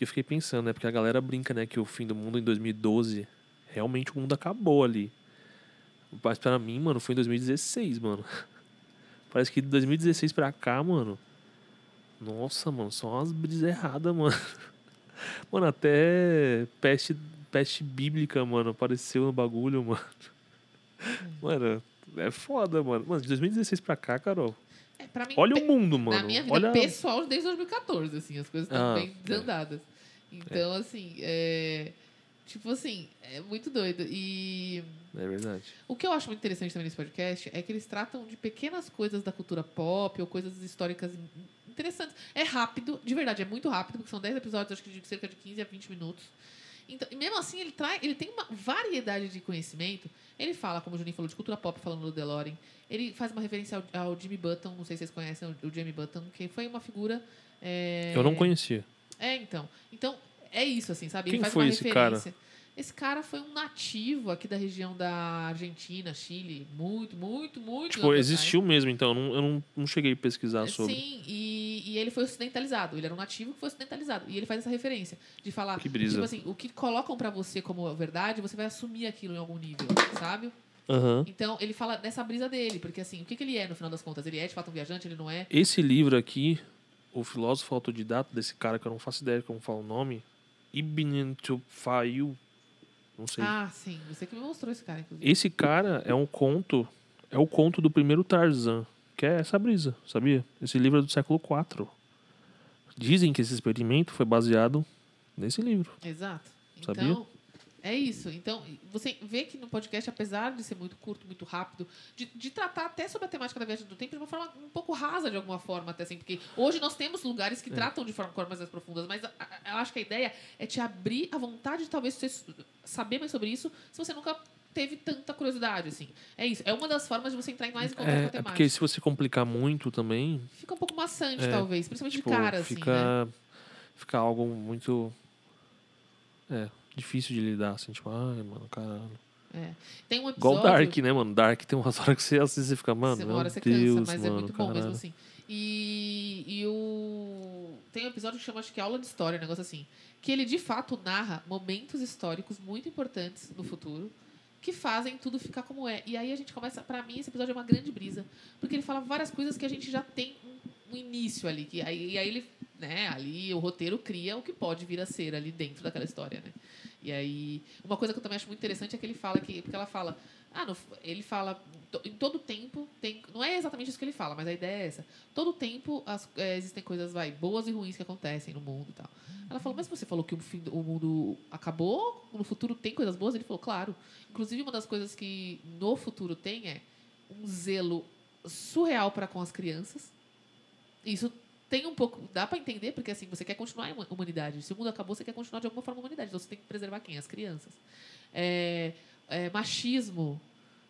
E eu fiquei pensando, né, porque a galera brinca, né, que o fim do mundo em 2012, realmente o mundo acabou ali. Mas pra mim, mano, foi em 2016, mano. *laughs* Parece que de 2016 pra cá, mano, nossa, mano, só umas brisas erradas, mano. *laughs* Mano,
*laughs*
até peste, peste bíblica, mano, apareceu no bagulho, mano. Mano, é foda, mano. Mano, de 2016 pra cá, Carol.
É, pra mim,
Olha
pe-
o mundo, mano.
Na minha vida
olha...
pessoal, desde 2014, assim, as coisas estão
Ah,
bem
é.
desandadas. Então, assim, é... Tipo assim, é muito doido. E
É verdade.
o que eu acho muito interessante também nesse podcast é que eles tratam de pequenas coisas da cultura pop ou coisas históricas in- interessantes. É rápido, de verdade, é muito rápido, porque são 10 episódios, acho que de cerca de 15 a 20 minutos. Então, e mesmo assim, ele, trai, ele tem uma variedade de conhecimento. Ele fala, como o Juninho falou, de cultura pop, falando do DeLorean. Ele faz uma referência ao, ao Jimmy Button, não sei se vocês conhecem o, o Jimmy Button, que foi uma figura... é,
Eu não conhecia.
é, então. Então, é isso, assim, sabe?
Quem
Ele faz
foi
uma
esse
referência. Esse cara foi um nativo aqui da região da Argentina, Chile, muito, muito, muito.
Tipo,
anos
existiu mesmo, então. Eu não, eu não, não cheguei a pesquisar
atrás.
sobre.
É, Sim, e, e ele foi ocidentalizado. Ele era um nativo que foi ocidentalizado. E ele faz essa referência de falar,
Que brisa.
tipo assim, o que colocam pra você como verdade, você vai assumir aquilo em algum nível, sabe?
Aham.
Então, ele fala dessa brisa dele, porque assim, o que, que ele é no final das contas? Ele é de fato um viajante, ele não é?
Esse livro aqui, O Filósofo Autodidata, desse cara que eu não faço ideia de como fala o nome, Ibn Tufail, não sei.
Ah, sim, você que me mostrou esse cara, inclusive.
Esse cara é um conto, é o conto do primeiro Tarzan, que é essa brisa, sabia? Esse livro é do século IV. Dizem que esse experimento foi baseado nesse livro.
Exato.
Sabia?
Então, é isso. Então, você vê que no podcast, apesar de ser muito curto, muito rápido, de, de tratar até sobre a temática da viagem do tempo de uma forma um pouco rasa, de alguma forma, até assim. Porque hoje nós temos lugares
É.
que tratam de forma- formas mais profundas, mas a- a- eu acho que a ideia é te abrir a vontade de talvez você s- saber mais sobre isso se você nunca teve tanta curiosidade, assim. É isso. É uma das formas de você entrar em mais em contato com a
É, é
temática.
porque se você complicar muito também,
Fica um pouco maçante,
É,
talvez. Principalmente
tipo,
de cara, assim, né?
fica, fica algo muito é, difícil de lidar, assim, tipo, ai, mano, caralho.
Tem um
Igual
episódio...
o Dark, né, mano? Dark tem umas *laughs* horas que você assiste e fica, mano,
Você
meu
uma hora você
Deus,
cansa, mas
mano,
é muito bom
caralho.
mesmo assim. E, e o. Tem um episódio que chama, acho que aula de história, um negócio assim. Que ele de fato narra momentos históricos muito importantes no futuro que fazem tudo ficar como é. E aí a gente começa. Pra mim, esse episódio é uma grande brisa. Porque ele fala várias coisas que a gente já tem um, um início ali. Que aí, e aí ele. Né, ali o roteiro cria o que pode vir a ser ali dentro daquela história, né? E aí, uma coisa que eu também acho muito interessante é que ele fala que, porque ela fala, ah, no- ele fala to- em todo tempo tem, não é exatamente isso que ele fala, mas a ideia é essa. Todo tempo as- eh, existem coisas vai boas e ruins que acontecem no mundo e tal. Ela falou, mas você falou que o fim do- o mundo acabou, no futuro tem coisas boas? Ele falou, claro. Inclusive uma das coisas que no futuro tem é um zelo surreal para com as crianças. Isso tem um pouco, dá pra entender, porque assim, você quer continuar a humanidade. Se o mundo acabou, você quer continuar de alguma forma a humanidade. Então você tem que preservar quem? As crianças. É, é, machismo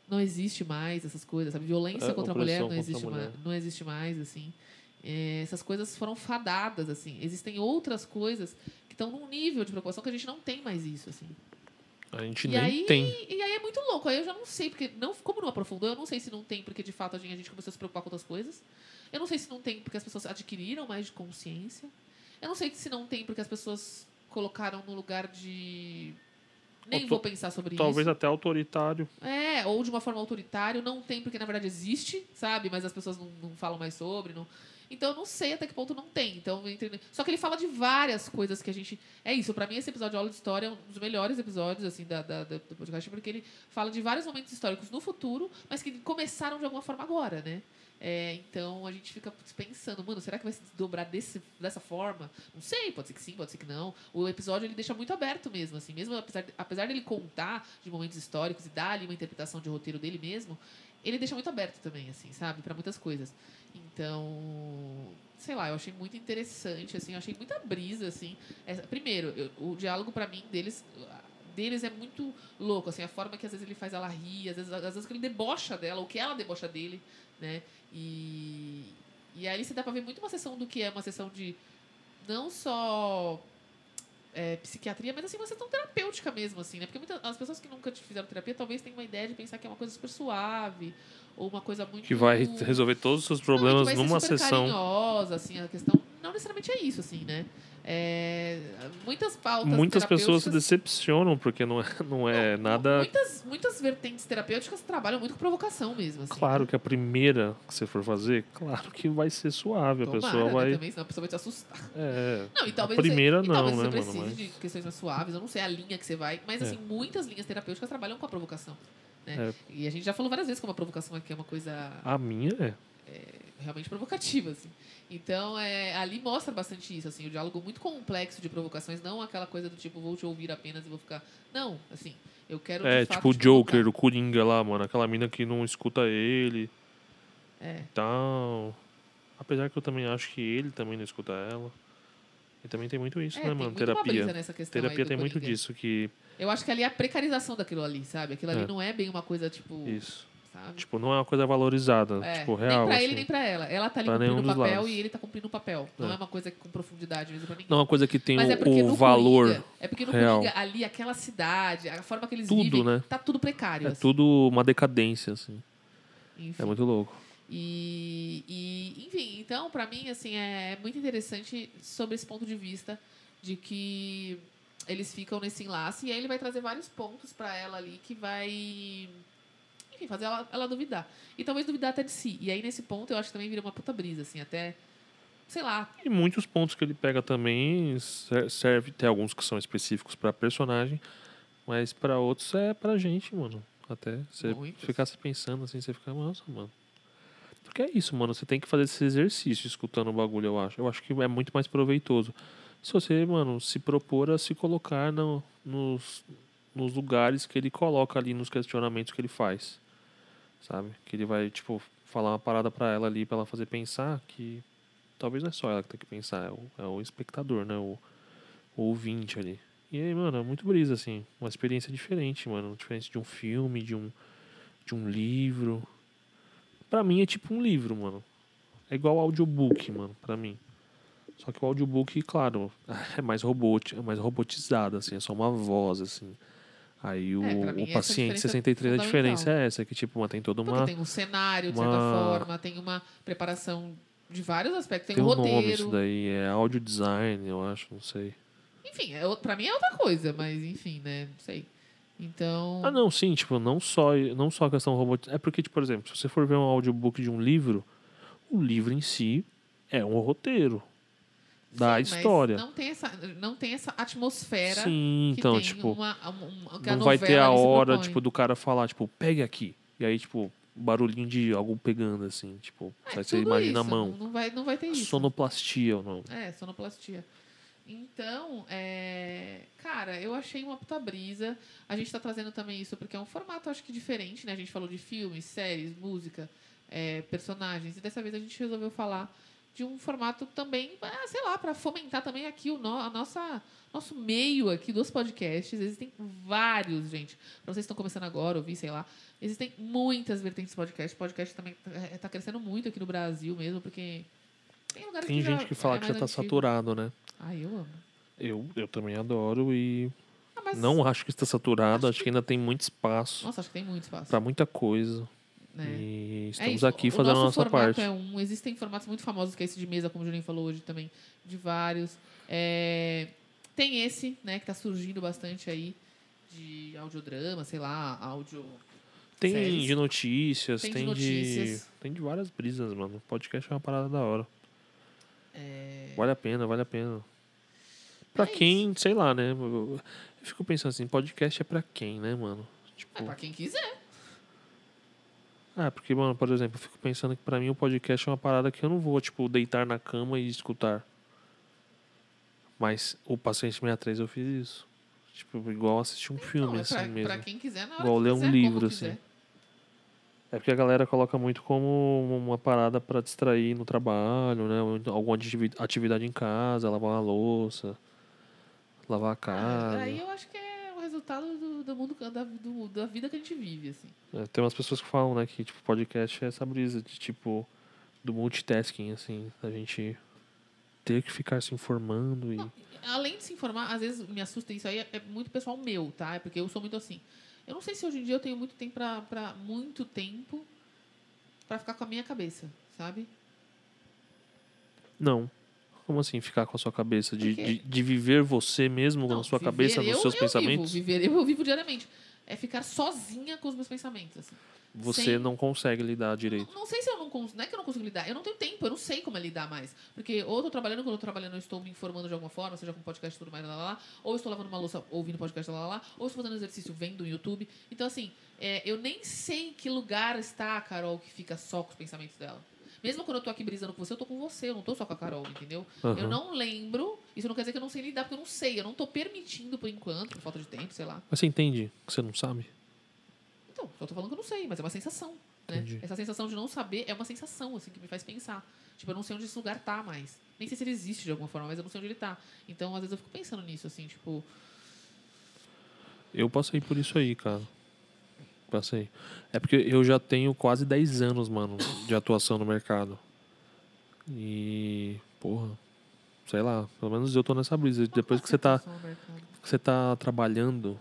não existe mais, essas coisas, sabe? Violência
É,
contra a mulher
opressão
não
contra a
existe,
mulher.
Mais, não existe mais, assim. É, essas coisas foram fadadas, assim. Existem outras coisas que estão num nível de preocupação que a gente não tem mais isso, assim.
A gente
E
nem
aí-
tem.
E aí é muito louco. Aí eu já não sei, porque não, como não aprofundou, eu não sei se não tem, porque de fato a gente, a gente começou a se preocupar com outras coisas. Eu não sei se não tem, porque as pessoas adquiriram mais de consciência. Eu não sei se não tem, porque as pessoas colocaram no lugar de. Nem
Ou to-
vou pensar sobre
Talvez
isso.
até autoritário.
É, ou de uma forma autoritária. Não tem, porque na verdade existe, sabe? Mas as pessoas não, não falam mais sobre. Não... Então eu não sei até que ponto não tem. Então, entre- Só que ele fala de várias coisas que a gente. É isso, pra mim esse episódio de aula de história é um dos melhores episódios assim, da, da- da- do podcast, porque ele fala de vários momentos históricos no futuro, mas que começaram de alguma forma agora, né? É, então a gente fica pensando, mano, será que vai se desdobrar desse, dessa forma? Não sei, pode ser que sim, pode ser que não. O episódio ele deixa muito aberto mesmo, assim, mesmo apesar, de- apesar dele contar de momentos históricos e dar ali uma interpretação de roteiro dele mesmo, ele deixa muito aberto também, assim, sabe, Pra muitas coisas. Então, sei lá, eu achei muito interessante, assim, eu achei muita brisa, assim. Essa- primeiro, eu- o diálogo pra mim deles deles é muito louco, assim, a forma que às vezes ele faz ela rir, às vezes, às vezes que ele debocha dela, ou que ela debocha dele, né? E, e ali você dá pra ver muito uma sessão do que é uma sessão de não só é, psiquiatria, mas assim, uma sessão terapêutica mesmo, assim, né? Porque muitas as pessoas que nunca te fizeram terapia talvez tenham uma ideia de pensar que é uma coisa super suave, ou uma coisa muito.
Que vai resolver todos os seus
Não,
problemas
e que vai
numa
ser é super
sessão.
Carinhosa, assim, a questão não necessariamente é isso, assim, né? É, muitas pautas
Muitas pessoas se
terapêuticas-
decepcionam porque não é, não é nada.
Muitas, muitas vertentes terapêuticas trabalham muito com provocação mesmo. Assim.
Claro que a primeira que você for fazer, claro que vai ser suave. A
Tomara,
pessoa
né,
vai.
Também, senão a pessoa vai te assustar.
É,
Não, e talvez
a primeira
você, e
não,
talvez
né,
você
mano?
precise
Mas...
de questões mais suaves, eu não sei a linha que você vai. Mas,
É.
assim, muitas linhas terapêuticas trabalham com a provocação. né?
É.
E a gente já falou várias vezes como a provocação aqui é uma coisa
A minha é.
realmente provocativa, assim. Então, é, ali mostra bastante isso, assim, o diálogo muito complexo de provocações, não aquela coisa do tipo, vou te ouvir apenas e vou ficar... Não, assim, eu quero,
É,
de fato,
tipo o
te
Joker,
provocar.
o Coringa lá, mano. Aquela mina que não escuta ele
É.
e tal. Apesar que eu também acho que ele também não escuta ela. E também tem muito isso,
É,
né,
tem
mano?
muito uma
Terapia.
brisa nessa questão aí
Terapia
do
tem muito
Coringa.
disso, que.
Eu acho que ali é a precarização daquilo ali, sabe? Aquilo ali
É.
não é bem uma coisa, tipo,
Isso.
sabe?
Tipo, não é uma coisa valorizada.
É,
Tipo, real.
nem pra ele,
assim.
nem pra ela. Ela tá ali
Pra
cumprindo
nenhum
o
dos
papel
lados.
e ele tá cumprindo o papel. Não
É.
é uma coisa com profundidade mesmo pra ninguém.
Não é uma coisa que tem
Mas
o,
é porque
o
no
valor.
Coringa, é porque no
real.
Coringa, ali, aquela cidade, a forma que eles
Tudo,
vivem,
né?
tá tudo precário.
É
assim. Então,
tudo uma decadência, assim.
Enfim.
É muito louco.
E, e, enfim, então, pra mim, assim, é muito interessante sobre esse ponto de vista de que eles ficam nesse enlace e aí ele vai trazer vários pontos pra ela ali que vai, enfim, fazer ela, ela duvidar. E talvez duvidar até de si. E aí, nesse ponto, eu acho que também vira uma puta brisa, assim, até, sei lá,
E muitos pontos que ele pega também ser- serve, tem alguns que são específicos pra personagem, mas pra outros é pra gente, mano. Até você
Muitos.
ficar se pensando assim, você fica, nossa, mano. Porque é isso, mano, você tem que fazer esse exercício escutando o bagulho, eu acho. Eu acho que é muito mais proveitoso. Se você, mano, se propor a se colocar no- nos, nos lugares que ele coloca ali, nos questionamentos que ele faz. Sabe? Que ele vai, tipo, falar uma parada pra ela ali, pra ela fazer pensar que talvez não é só ela que tem que pensar, é o, é o espectador, né? O, o ouvinte ali. E aí, mano, é muito brisa, assim. Uma experiência diferente, mano. Diferente de um filme, de um, de um livro. Pra mim é tipo um livro, mano. É igual audiobook, mano, pra mim. Só que o audiobook, claro, *laughs* é mais robot, é mais robotizado, assim, é só uma voz, assim. Aí o,
pra mim
o
essa é a
paciente
diferença
63, a
fundamental.
diferença é essa, que tipo, mano, tem toda
Porque
uma.
tem um cenário, de certa
uma-
forma, tem uma preparação de vários aspectos, tem,
Tem
um
um
roteiro.
nome isso daí, é audio design, eu acho, não sei.
Enfim, é, o- pra mim é outra coisa, mas enfim, né? Não sei. Então.
Ah, não, sim, tipo, não só, não só a questão robotizada. É porque, tipo, por exemplo, se você for ver um audiobook de um livro, o livro em si é um roteiro da
Sim, mas
história.
Não tem essa, não tem essa atmosfera.
sim,
que
então,
tem
tipo,
uma- um- um- que a
não vai ter
novela
a
ali se
hora,
propõe.
tipo, do cara falar, tipo, pegue aqui. E aí, tipo, barulhinho de algo pegando, assim, tipo,
É,
aí você
tudo
imagina a
isso,
mão.
Não vai, não vai ter isso.
Sonoplastia, ou não.
É, sonoplastia. Então, é, cara, eu achei uma puta brisa. A gente tá trazendo também isso porque é um formato, acho que diferente, né? A gente falou de filmes, séries, música, é, personagens. E dessa vez a gente resolveu falar de um formato também, ah, sei lá, para fomentar também aqui o no, a nossa nosso meio aqui dos podcasts. Existem vários, gente. Pra vocês que estão começando agora, ouvir, sei lá. Existem muitas vertentes de podcast. Podcast também tá- é, tá crescendo muito aqui no Brasil mesmo, porque tem lugares
Tem
que
gente
já,
que fala
é
que já
mais
tá
antigo.
saturado, né?
Ah, eu amo.
Eu, eu também adoro e
Ah, mas-
não acho que está saturado,
Acho
acho que ainda tem muito espaço
Nossa, acho que tem muito espaço.
pra muita coisa.
né?
E
É
estamos
isso,
aqui
o
fazendo a
nosso
nossa
formato
parte.
É um. Existem formatos muito famosos, que é esse de mesa, como o Juninho falou hoje também, de vários. É, Tem esse, né, que tá surgindo bastante aí, de audiodrama, sei lá, áudio.
Tem
séries.
de notícias, tem,
Tem de
de,
notícias.
Tem de várias brisas, mano. Podcast é uma parada da hora.
É,
Vale a pena, vale a pena. Pra
É
quem, sei lá, né? Eu, eu fico pensando assim, podcast é pra quem, né, mano? Tipo,
é pra quem quiser.
ah, porque, mano, por exemplo, eu fico pensando que pra mim o podcast é uma parada que eu não vou, tipo, deitar na cama e escutar. Mas o Paciente 63 eu fiz isso. Tipo, igual assistir um filme,
Não, é
assim
pra,
mesmo.
pra quem quiser, na hora
Igual
que
ler um
quiser,
livro,
como
assim.
quiser.
É porque a galera coloca muito como uma parada pra distrair no trabalho, né? Ou então Alguma ativi- atividade em casa, lavar uma louça, lavar a
Ah,
casa.
Aí eu acho que é o resultado do, do mundo, da, do- da vida que a gente vive, assim.
É, tem umas pessoas que falam, né, que tipo, podcast é essa brisa de tipo do multitasking, assim, da gente ter que ficar se informando e.
Além de se informar, às vezes me assusta isso aí, é muito pessoal meu, tá? É porque eu sou muito assim. Eu não sei se hoje em dia eu tenho muito tempo pra, pra muito tempo pra ficar com a minha cabeça, sabe?
Não. Como assim ficar com a sua cabeça? De,
Por
de,
quê?
de viver você mesmo na sua
viver
cabeça, nos
eu,
seus
eu
pensamentos?
Vivo, viver eu, eu vivo diariamente. é ficar sozinha com os meus pensamentos. assim.
Você
Sem-
não consegue lidar direito.
Não, não sei se eu não consigo. Não é que eu não consigo lidar. Eu não tenho tempo, eu não sei como é lidar mais. Porque ou eu tô trabalhando, quando eu tô trabalhando, eu estou me informando de alguma forma, seja com podcast e tudo mais, lá, lá, lá, ou estou lavando uma louça ouvindo podcast, lá, lá, lá, ou estou fazendo exercício vendo no YouTube. Então, assim, é, eu nem sei em que lugar está a Carol que fica só com os pensamentos dela. Mesmo quando eu tô aqui brisando com você, eu tô com você, eu não tô só com a Carol, entendeu? Eu
Aham.
não lembro, isso não quer dizer que eu não sei lidar, porque eu não sei, eu não tô permitindo por enquanto, por falta de tempo, sei lá.
Mas você entende que você não sabe?
Então, só tô falando que eu não sei, mas é uma sensação. Né?
Entendi.
Essa sensação de não saber é uma sensação, assim, que me faz pensar. Tipo, eu não sei onde esse lugar tá mais. Nem sei se ele existe de alguma forma, mas eu não sei onde ele tá. Então, às vezes, eu fico pensando nisso, assim, tipo,
Eu passei por isso aí, cara. Passei. É porque eu já tenho quase 10 anos, mano, de atuação no mercado. E. Porra. Sei lá, pelo menos eu tô nessa brisa.
é
Depois que você tá,
Só no mercado.
que você tá trabalhando.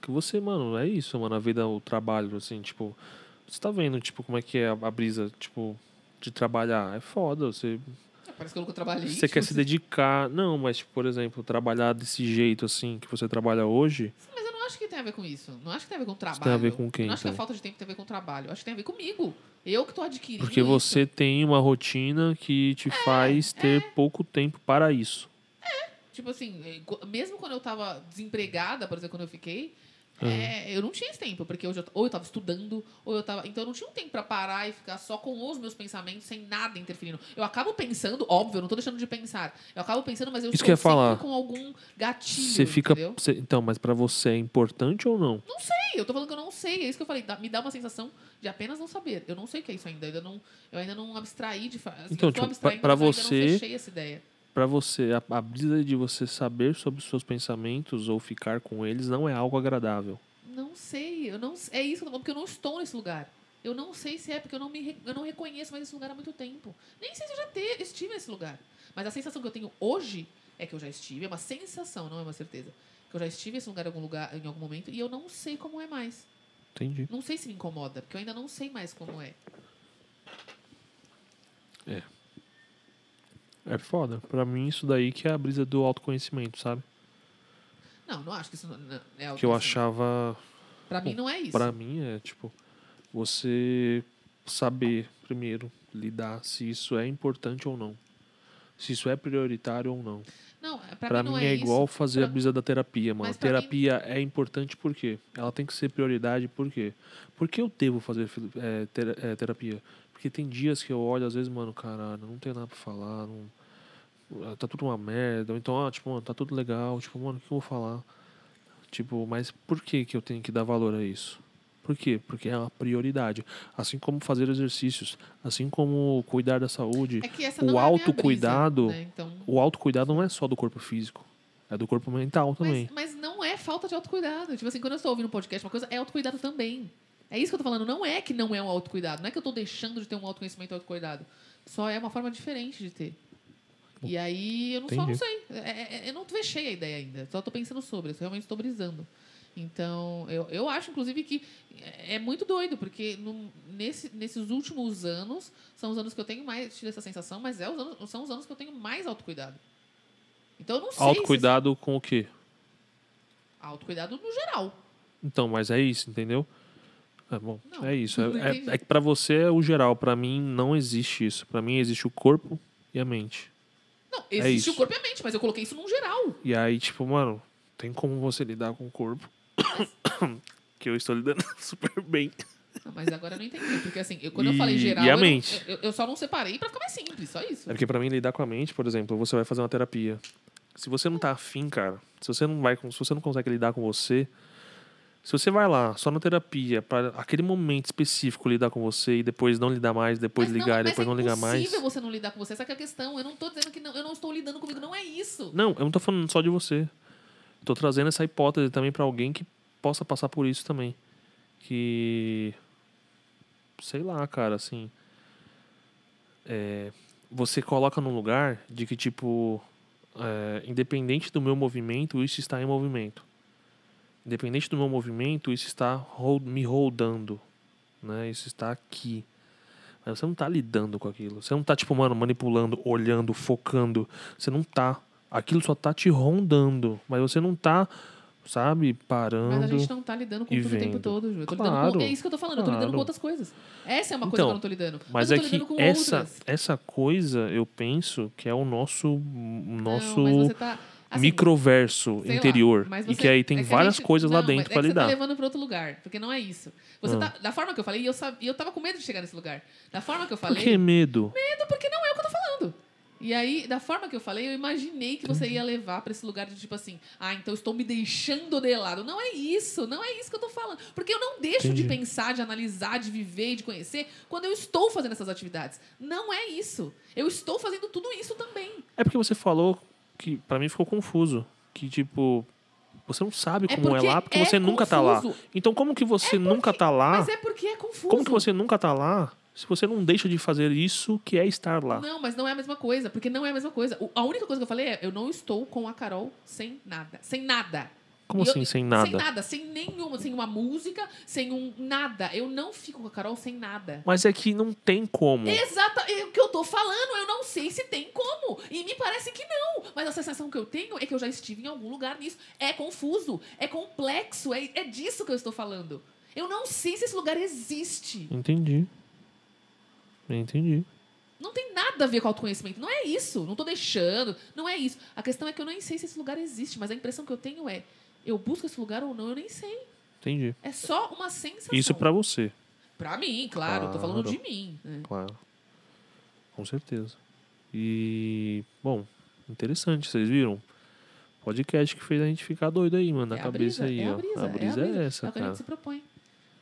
Que você, mano, é isso, mano. A vida, o trabalho, assim, tipo. Você tá vendo, tipo, como é que é a, a brisa, tipo, de trabalhar. É foda. Você
É, Parece que eu nunca trabalhei.
você quer se dedicar. Não, mas, tipo, por exemplo, trabalhar desse jeito assim que você trabalha hoje.
Sim, Mas eu não acho que tem a ver com isso. Não acho que tem a ver com trabalho.
tem a ver com quem,
Não acho que a
então?
falta de tempo tem a ver com trabalho. Eu Acho que tem a ver comigo. Eu que tô adquirindo
Porque
isso.
você tem uma rotina que te faz ter pouco tempo para isso.
Tipo assim, eh, co- mesmo quando eu tava desempregada, por exemplo, quando eu fiquei, eh, eu não tinha esse tempo, porque hoje eu, t- ou eu tava estudando, ou eu tava. Então eu não tinha um tempo pra parar e ficar só com os meus pensamentos, sem nada interferindo. Eu acabo pensando, óbvio, eu não tô deixando de pensar. Eu acabo pensando, mas eu
Isso
estou
que eu ia
sempre
falar.
com algum gatilho.
Você fica.
Entendeu?
você- então, mas para você é importante ou não?
Não sei, eu tô falando que eu não sei. É isso que eu falei. dá- me dá uma sensação de apenas não saber. Eu não sei o que é isso ainda. Eu ainda não, eu ainda não abstraí de fato.
Então,
eu tô
tipo,
abstraindo,
pra- pra
mas eu ainda
você-
não fechei essa ideia.
Para você, a, a brisa de você saber sobre os seus pensamentos ou ficar com eles não é algo agradável.
Não sei, eu não é isso que eu tô falando, porque eu não estou nesse lugar. Eu não sei se é porque eu não me re- eu não reconheço mais esse lugar há muito tempo. Nem sei se eu já te, estive nesse lugar. Mas a sensação que eu tenho hoje é que eu já estive, é uma sensação, não é uma certeza. Que eu já estive nesse lugar em algum lugar em algum momento e eu não sei como é mais.
Entendi.
Não sei se me incomoda, porque eu ainda não sei mais como é.
É foda. Para mim, isso daí que é a brisa do autoconhecimento, sabe?
Não, não acho que isso não, não, é algo
Que eu
assim.
achava
Pra mim não é isso.
Pra mim é tipo você saber primeiro lidar se isso é importante ou não. Se isso é prioritário ou não.
Não, é- pra,
Pra
mim
mim,
não
é,
é,
igual
isso.
fazer a
Pra-
brisa da terapia, mano.
Mas pra
terapia é importante por quê? Ela tem que ser prioridade por quê? Por que eu devo fazer fil- é, ter- é, terapia? Porque tem dias que eu olho, às vezes, mano, caralho, não tem nada pra falar, não- ah, tá tudo uma merda. Ou então, ah, tipo, mano, tá tudo legal. Tipo, mano, o que eu vou falar? Tipo, mas por que que eu tenho que dar valor a isso? Por quê? Porque é uma prioridade. Assim como fazer exercícios, assim como cuidar da saúde,
É que essa
o
não é a minha
autocuidado-
brisa, né? Então,
o autocuidado não é só do corpo físico, é do corpo mental também.
Mas, mas não é falta de autocuidado. Tipo assim, quando eu estou ouvindo um podcast, uma coisa é autocuidado também. É isso que eu tô falando. Não é que não é um autocuidado. Não é que eu tô deixando de ter um autoconhecimento e autocuidado. Só é uma forma diferente de ter. E aí, eu não, só não
Entendi.
sei. É- é- eu não fechei a ideia ainda. Só tô pensando sobre. Eu realmente estou brisando. Então, eu, eu acho, inclusive, que é muito doido, porque no- nesse- nesses últimos anos, são os anos que eu tenho mais tido essa sensação, mas é os anos- são os anos que eu tenho mais autocuidado. Então, eu não sei se
Autocuidado com o quê?
Autocuidado no geral.
Então, mas é isso, entendeu? É bom,
Não,
é isso.
não
É, é,
entendi.
é que pra você é o geral, pra mim não existe isso. Pra mim existe o corpo e a mente.
Não, existe
É isso.
o corpo e a mente, mas eu coloquei isso num geral.
E aí, tipo, mano, tem como você lidar com o corpo? *coughs* que eu estou lidando *laughs* super bem.
Não, mas agora eu não entendi. Porque assim, eu- quando eu
E-
falei geral.
e a
eu não-
mente?
Eu, eu só não separei pra ficar mais simples, só isso.
É porque pra mim lidar com a mente, por exemplo, você vai fazer uma terapia. Se você não tá afim, cara, se você não vai, com- se você não consegue lidar com você, se você vai lá só na terapia pra aquele momento específico lidar com você e depois não lidar mais, depois
Mas
ligar,
mas
depois não ligar
É
mais.
impossível você não lidar com você, essa que é a questão. Eu não tô dizendo que não, eu não estou lidando comigo, não é isso.
Não, eu não tô falando só de você. Tô trazendo essa hipótese também pra alguém que possa passar por isso também. Que. Sei lá, cara, assim. É, você coloca num lugar de que, tipo. é, independente do meu movimento, isso está em movimento. Independente do meu movimento, isso está hold- me rodando. Né? Isso está aqui. Mas você não tá lidando com aquilo. Você não tá, tipo, mano, manipulando, olhando, focando. Você não tá. Aquilo só tá te rondando, mas você não tá sabe? Parando.
Mas a gente não tá lidando com
e
tudo o tempo
vendo.
todo, Ju. Eu tô lidando
Claro.
com... É isso que eu tô falando, eu tô lidando
Claro.
com outras coisas. Essa é uma coisa
Então,
que eu não tô lidando.
Mas
eu
é
tô
que
lidando com
essa,
outras.
essa coisa, eu penso que é o nosso, o nosso
Não, mas você tá... assim,
microverso
sei lá,
interior.
mas
e
você-
que aí tem
é que a
várias
gente-
coisas lá
não, mas
dentro
é
pra
que
lidar.
Você tá levando pra outro lugar, porque não é isso. Você
Ah.
tá- da forma que eu falei, e eu, sabia, eu tava com medo de chegar nesse lugar. Da forma que eu
Por
falei,
que medo?
medo, porque não é o que eu tô falando. E aí, da forma que eu falei, eu imaginei que
Uhum.
você ia levar pra esse lugar de tipo assim, ah, então eu estou me deixando de lado. Não é isso, não é isso que eu tô falando. Porque eu não deixo
Entendi.
de pensar, de analisar, de viver, de conhecer quando eu estou fazendo essas atividades. Não é isso. Eu estou fazendo tudo isso também.
É porque você falou que pra mim ficou confuso. Que tipo, você não sabe
É
como é,
porque
lá porque
é
você nunca tá lá.
confuso.
Então como que você nunca tá lá?
Mas é porque é confuso.
Como que você nunca tá lá se você não deixa de fazer isso que é estar lá?
Não, mas não é a mesma coisa, porque não é a mesma coisa. O- a única coisa que eu falei é, eu não estou com a Carol sem nada. Sem nada.
Como
E eu-
assim, sem nada?
Sem nada, sem nenhuma, sem uma música, sem um nada. Eu não fico com a Carol sem nada.
Mas é que não tem como.
Exata, é o que eu tô falando, eu não sei se tem como. E me parece que não. Mas a sensação que eu tenho é que eu já estive em algum lugar nisso. É confuso, é complexo, é, é disso que eu estou falando. Eu não sei se esse lugar existe.
Entendi. Entendi.
Não tem nada a ver com autoconhecimento. Não é isso. Não tô deixando. Não é isso. A questão é que eu nem sei se esse lugar existe, mas a impressão que eu tenho é: eu busco esse lugar ou não, eu nem sei.
Entendi.
É só uma sensação.
Isso pra você,
Pra mim, claro. Tô falando
Claro.
de mim. né?
claro. Com certeza. E, bom, interessante, vocês viram? Podcast que fez a gente ficar doido aí, mano, na
É a
cabeça
brisa,
aí,
é
ó.
A brisa,
a brisa é,
É
essa,
o que a
cara.
gente se propõe.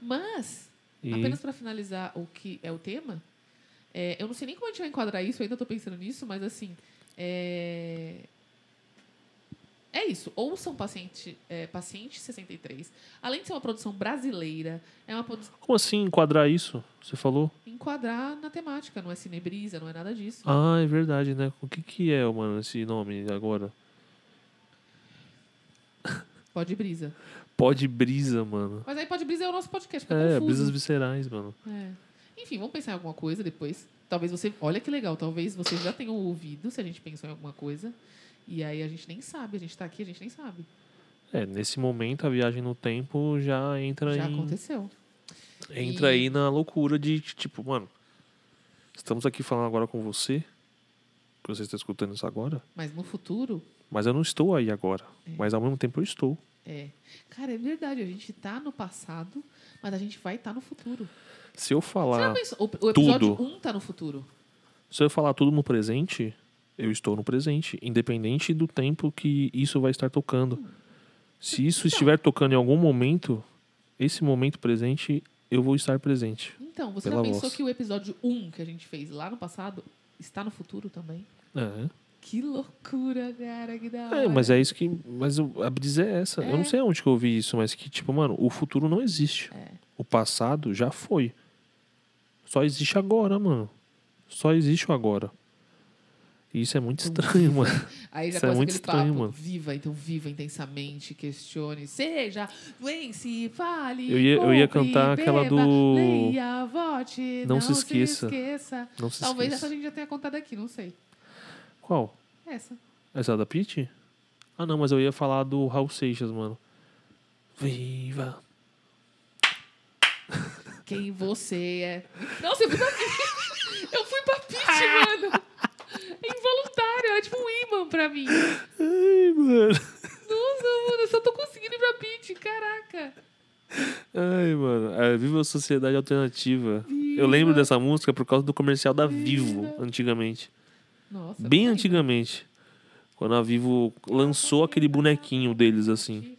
Mas,
E
apenas pra finalizar o que é o tema, é, eu não sei nem como a gente vai enquadrar isso, eu ainda tô pensando nisso, mas assim. É, é isso. Ouçam paciente, é, paciente 63. Além de ser uma produção brasileira, é uma produção.
como assim enquadrar isso? Você falou?
enquadrar na temática. Não é cinebrisa, não é nada disso.
Ah, é verdade, né? O que que é, mano, esse nome agora?
Pode brisa.
Pode brisa, mano.
Mas aí pode brisa é o nosso podcast, fica
É, brisas
confuso.
viscerais, mano.
É. Enfim, vamos pensar em alguma coisa depois. Talvez você... Olha que legal. Talvez vocês já tenham ouvido se a gente pensou em alguma coisa. E aí a gente nem sabe. A gente tá aqui, a gente nem sabe.
É, nesse momento a viagem no tempo já entra
Já
em
aconteceu.
entra
E-
aí na loucura de tipo, mano, estamos aqui falando agora com você, que você está escutando isso agora,
Mas no futuro...
mas eu não estou aí agora, mas ao mesmo tempo eu estou.
É. Cara, é verdade. A gente tá no passado, mas a gente vai estar no futuro.
Se eu
Você já
falar,
pensou? O, o episódio
Tudo.
1 tá no futuro.
se eu falar tudo no presente, eu estou no presente, independente do tempo que isso vai estar tocando. Se isso estiver tocando em algum momento, esse momento presente, eu vou estar presente.
Então, você
Pela
já pensou
voz.
que o episódio 1 que a gente fez lá no passado está no futuro também?
É.
Que loucura, cara, que da hora.
É, mas é isso que. Mas o- a brisa é essa. Eu
Ah, É.
não sei onde que eu ouvi isso, mas que, tipo, mano, o futuro não existe.
É.
O passado já foi. Só existe agora, mano. Só existe o agora. E isso é muito estranho, mano.
Aí já
isso é
começa
muito
aquele
estranho,
papo.
mano.
Viva, então viva intensamente, questione, seja, vence, fale.
Eu ia- eu ia
compre,
cantar aquela
beba,
do-
Leia, vote,
Não
não,
se esqueça.
esqueça.
Não se
Talvez
esqueça.
essa a gente já tenha contado aqui, não sei.
Qual?
Essa.
Essa da Peach? Ah, não, mas eu ia falar do Raul Seixas, mano. Viva!
Quem você é. Não, você foi pra Pitch. Eu fui pra Pitch, mano. É involuntário, é tipo um imã pra mim.
Ai, mano.
Nossa, mano, eu só tô conseguindo ir pra Pitch, caraca.
Ai, mano. É, Viva a Sociedade Alternativa. Eu lembro
Viva.
dessa música por causa do comercial da Vivo,
Viva.
antigamente.
Nossa.
Bem
não lembro.
antigamente. Quando a Vivo lançou aquele bonequinho deles, assim.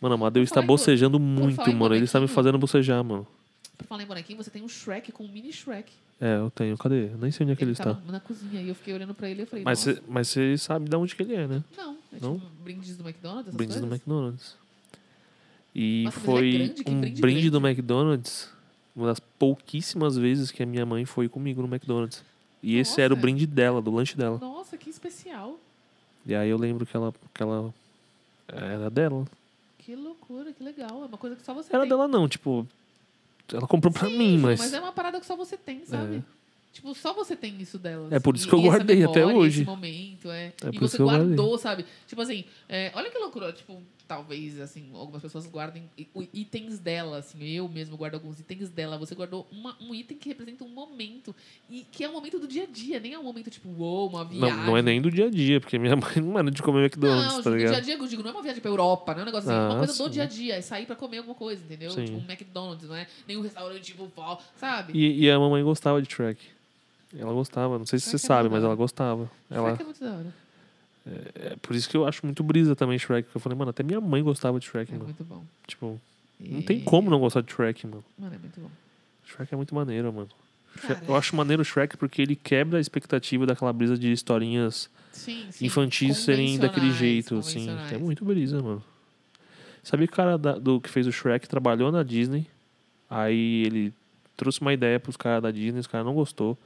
Mano, Amadeu está
falar em bo-
bocejando
falar
muito,
em
mano. Ele está me
bonequinho.
fazendo bocejar, mano.
Pra falar em bonequinho, você tem um Shrek com um mini Shrek.
É, eu tenho. Cadê? Eu Nem sei onde é que ele
ele tá
está.
na- na cozinha e eu fiquei olhando pra ele e eu falei,
Mas
nossa,
você mas você sabe de onde que ele é, né?
não. É
Não?
tipo um brindes do McDonald's, essas
Brindes do
coisas?
McDonald's. E
Nossa, mas ele é
foi
grande? Que
um brinde,
brinde
do McDonald's. Uma das pouquíssimas vezes que a minha mãe foi comigo no McDonald's. E esse era o
Nossa.
brinde dela, do lanche dela.
Nossa, que especial.
E aí eu lembro que ela. Que ela era dela.
Que loucura, que legal. É uma coisa que só você
Era
tem.
dela não, tipo. Ela comprou pra mim,
Ju,
mas.
é uma parada que só você tem, sabe?
É.
Tipo, só você tem isso dela.
É por isso
E-
que eu
e essa
guardei até
memória,
hoje.
Esse momento, é.
por
e
isso
você
que eu guardei.
guardou, sabe? Tipo assim, é, olha que loucura. Tipo, talvez, assim, algumas pessoas guardem i- o- itens dela, assim. Eu mesmo guardo alguns itens dela. Você guardou uma- um item que representa um momento. E que é um momento do dia a dia, nem é um momento, tipo, uou, uma viagem.
Não, não é nem do dia a dia, porque minha *laughs* mãe não era de comer McDonald's,
Não,
tá
do dia
ligado?
a dia, eu digo, não é uma viagem pra Europa, não é um negócio assim, é uma
Ah,
coisa do
sim.
dia a dia, é sair pra comer alguma coisa, entendeu?
Sim.
Tipo um McDonald's, não é nem um restaurante tipo Val, sabe?
E, e a mamãe gostava de Shrek. Ela gostava, não sei se
Shrek
você
é
sabe,
muito
mas
da
ela
hora.
gostava. Ela,
Será que é muito da hora?
é por isso que eu acho muito brisa também Shrek. porque Eu falei, mano, até minha mãe gostava de Shrek,
É
mano.
muito bom.
Tipo,
E-
não tem como não gostar de Shrek, mano.
Mano, é muito bom.
Shrek é muito maneiro, mano. Shre-
Cara.
Eu acho maneiro o Shrek porque ele quebra a expectativa daquela brisa de historinhas
Sim, sim.
infantis serem daquele
Convencionais,
jeito, assim.
convencionais.
É muito brisa, mano. Sabia que o cara da- do que fez o Shrek trabalhou na Disney, aí ele trouxe uma ideia pros caras da Disney, os caras não gostou.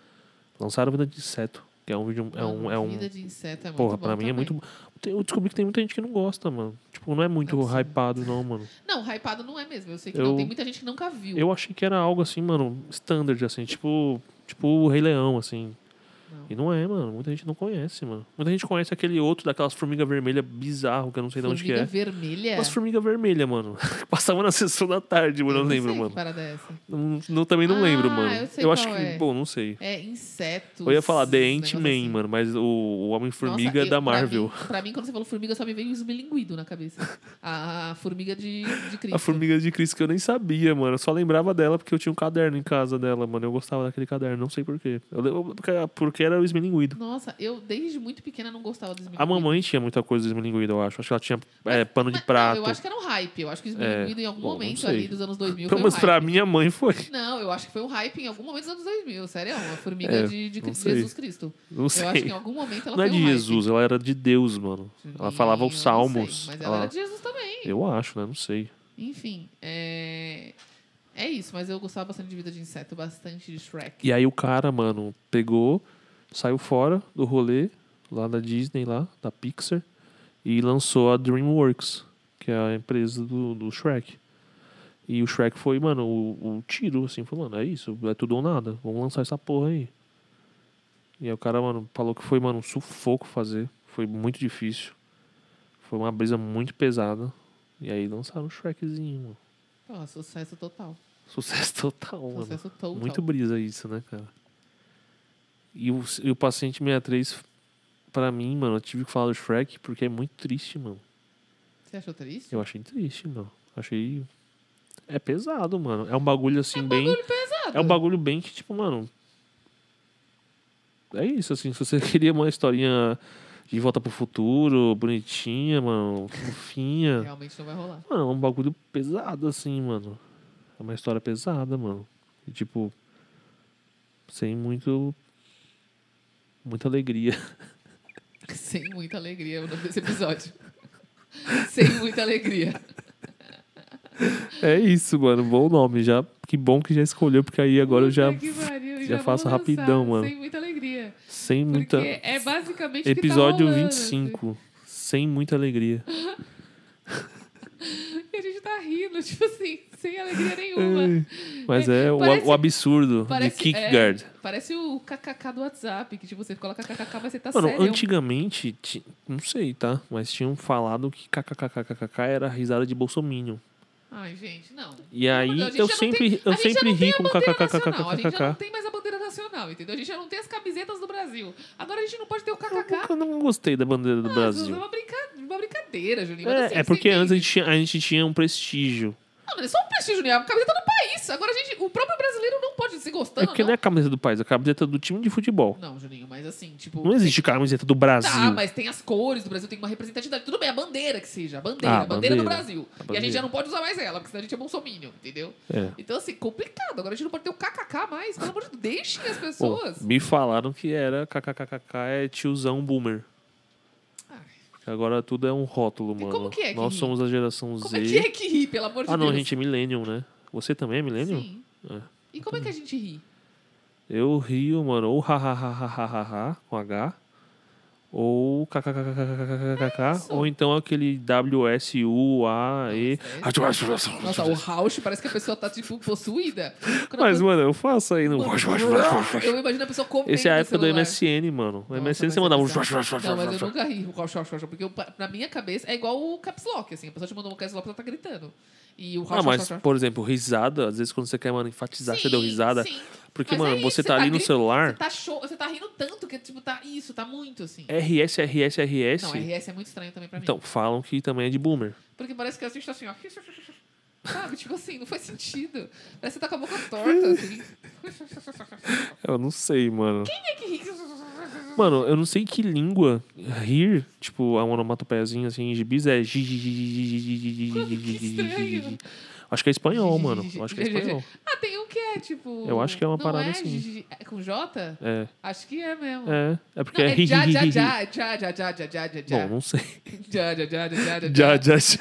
Lançaram Vida de Inseto, que é um vídeo. É um, é
Mano,
um
Vida de inseto é muito
porra,
bom
pra mim é
também.
muito. tem- Eu descobri que tem muita gente que não gosta, mano. Tipo, não é muito
Absurdo.
hypado, não, mano.
Não, hypado não é mesmo. Eu sei que
Eu-
não. Tem muita gente que nunca viu.
Eu achei que era algo assim, mano, standard, assim, tipo. Tipo o Rei Leão, assim.
Não.
E não é, mano. Muita gente não conhece, mano. Muita gente conhece aquele outro daquelas formigas vermelhas bizarro que eu não sei de onde que
Formiga
é.
vermelha?
Umas formigas vermelhas, mano. *laughs* Passava na sessão da tarde, mano. Eu não
sei
lembro,
que
mano.
parada é essa.
Não, não- também não
Ah,
lembro, mano.
eu sei
acho
qual
que.
é.
Bom, não sei.
É insetos.
Eu ia falar The
negócio
Ant-Man,
assim.
mano, mas o, o Homem-Formiga
Nossa,
é
eu-
da
pra
Marvel.
mim- Pra mim, quando você falou formiga, só me veio esmilinguido na cabeça. A, a formiga de, de Cristo.
A Formiga de Cristo que eu nem sabia, mano. Eu só lembrava dela porque eu tinha um caderno em casa dela, mano. Eu gostava daquele caderno, não sei porquê. Eu, lembro porque, porque era o esmilinguido.
Nossa, eu desde muito pequena não gostava do esmilinguido.
A mamãe tinha muita coisa do esmilinguido, eu acho. Acho que ela tinha é,
Mas-
pano de
mas-
prato.
Não, eu acho que era um hype. Eu acho que o esmilinguido
É,
em algum
bom, não
momento
sei.
ali dos anos
Pelo
2000 foi um
menos pra
hype.
minha mãe foi.
Não, eu acho que foi um hype em algum momento dos anos 2000, sério. A formiga
É,
de, de
não
Cri-
sei.
Jesus Cristo.
Não sei.
Eu acho que em algum momento ela
não é
foi
de
um hype.
Jesus, ela era de Deus, mano. Ela falava
Sim,
os
eu não
salmos.
sei, mas ela
Ela-
era de Jesus também.
Eu acho, né? Não sei.
Enfim, é... É isso, mas eu gostava bastante de vida de inseto, bastante de Shrek.
E aí o cara, mano, pegou, saiu fora do rolê, lá da Disney, lá, da Pixar, e lançou a DreamWorks, que é a empresa do, do Shrek. E o Shrek foi, mano, o, o tiro, assim, foi, mano, é isso, é tudo ou nada, vamos lançar essa porra aí. E aí o cara, mano, falou que foi, mano, um sufoco fazer, foi muito difícil, foi uma brisa muito pesada, e aí lançaram o Shrekzinho, mano. *laughs*
Ó, sucesso total.
Sucesso total, mano.
Sucesso total.
Muito brisa isso, né, cara? E o, e o paciente 63, pra mim, mano, eu tive que falar do Shrek porque é muito triste, mano.
Você achou triste?
Eu achei triste, mano. Achei. É pesado, mano. É um bagulho assim, bem.
pesado.
É um bagulho bem que, tipo, mano. É isso, assim. Se você *laughs* queria uma historinha de volta pro futuro, bonitinha, mano, fofinha.
Realmente não vai rolar. *laughs*
Mano, é um bagulho pesado, assim, mano. É uma história pesada, mano. E, tipo, sem muito. Muita alegria.
Sem muita alegria o nome desse episódio. *laughs* Sem muita alegria.
É isso, mano. Bom nome. Já, que bom que já escolheu, porque aí agora eu já.
Puta que pariu,
já
vou
faço
lançar,
rapidão, mano.
Sem muita alegria.
Sem
Porque
muita.
é basicamente o que tá
Episódio
rolando,
25. Sem muita alegria.
assim. E *laughs* a gente tá rindo, *laughs* tipo assim, sem alegria nenhuma.
Mas é o,
Parece-
o absurdo
Parece,
de Kick
é,
Guard.
parece o kkk do WhatsApp, que tipo, você coloca kkk, mas você tá
Mano,
sério.
antigamente, ti- não sei, tá? Mas tinham falado que kkkkk era a risada de Bolsominion.
Ai, gente, não.
E aí
a gente
eu
já não tem-
sempre,
a
eu
gente já
sempre
não tem
ri
a
com
bandeira nacional, A gente já não
kkkkkk.
tem mais a bandeira nacional, entendeu? A gente já não tem as camisetas do Brasil. Agora a gente não pode ter o
Eu
kkk.
nunca não gostei da bandeira do
Ah, É
Brasil.
uma, brinca- uma brincadeira, Juninho. mas assim,
É, é
você
porque
entende.
antes a gente, tinha, a gente tinha um prestígio.
Não, não é só um prestígio, né? É a camiseta do país. Agora a gente. O próprio brasileiro não pode se
É
gostando.
porque não é
não.
a camiseta do país, é a camiseta do time de futebol.
não, Juninho, mas assim, tipo.
Não existe camiseta do
Tá,
Brasil.
mas tem as cores do Brasil, tem uma representatividade. Tudo bem, a bandeira que seja, a bandeira,
Ah,
a bandeira do
bandeira.
Brasil.
A
E a gente
bandeira.
já não pode usar mais ela, porque senão a gente é bolsominion, entendeu?
É.
Então, assim, complicado. Agora a gente não pode ter o kkk mais. Pelo amor de Deus, deixem
*laughs*
as
Bom,
pessoas.
me falaram que era kkkk é tiozão boomer.
Ai.
Agora tudo é um rótulo,
E
mano.
como que é que
Nós
ri?
somos a geração
como
Z.
é que é que ri, pelo amor de
Ah, não,
Deus?
a gente é millennium, né? Você também é millennium?
Sim.
É.
E como é que a gente ri?
Eu rio, mano, ou hahaha com H, Ou kkkkkkkkk, ou então aquele WSUAE.
Nossa, o Rausch parece que a pessoa tá, tipo, possuída. Quando
Mas,
eu-
mano, eu faço aí no.
Eu imagino a pessoa comendo
*laughs* Esse é a época
o
do
celular.
MSN, mano. O
Nossa,
MSN
mas
você
é
mandava um.
bizarro. Não, mas eu nunca ri com o Rausch, Rausch, Rausch, porque eu, pra- na minha cabeça é igual o Caps Lock, assim. A pessoa te mandou um Caps Lock, ela tá gritando. E o
Ah,
Rausch,
mas,
Rausch, Rausch...
por exemplo, risada. Às vezes, quando você quer, mano, enfatizar, você
Sim,
deu risada.
sim.
Porque,
Mas é
mano,
isso,
você tá ali no
gri- Você
celular.
tá, show, você tá rindo tanto que, tipo, tá isso, tá muito, assim.
RS, RS, RS.
Não, RS é muito estranho também pra mim.
É Então, falam que também é de boomer.
Porque parece que a gente tá assim, ó. *laughs* Sabe? Tipo assim, não faz sentido. Parece que você tá com a boca torta, assim.
Eu não sei, mano.
Quem é que ri? *laughs*
Mano, eu não sei que língua rir, tipo, a onomatopeiazinha assim, em gibis é. gi- gi- gi- gi- gi- gi- gi- gi-
Mano,
gi-
que
gi- gi- gi- gi-
estranho.
Acho que é espanhol, mano.
Gi- gi-
Eu
*laughs*
Acho que é
gi- gi-
espanhol.
Ah, tem um que é, tipo...
Eu acho que é uma
não
parada
é,
assim.
Gigi- é com J?
É,
Acho que é mesmo.
é. É porque
não,
é
é
*laughs*
já, já,
ri-
já, já, já, já, já, já, já,
Bom, não sei.
já, já, já, já, *laughs* já,
Já, já, já.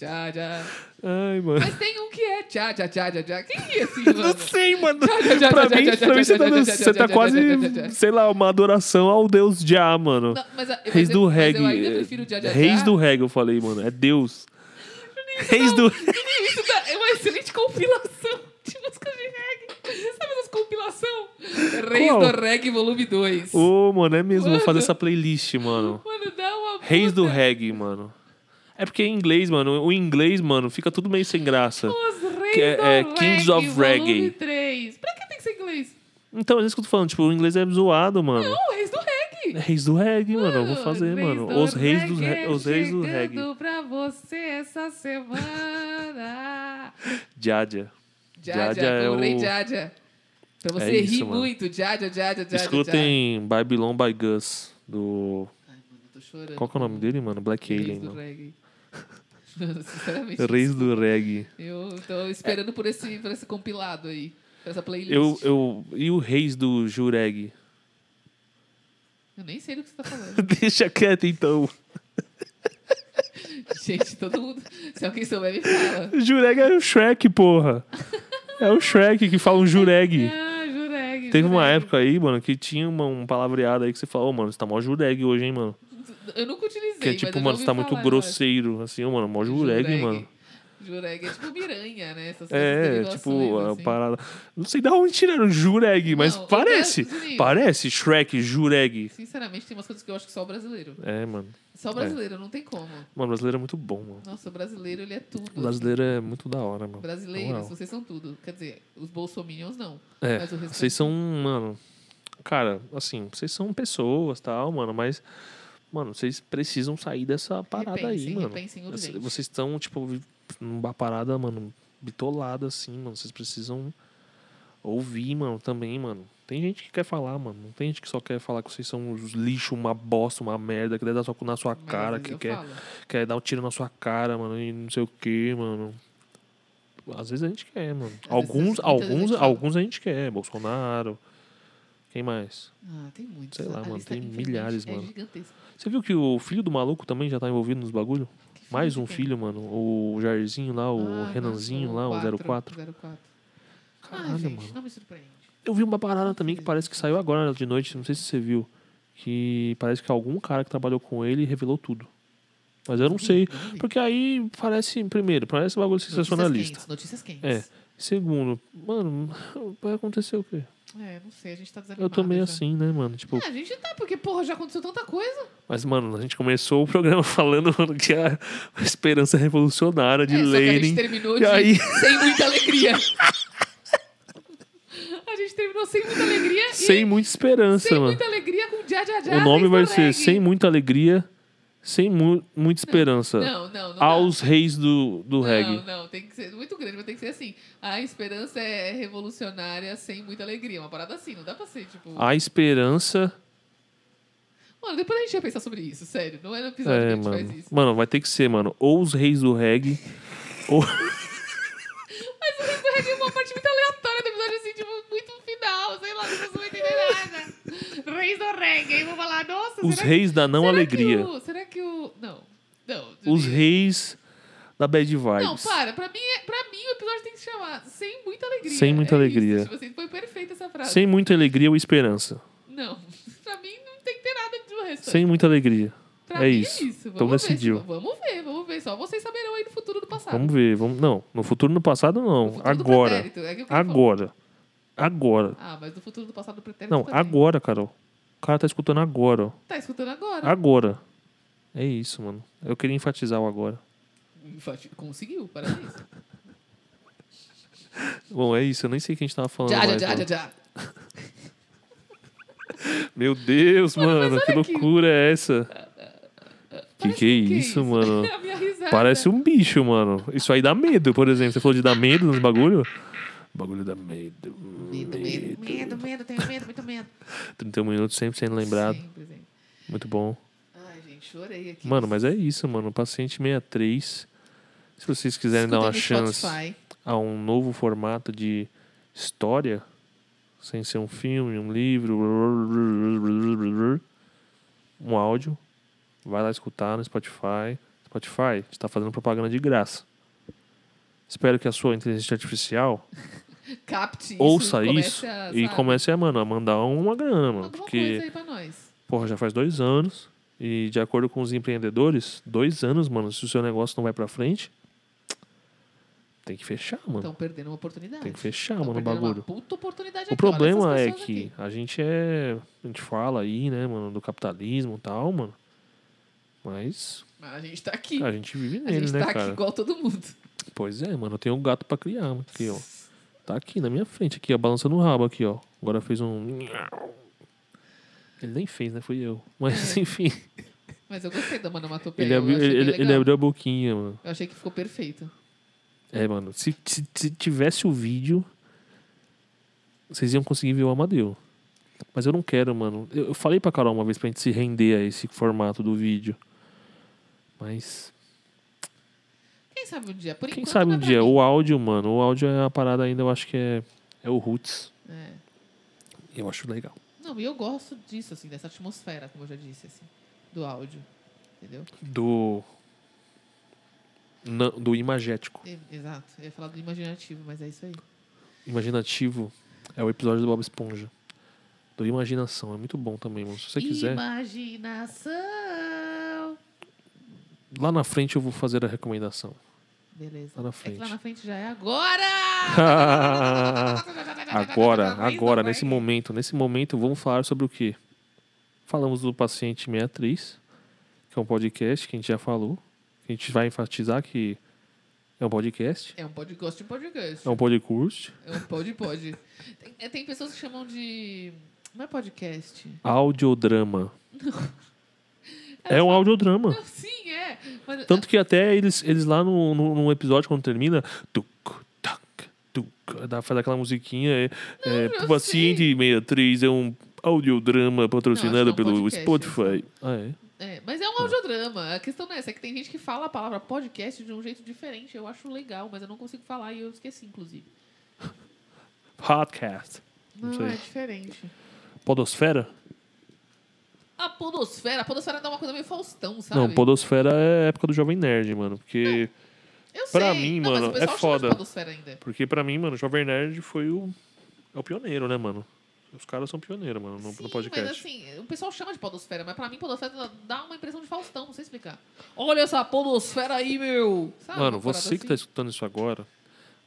já, já.
Ai, mano.
Mas tem um que é já, já, já, já, já. Quem é esse,
Eu Não
mano?
sei, mano.
Já, já,
Pra
já,
mim,
já, já,
pra mim,
já,
você tá
já,
dando-
já, já,
você tá
já, já, já, já,
quase,
já.
sei lá, uma adoração ao deus Já, mano.
Não, mas, a- mas
Reis
eu-
do
mas
reggae.
Eu ainda prefiro já, já,
Reis
já.
do reggae, eu falei, mano. É Deus. Reis
tá *laughs*
do.
Isso dá- é uma excelente compilação de músicas de reggae. Sabe essas compilação? Reis
Qual?
do Reggae Volume 2.
Ô, mano, é mesmo. Vou fazer
Mano.
essa playlist, mano.
Mano, dá uma
Reis do
puta-
reggae, mano. É porque em inglês, mano, o inglês, mano, fica tudo meio sem graça.
Os Reis
Que é-
do
é Kings of
Reggae.
Reggae.
Volume 3. Pra que tem que ser inglês?
Então, é isso que eu tô falando, tipo, o inglês é zoado, mano.
Não, Reis do Reggae.
É Reis do reggae, mano, eu vou fazer,
Reis
mano.
do
Os reis do
Reggae
reggae, os reis do reggae.
Chegando pra você essa semana.
Jaja.
Jaja,
*laughs* Jaja é
com o Rei
o- É
Jaja. Pra você
isso,
rir
mano.
muito. Jaja, Jaja, Jaja.
Escutem Babylon by Gus do
Ai, mano, eu tô chorando.
Qual que é o nome dele, mano? Black
Reis
Alien.
do
mano. *laughs*
reggae. Mano, sinceramente.
Reis do reggae.
Eu tô esperando por, esse, por esse compilado aí. Por essa playlist.
Eu, eu e o reis do Jureg.
Eu nem sei do que você tá falando.
*laughs*
*laughs*
Deixa quieto então.
Gente, todo mundo. Se alguém souber, me fala.
Jureg é o Shrek, porra. É o Shrek que fala um Jureg.
Ah, Jureg.
Teve uma
Jureg.
época aí, mano, que tinha uma, um palavreado aí que você falou, mano, você tá mó jureg hoje, hein, mano.
Eu nunca utilizei.
Que é
mas eu
tipo,
já
mano,
ouvi
você tá muito
falar,
grosseiro, assim, ó, mano, mó
eu acho.
jureg, mano.
Jureg é tipo miranha, né? Essas
É,
coisas
tipo, a
derivações, assim.
parada. Não sei de onde tiraram jureg, mas
Não, é os
parece.
brasileiros.
Parece Shrek, jureg.
Sinceramente, tem umas coisas que eu acho que só o brasileiro.
É, mano.
Só o brasileiro, não tem como.
Mano, o brasileiro é muito bom, mano.
Nossa, o brasileiro, ele é tudo.
O brasileiro é muito da hora, mano. Na
Brasileiros,
moral.
vocês são tudo. Quer dizer, os bolsominions não.
É,
mas o restante-
vocês são, mano. Cara, assim, vocês são pessoas tal, mano, mas. Mano, vocês precisam sair dessa parada
repensem,
aí, mano.
repensem
Vocês-
urgente.
Vocês estão, tipo, vi- numa parada, mano, bitolada, assim, mano. Vocês precisam ouvir, mano, também, mano. Tem gente que quer falar, mano. Não tem gente que só quer falar que vocês são uns lixo, uma bosta, uma merda, que deve dar só na sua
Mas às
é um cara,
vezes
que
eu
quer,
falo.
quer dar um tiro na sua cara, mano, e não sei o que, mano. Às vezes a gente quer, mano. alguns,
muitas vezes
alguns,
a gente
alguns a gente quer. Bolsonaro. Quem mais?
Ah, tem muitos.
Sei lá,
A
mano,
lista,
tem
infelizmente,
milhares,
é
mano.
gigantesca.
Você viu que o filho do maluco também já tá envolvido nos bagulho?
Que
Mais
filho
um
que tem?
filho, mano. O Jairzinho lá, o
Ah,
Renanzinho lá,
nossa,
o 04.
04.
Caralho,
Ai, gente,
mano.
não me surpreende.
Eu vi uma parada também que parece que saiu agora de noite, não sei se você viu. Que parece que algum cara que trabalhou com ele revelou tudo. Mas eu não sei.
vi.
Porque aí parece, primeiro, parece um bagulho sensacionalista.
Notícias quentes.
É.
Notícias quentes.
Segundo, mano, vai acontecer o quê?
É. não sei, a gente tá desanimado.
Eu tô meio
já.
assim, né, mano? Tipo,
Ah, a gente tá, porque, porra, já aconteceu tanta coisa.
mas, mano, a gente começou o programa *laughs* falando mano, que a esperança revolucionária de
é, só que a gente
Lenin.
terminou
E
de...
aí-
*laughs* sem muita alegria. a gente terminou sem muita alegria e
Sem muita esperança,
sem
mano.
muita alegria com já, já, já.
O nome
fez
vai
no
ser
reggae.
Sem Muita Alegria, Sem mu- Muita Esperança.
Não, não, não. dá.
aos reis do, do reggae.
Não, não, tem que ser muito grande, mas tem que ser assim. A esperança é revolucionária sem muita alegria. Uma parada assim, não dá pra ser, tipo.
A esperança.
Mano, depois a gente vai pensar sobre isso, sério. Não é no episódio que a
É,
gente faz
mano.
isso.
Mano, vai ter que ser, mano. Ou os reis do
*laughs*
reggae. ou...
Mas o Reis do Reggae é uma parte muito aleatória do episódio, assim, tipo, muito final, sei lá, as pessoas não vão entender nada. Reis do Reggae, eu vou falar, nossa,
Os
será
reis da não
será
alegria.
Que o, será que o. Não, não.
Os
Juninho.
reis da bad vibes.
Não, para, pra mim, é- pra mim o episódio tem que se chamar Sem Muita Alegria.
Sem Muita
É
Alegria.
Isso, tipo assim, foi perfeita essa frase. *laughs*
Sem muita alegria ou esperança.
Não, pra mim não tem que ter nada do restante.
Sem muita alegria.
Pra
é
mim
isso.
Vamos
Então
ver se-
decidiu.
Vamos ver, vamos ver. Só vocês saberão aí no futuro do passado.
Vamos ver, vamos. Não, no futuro no passado não.
Tá. No futuro do
agora.
pretérito, é que eu quero
Agora. Agora.
falar. Ah, mas no futuro do passado do pretérito.
Não,
também.
agora, Carol. O cara tá escutando agora, ó.
Tá escutando agora.
Agora. É isso, mano. Eu queria enfatizar o agora.
Infati- Conseguiu,
*laughs*
parabéns.
Bom, é isso. Eu nem sei o que a gente tava falando.
já, já,
mais,
já,
mano.
já, já.
Meu Deus,
Mano, mas
mano. Que
olha aqui.
loucura é essa? Que
Parece
que é isso,
*laughs*
mano?
A minha risada.
Parece um bicho, mano. Isso aí dá medo, por exemplo. Você falou de dar medo nos bagulho? Bagulho dá medo.
Medo, medo, medo, medo, tenho medo, muito medo.
31 minutos sempre sendo lembrado.
Sempre, sempre.
Muito bom.
Ai, gente, chorei aqui.
Mano, mas é isso, mano. Paciente 63. Se vocês quiserem dar uma
Escutem no
chance
Spotify.
a um novo formato de história, sem ser um filme, um livro, um áudio, vai lá escutar no Spotify. Spotify está fazendo propaganda de graça. Espero que a sua inteligência artificial
Capte isso.
ouça
comece
isso
a,
e
sabe,
comece a, mano, a mandar uma grana, mano.
Tá Alguma
porque...
coisa aí pra nós.
Porra, já faz dois anos. E de acordo com os empreendedores, dois anos, mano, se o seu negócio não vai pra frente, tem que fechar, mano.
Estão perdendo uma oportunidade.
tem que fechar,
Tão
mano, o
Então, é. Tá perdendo
bagulho.
Uma puta oportunidade
O
aqui, olha essas
problema é
pessoas
que
aqui.
a gente é. A gente fala aí, né, mano, do capitalismo e tal, mano. Mas
Mas a gente tá aqui.
a gente vive
A
nele,
gente tá
né,
aqui
cara?
igual todo mundo.
Pois é, mano, eu tenho um gato pra criar, mano. Aqui, ó. Tá aqui na minha frente, aqui, ó, balançando o rabo aqui, ó. Agora fez um. Ele nem fez, né? Fui eu. Mas, *laughs* enfim.
Mas eu gostei da onomatopeia.
Ele abriu,
É, eu, achei
ele,
bem
ele- ele
legal.
abriu a boquinha, mano.
eu achei que ficou perfeito.
É, mano. Se, se- se tivesse o vídeo, vocês iam conseguir ver o Amadeu. Mas eu não quero, mano. Eu, eu falei pra Carol uma vez pra gente se render a esse formato do vídeo. Mas,
Quem sabe um dia? Por
quem
enquanto,
sabe um
não é pra
dia?
mim.
O áudio, mano. O áudio é uma parada ainda, eu acho que é, é o Roots.
É.
Eu acho legal.
Não, e eu gosto disso, assim, dessa atmosfera, como eu já disse, assim, do áudio. Entendeu?
Do. na- do imagético.
E- Exato. Eu ia falar do imaginativo, mas é isso aí.
Imaginativo é o episódio do Bob Esponja. Do Imaginação. É muito bom também, mano. Se você quiser.
Imaginação.
Lá na frente eu vou fazer a recomendação. *laughs*
Beleza.
Lá na
É que lá
frente.
na frente já é agora!
*laughs* agora,
Mas
agora,
não
nesse
vai.
momento, nesse momento, vamos falar sobre o quê? Falamos do paciente 63, que é um podcast que a gente já falou. que A gente vai enfatizar que é um podcast,
É um podcast de podcast.
é um podcast,
*laughs* É um pod pod. Tem, é, tem pessoas que chamam de. Não é podcast.
audiodrama. É um audiodrama.
Não, sim, é. Mas,
Tanto que até eles, eles lá no, no, no episódio, quando termina, tuc, tac, tuc, dá- faz aquela musiquinha. É, é,
eu
paciente 63 é um audiodrama patrocinado
Não, acho que é um
pelo
podcast,
Spotify. Ah, é?
é, mas é um audiodrama. A questão não é essa, é que tem gente que fala a palavra podcast de um jeito diferente. Eu acho legal, mas eu não consigo falar e eu esqueci, inclusive.
Podcast.
Não,
sei.
é diferente.
Podosfera?
A podosfera, a podosfera dá uma coisa meio Faustão, sabe?
Não, Podosfera é a época do Jovem Nerd, mano. Porque,
Eu sei.
pra mim,
não,
mano,
mas o
é
pessoal chama de
foda.
podosfera ainda.
porque pra mim, mano, o Jovem Nerd foi o. É o pioneiro, né, mano? Os caras são pioneiros, mano, no, no
Sim,
podcast.
mas assim, o pessoal chama de podosfera, mas pra mim podosfera dá uma impressão de Faustão, não sei explicar. Olha essa podosfera aí, meu! Sabe,
mano,
uma parada assim?
você que tá escutando isso agora,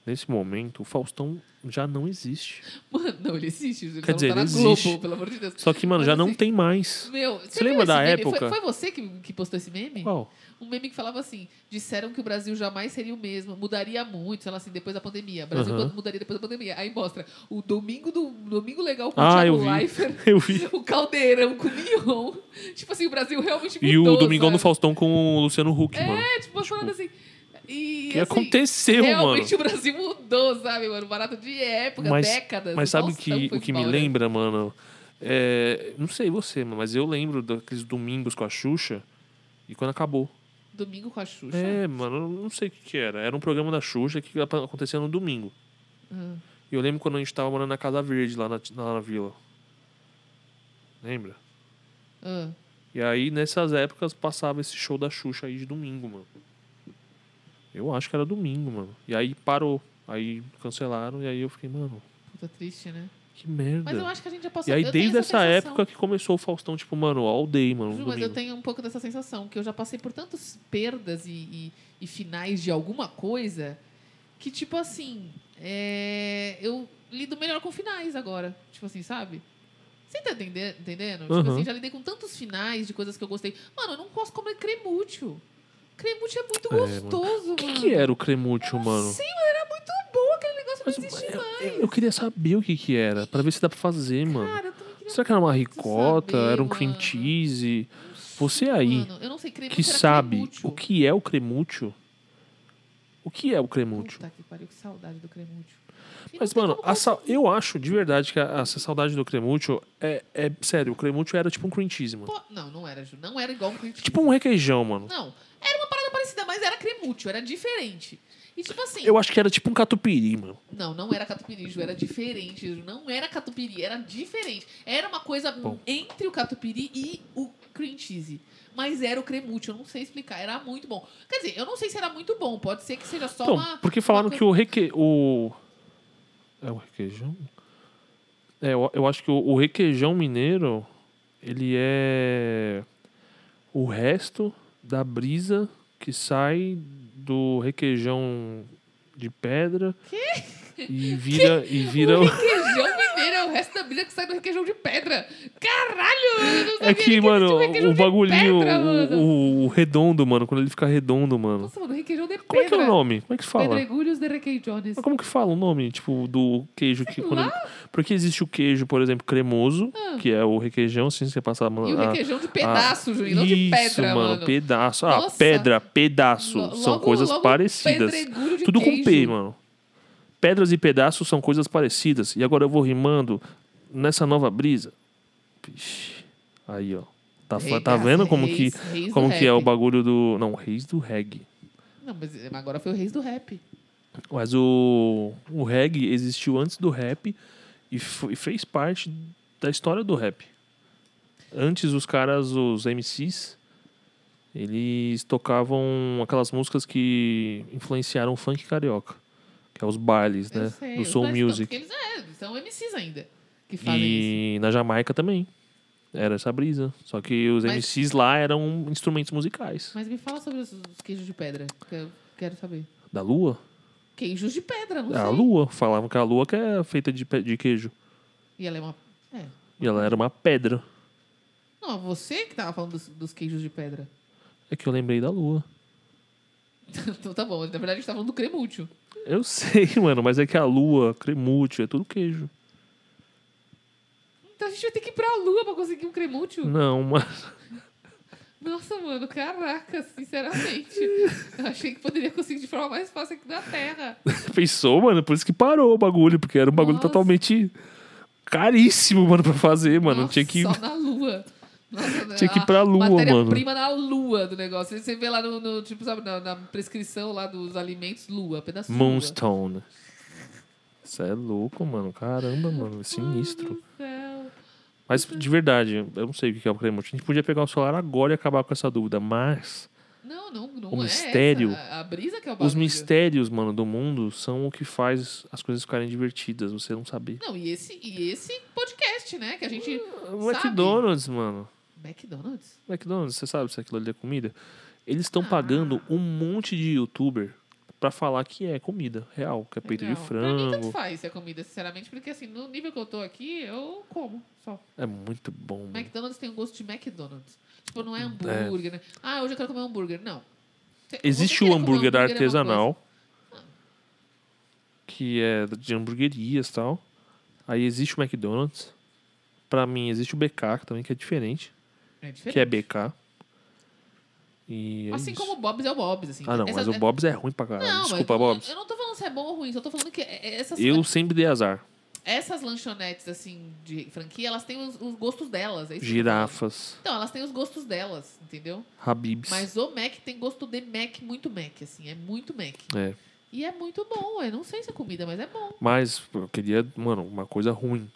nesse momento, o Faustão já não existe.
*laughs* Mano, não, ele existe. Ele
Quer
não
dizer,
tá na
ele
Globo,
existe.
pelo amor de Deus.
Só que, mano,
Mas
já
assim,
não tem mais.
Meu, você,
lembra
viu
da
esse meme? Foi-
época?
Foi, você que, que postou esse meme?
Qual?
Um meme que falava assim: disseram que o Brasil jamais seria o mesmo, mudaria muito, sei lá assim, depois da pandemia. O Brasil
Aham.
mudaria depois da pandemia. Aí mostra o domingo do domingo legal com o
Ah, eu
Thiago
vi.
Leifert,
*laughs* Eu vi.
o caldeirão com o Mignon. Tipo assim, o Brasil realmente mudou.
E o Domingão do
sabe?
Faustão com o Luciano Huck, mano.
né? É, tipo, umas paradas assim. E,
O que
assim,
aconteceu, mano?
Realmente o Brasil mudou, sabe, mano? Barato de época,
Mas-
décadas.
Mas sabe o
Faustão
que,
foi
o que me
embora.
lembra, mano? É, não sei você, mano, mas eu lembro daqueles domingos com a Xuxa e quando acabou.
Domingo com a Xuxa.
É, mano, eu não sei o que, que era. Era um programa da Xuxa que apa- acontecia no domingo.
Ah.
E eu lembro quando a gente tava morando na Casa Verde, lá na, lá na vila. Lembra?
Ah.
E aí, nessas épocas, passava esse show da Xuxa aí de domingo, mano. Eu acho que era domingo, mano. E aí parou. Aí cancelaram, e aí eu fiquei, mano,
Puta triste, né?
Que merda.
Mas eu acho que a gente já passou
E aí,
eu tenho
desde essa,
sensação.
época que começou o Faustão, tipo, mano, all day, mano.
Ju,
no
mas eu
domingo.
tenho um pouco dessa sensação, que eu já passei por tantas perdas e, e- e finais de alguma coisa, que, tipo assim, é, eu lido melhor com finais agora. Tipo assim, sabe? Você tá entende- entendendo? Tipo
Uhum.
assim, já lidei com tantos finais de coisas que eu gostei. Mano, eu não posso comer cremútil. Cremútil é muito
É,
gostoso, mano.
O que, que era o cremútil, mano?
Sim, mas era muito bom aquele negócio,
Mas,
não existe
eu,
mais.
eu- eu queria saber o que que era, pra ver se dá pra fazer, mano.
Cara, eu também queria
Será que era uma
muito
ricota?
saber,
era um cream
mano.
cheese? Você aí,
Mano, eu não sei, cremútil
que
era
sabe
cremútil.
o que é o cremútil, o que é o cremútil?
Puta que pariu, que saudade do cremútil. E
Mas,
não tem
mano,
como
a sa- eu acho de verdade que a, essa saudade do cremútil é, é- Sério, o cremútil era tipo um cream cheese, mano.
Pô, não, não era, Ju. Não era igual um cream cheese.
Tipo um requeijão, mano.
Não. Era uma parada parecida, mas era cremútil, era diferente. E tipo assim.
Eu acho que era tipo um catupiry, mano.
Não, não era catupiry, Ju. Era diferente, Ju. Não era catupiry, era diferente. Era uma coisa
Bom.
entre o catupiry e o cream cheese. Mas era o cremútil, eu não sei explicar. Era muito bom. Quer dizer, eu não sei se era muito bom. Pode ser que seja só
Então,
uma.
porque falaram
uma
que o reque... O... É o requeijão? É, eu, eu acho que o, o requeijão mineiro, ele é o resto da brisa que sai do requeijão de pedra e vira e vira
*laughs* O
o-
requeijão mineiro é o resto da brilha que sai do requeijão de pedra. Caralho! eu não
É
sabia
que,
existia
mano,
requeijão
o
de
bagulhinho,
pedra,
o-
mano.
o, o redondo, mano, quando ele fica redondo, mano.
Nossa, mano, requeijão de pedra.
Como é que é o nome? Como é que fala?
Pedregulhos de requeijones.
Mas como que fala o nome, tipo, do queijo que
Sei
quando
lá.
ele- Porque existe o queijo, por exemplo, cremoso,
Ah.
que é o requeijão, assim, você passa a mão.
E o
a-
requeijão de pedaço, Ju, e não de
ah, Isso,
pedra, mano.
pedaço. Ah,
Nossa.
pedra, pedaço.
Lo-
são
logo-
coisas
logo
parecidas.
pedregulho de
Tudo com P,
queijo.
mano. Pedras e pedaços são coisas parecidas. E agora eu vou rimando nessa nova brisa. Vixe. Aí, ó. Tá, fa-
Reis,
tá vendo como
reis,
que,
reis do
como que é o
rap.
bagulho do. Não, reis do reggae.
Não, mas mas agora foi o reis do rap.
Mas o, o reggae existiu antes do rap e, fo- e fez parte da história do rap. Antes, os caras, os MCs, eles tocavam aquelas músicas que influenciaram o funk carioca, que é os bailes,
Eu
né?
sei,
do
os
soul
Black Tone,
music.
porque Eles é, são MCs ainda que fazem isso.
E na Jamaica também. Era essa brisa. Só que os
Mas-
MCs lá eram instrumentos musicais.
Mas me fala sobre os os queijos de pedra, que eu quero saber.
Da lua? É
Queijos de pedra, não
A
sei.
lua. Falavam que a lua que é feita de, pe- de queijo.
E ela é uma... É.
E ela era uma pedra.
Não, é você que tava falando dos, dos queijos de pedra. *laughs*
É que eu lembrei da lua.
então tá bom, na verdade a gente tá falando do cremútil.
Eu *laughs* sei, mano, mas é que a lua, cremútil, é tudo queijo.
Então a gente vai ter que ir pra lua pra conseguir um cremútil?
Não, *laughs* mas.
Nossa, mano, caraca, sinceramente. Eu achei que poderia conseguir de forma mais fácil aqui da Terra.
Pensou, mano? Por isso que parou o bagulho, porque era um bagulho
Nossa.
totalmente caríssimo, mano, pra fazer, mano.
Nossa,
Tinha que.
Só na Lua.
*laughs*
Nossa, né?
Tinha que ir
a
pra Lua, mano.
Matéria-prima na Lua do negócio. Você vê lá no, no- tipo, sabe, na, na prescrição lá dos alimentos, Lua, pedaço de Lua.
Moonstone. Isso é louco, mano. Caramba, mano. é Sinistro.
Céu.
Mas de verdade, eu não sei o que é o cremútil. A gente podia pegar o celular agora e acabar com essa dúvida, mas.
Não, não, não
O
é
mistério.
essa. A, a brisa que é o bagulho.
Os mistérios, mano, do mundo são o que faz as coisas ficarem divertidas, você não saber.
Não, e esse, e esse podcast, né? Que a gente...
O McDonald's, mano.
McDonald's?
McDonald's, você sabe se aquilo ali é comida? Eles estão
Ah.
pagando um monte de youtuber pra falar que é comida real, que é peito
Legal.
de
Pra mim, tanto
frango.
faz a comida, sinceramente. Porque, assim, no nível que eu tô aqui, eu como só.
É muito bom. mano.
McDonald's tem um gosto de McDonald's. Tipo, não é hambúrguer, né? Ah, hoje eu quero comer hambúrguer. Não. Você- você
Existe
querer
o
comer
hambúrguer
é uma coisa. Ah.
artesanal, que é de hamburguerias e tal. Aí existe o McDonald's. Pra mim, existe o BK também, que é diferente.
É diferente.
Que é BK. E é
Assim
isso.
como o Bob's é o Bob's, assim.
Ah, não,
Essa-
mas o Bob's é ruim pra caralho.
Não, mas
Desculpa,
eu-
Bob's.
Eu não tô falando se é bom ou ruim, só tô falando que é- é- essas,
Eu sempre dei azar.
essas lanchonetes, assim, de franquia, elas têm os, os gostos delas. É isso que eu tô falando.
Girafas,
Então, elas têm os gostos delas, entendeu?
Habibs.
Mas o Mac tem gosto de Mac, muito Mac, assim. É muito Mac.
É.
E é muito bom. Eu não sei se é comida, mas é bom.
Mas eu queria, mano, uma coisa ruim.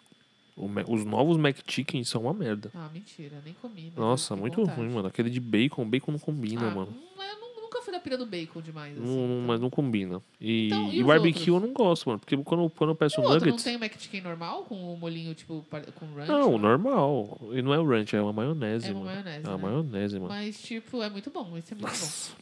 O Ma- os novos McChicken são uma merda.
Ah, mentira, nem comi. mas eu
Nossa,
fiquei com
muito
vontade.
ruim, mano. Aquele de bacon, bacon não combina,
Ah,
mano.
não- Eu nu- nunca fui da pira do bacon demais. Assim.
Não- não- mas não combina. E,
Então, e
e
os
barbecue eu
outros?
não gosto, mano. Porque quando, quando eu peço
O
um
outro não
nuggets.
tem o McChicken normal com o molhinho, tipo, par- com ranch?
Não,
né?
normal. E não é o ranch, é uma maionese,
É uma
mano.
maionese,
é uma
né?
maionese, mano.
Mas, tipo, é muito bom. Esse é muito
Nossa.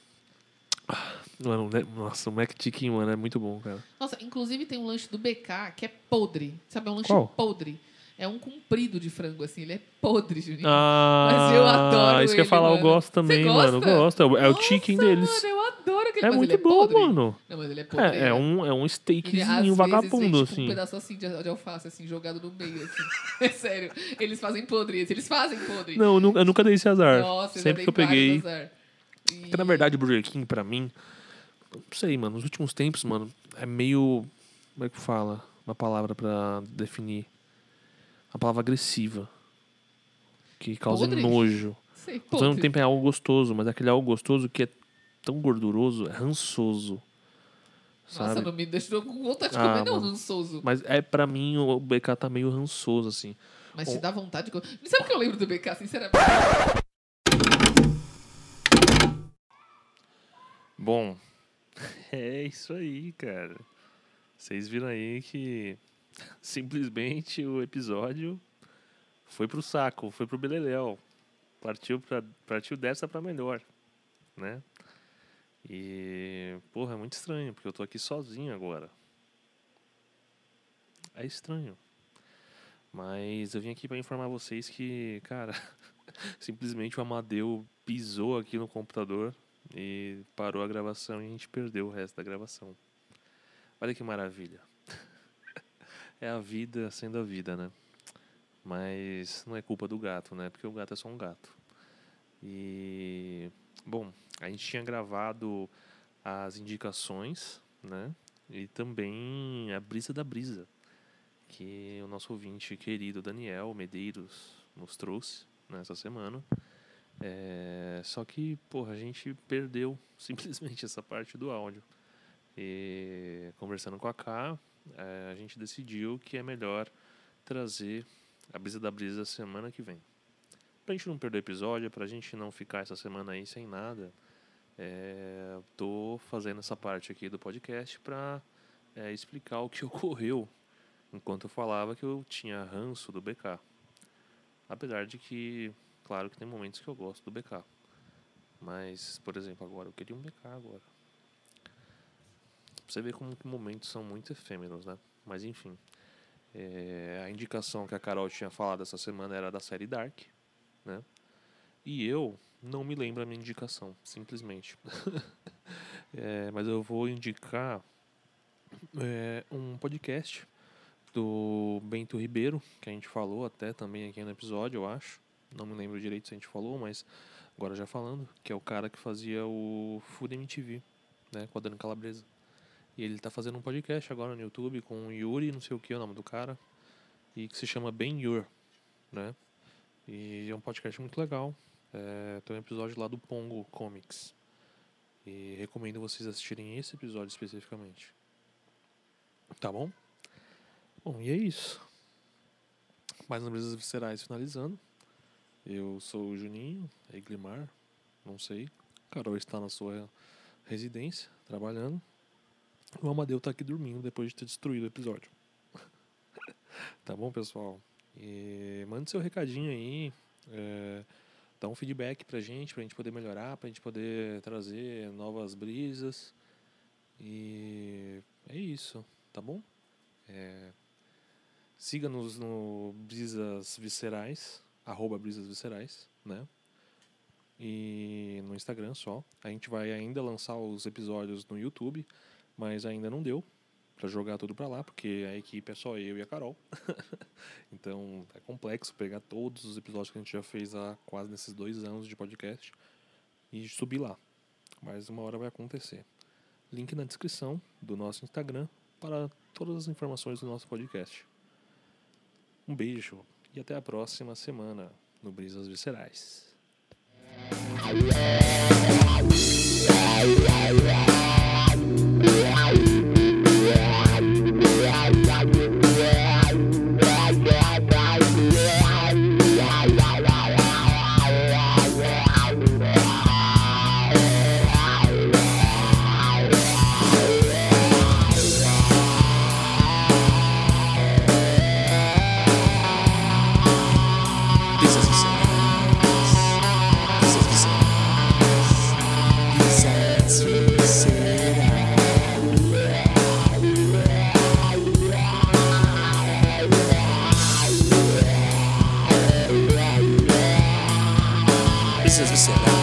Mano, né? Nossa, o Mac Chicken, mano, é muito bom, cara.
bom. Nossa, inclusive tem um lanche do BK que é podre. Sabe, é um lanche
Qual?
podre. É um comprido de frango, assim. Ele é podre, Juninho.
Ah,
*laughs* Mas eu adoro
Isso que eu ia
ele,
falar, eu
mano.
gosto
Você
também,
gosta?
mano. Eu gosto. É o- É o
Nossa,
chicken deles.
Mano, eu adoro aquele
É
mas
muito
ele
bom,
podre.
mano.
Não, mas ele é podre.
É, é
né?
um, é um
Ele, às
steakzinho
vezes, vem,
vagabundo,
tipo,
assim.
Um pedaço assim de, de alface, assim, jogado no meio, assim. *laughs* É sério. Eles fazem podre. esse, Eles fazem podre.
Não, eu nunca, eu nunca dei esse azar.
Nossa, já
Sempre
dei
que eu peguei.
vários azar. E-
Porque, na verdade, o Burger King, pra mim, não sei, mano, nos últimos tempos, mano, é meio. Como é que fala? Uma palavra pra definir. Uma palavra agressiva. Que causa
Podre?
nojo.
Sei,
Podre. Usando
podre.
tempo é algo gostoso, mas é aquele algo gostoso que é tão gorduroso, é rançoso. Sabe?
Nossa, não me deixou com vontade de
Ah,
comer, não,
mano.
rançoso.
Mas é pra mim, o BK tá meio rançoso, assim.
Mas
Ou-
te dá vontade de comer. Sabe o que eu lembro do BK, sinceramente?
Bom, *laughs* é isso aí, cara. Vocês viram aí que *laughs* simplesmente o episódio foi pro saco, foi pro beleléu. Partiu, pra, partiu dessa pra melhor, né? E, porra, é muito estranho, porque eu tô aqui sozinho agora. É estranho. Mas eu vim aqui pra informar vocês que, cara, *laughs* simplesmente o Amadeu pisou aqui no computador e parou a gravação e a gente perdeu o resto da gravação. Olha que maravilha. *laughs* É a vida sendo a vida, né? Mas não é culpa do gato, né? Porque o gato é só um gato. E. Bom, a gente tinha gravado as indicações, né? E também a brisa da brisa, que o nosso ouvinte querido Daniel Medeiros nos trouxe nessa semana. É, só que, porra, a gente perdeu *laughs* simplesmente essa parte do áudio. E conversando com a K, é, a gente decidiu que é melhor trazer a brisa da brisa semana que vem. Pra gente não perder episódio, pra gente não ficar essa semana aí sem nada, é, tô fazendo essa parte aqui do podcast pra é, explicar o que *laughs* ocorreu enquanto eu falava que eu tinha ranço do BK. Apesar de que Claro que tem momentos que eu gosto do BK. Mas, por exemplo, agora eu queria um BK agora. Pra você ver como que momentos são muito efêmeros, né? Mas enfim. É, a indicação que a Carol tinha falado essa semana era da série Dark, né? E eu não me lembro a minha indicação, simplesmente. *laughs* É, mas eu vou indicar é, um podcast do Bento Ribeiro, que a gente falou até também aqui no episódio, eu acho não me lembro direito se a gente falou, mas agora já falando, que é o cara que fazia o Food MTV, né, com a Dani Calabresa. E ele tá fazendo um podcast agora no YouTube com o Yuri, não sei o que é o nome do cara, e que se chama Ben Yur, né? E é um podcast muito legal. É, tem um episódio lá do Pongo Comics. E recomendo vocês assistirem esse episódio especificamente. Tá bom? Bom, e é isso. Mais notícias viscerais finalizando. Eu sou o Juninho, Eglimar, não sei. Carol está na sua residência, trabalhando. O Amadeu tá aqui dormindo depois de ter destruído o episódio. *laughs* tá bom, pessoal? E mande seu recadinho aí. é, dá um feedback pra gente, pra gente poder melhorar, pra gente poder trazer novas brisas. E é isso, tá bom? É, Siga-nos no Brisas Viscerais, arroba Brisas Viscerais, né? E no Instagram só. A gente vai ainda lançar os episódios no YouTube, mas ainda não deu pra jogar tudo pra lá, porque a equipe é só eu e a Carol. *laughs* então é complexo pegar todos os episódios que a gente já fez há quase nesses dois anos de podcast e subir lá. Mas uma hora vai acontecer. Link na descrição do nosso Instagram para todas as informações do nosso podcast. Um beijo e até a próxima semana no Brisas Viscerais.
Brisas viscerais.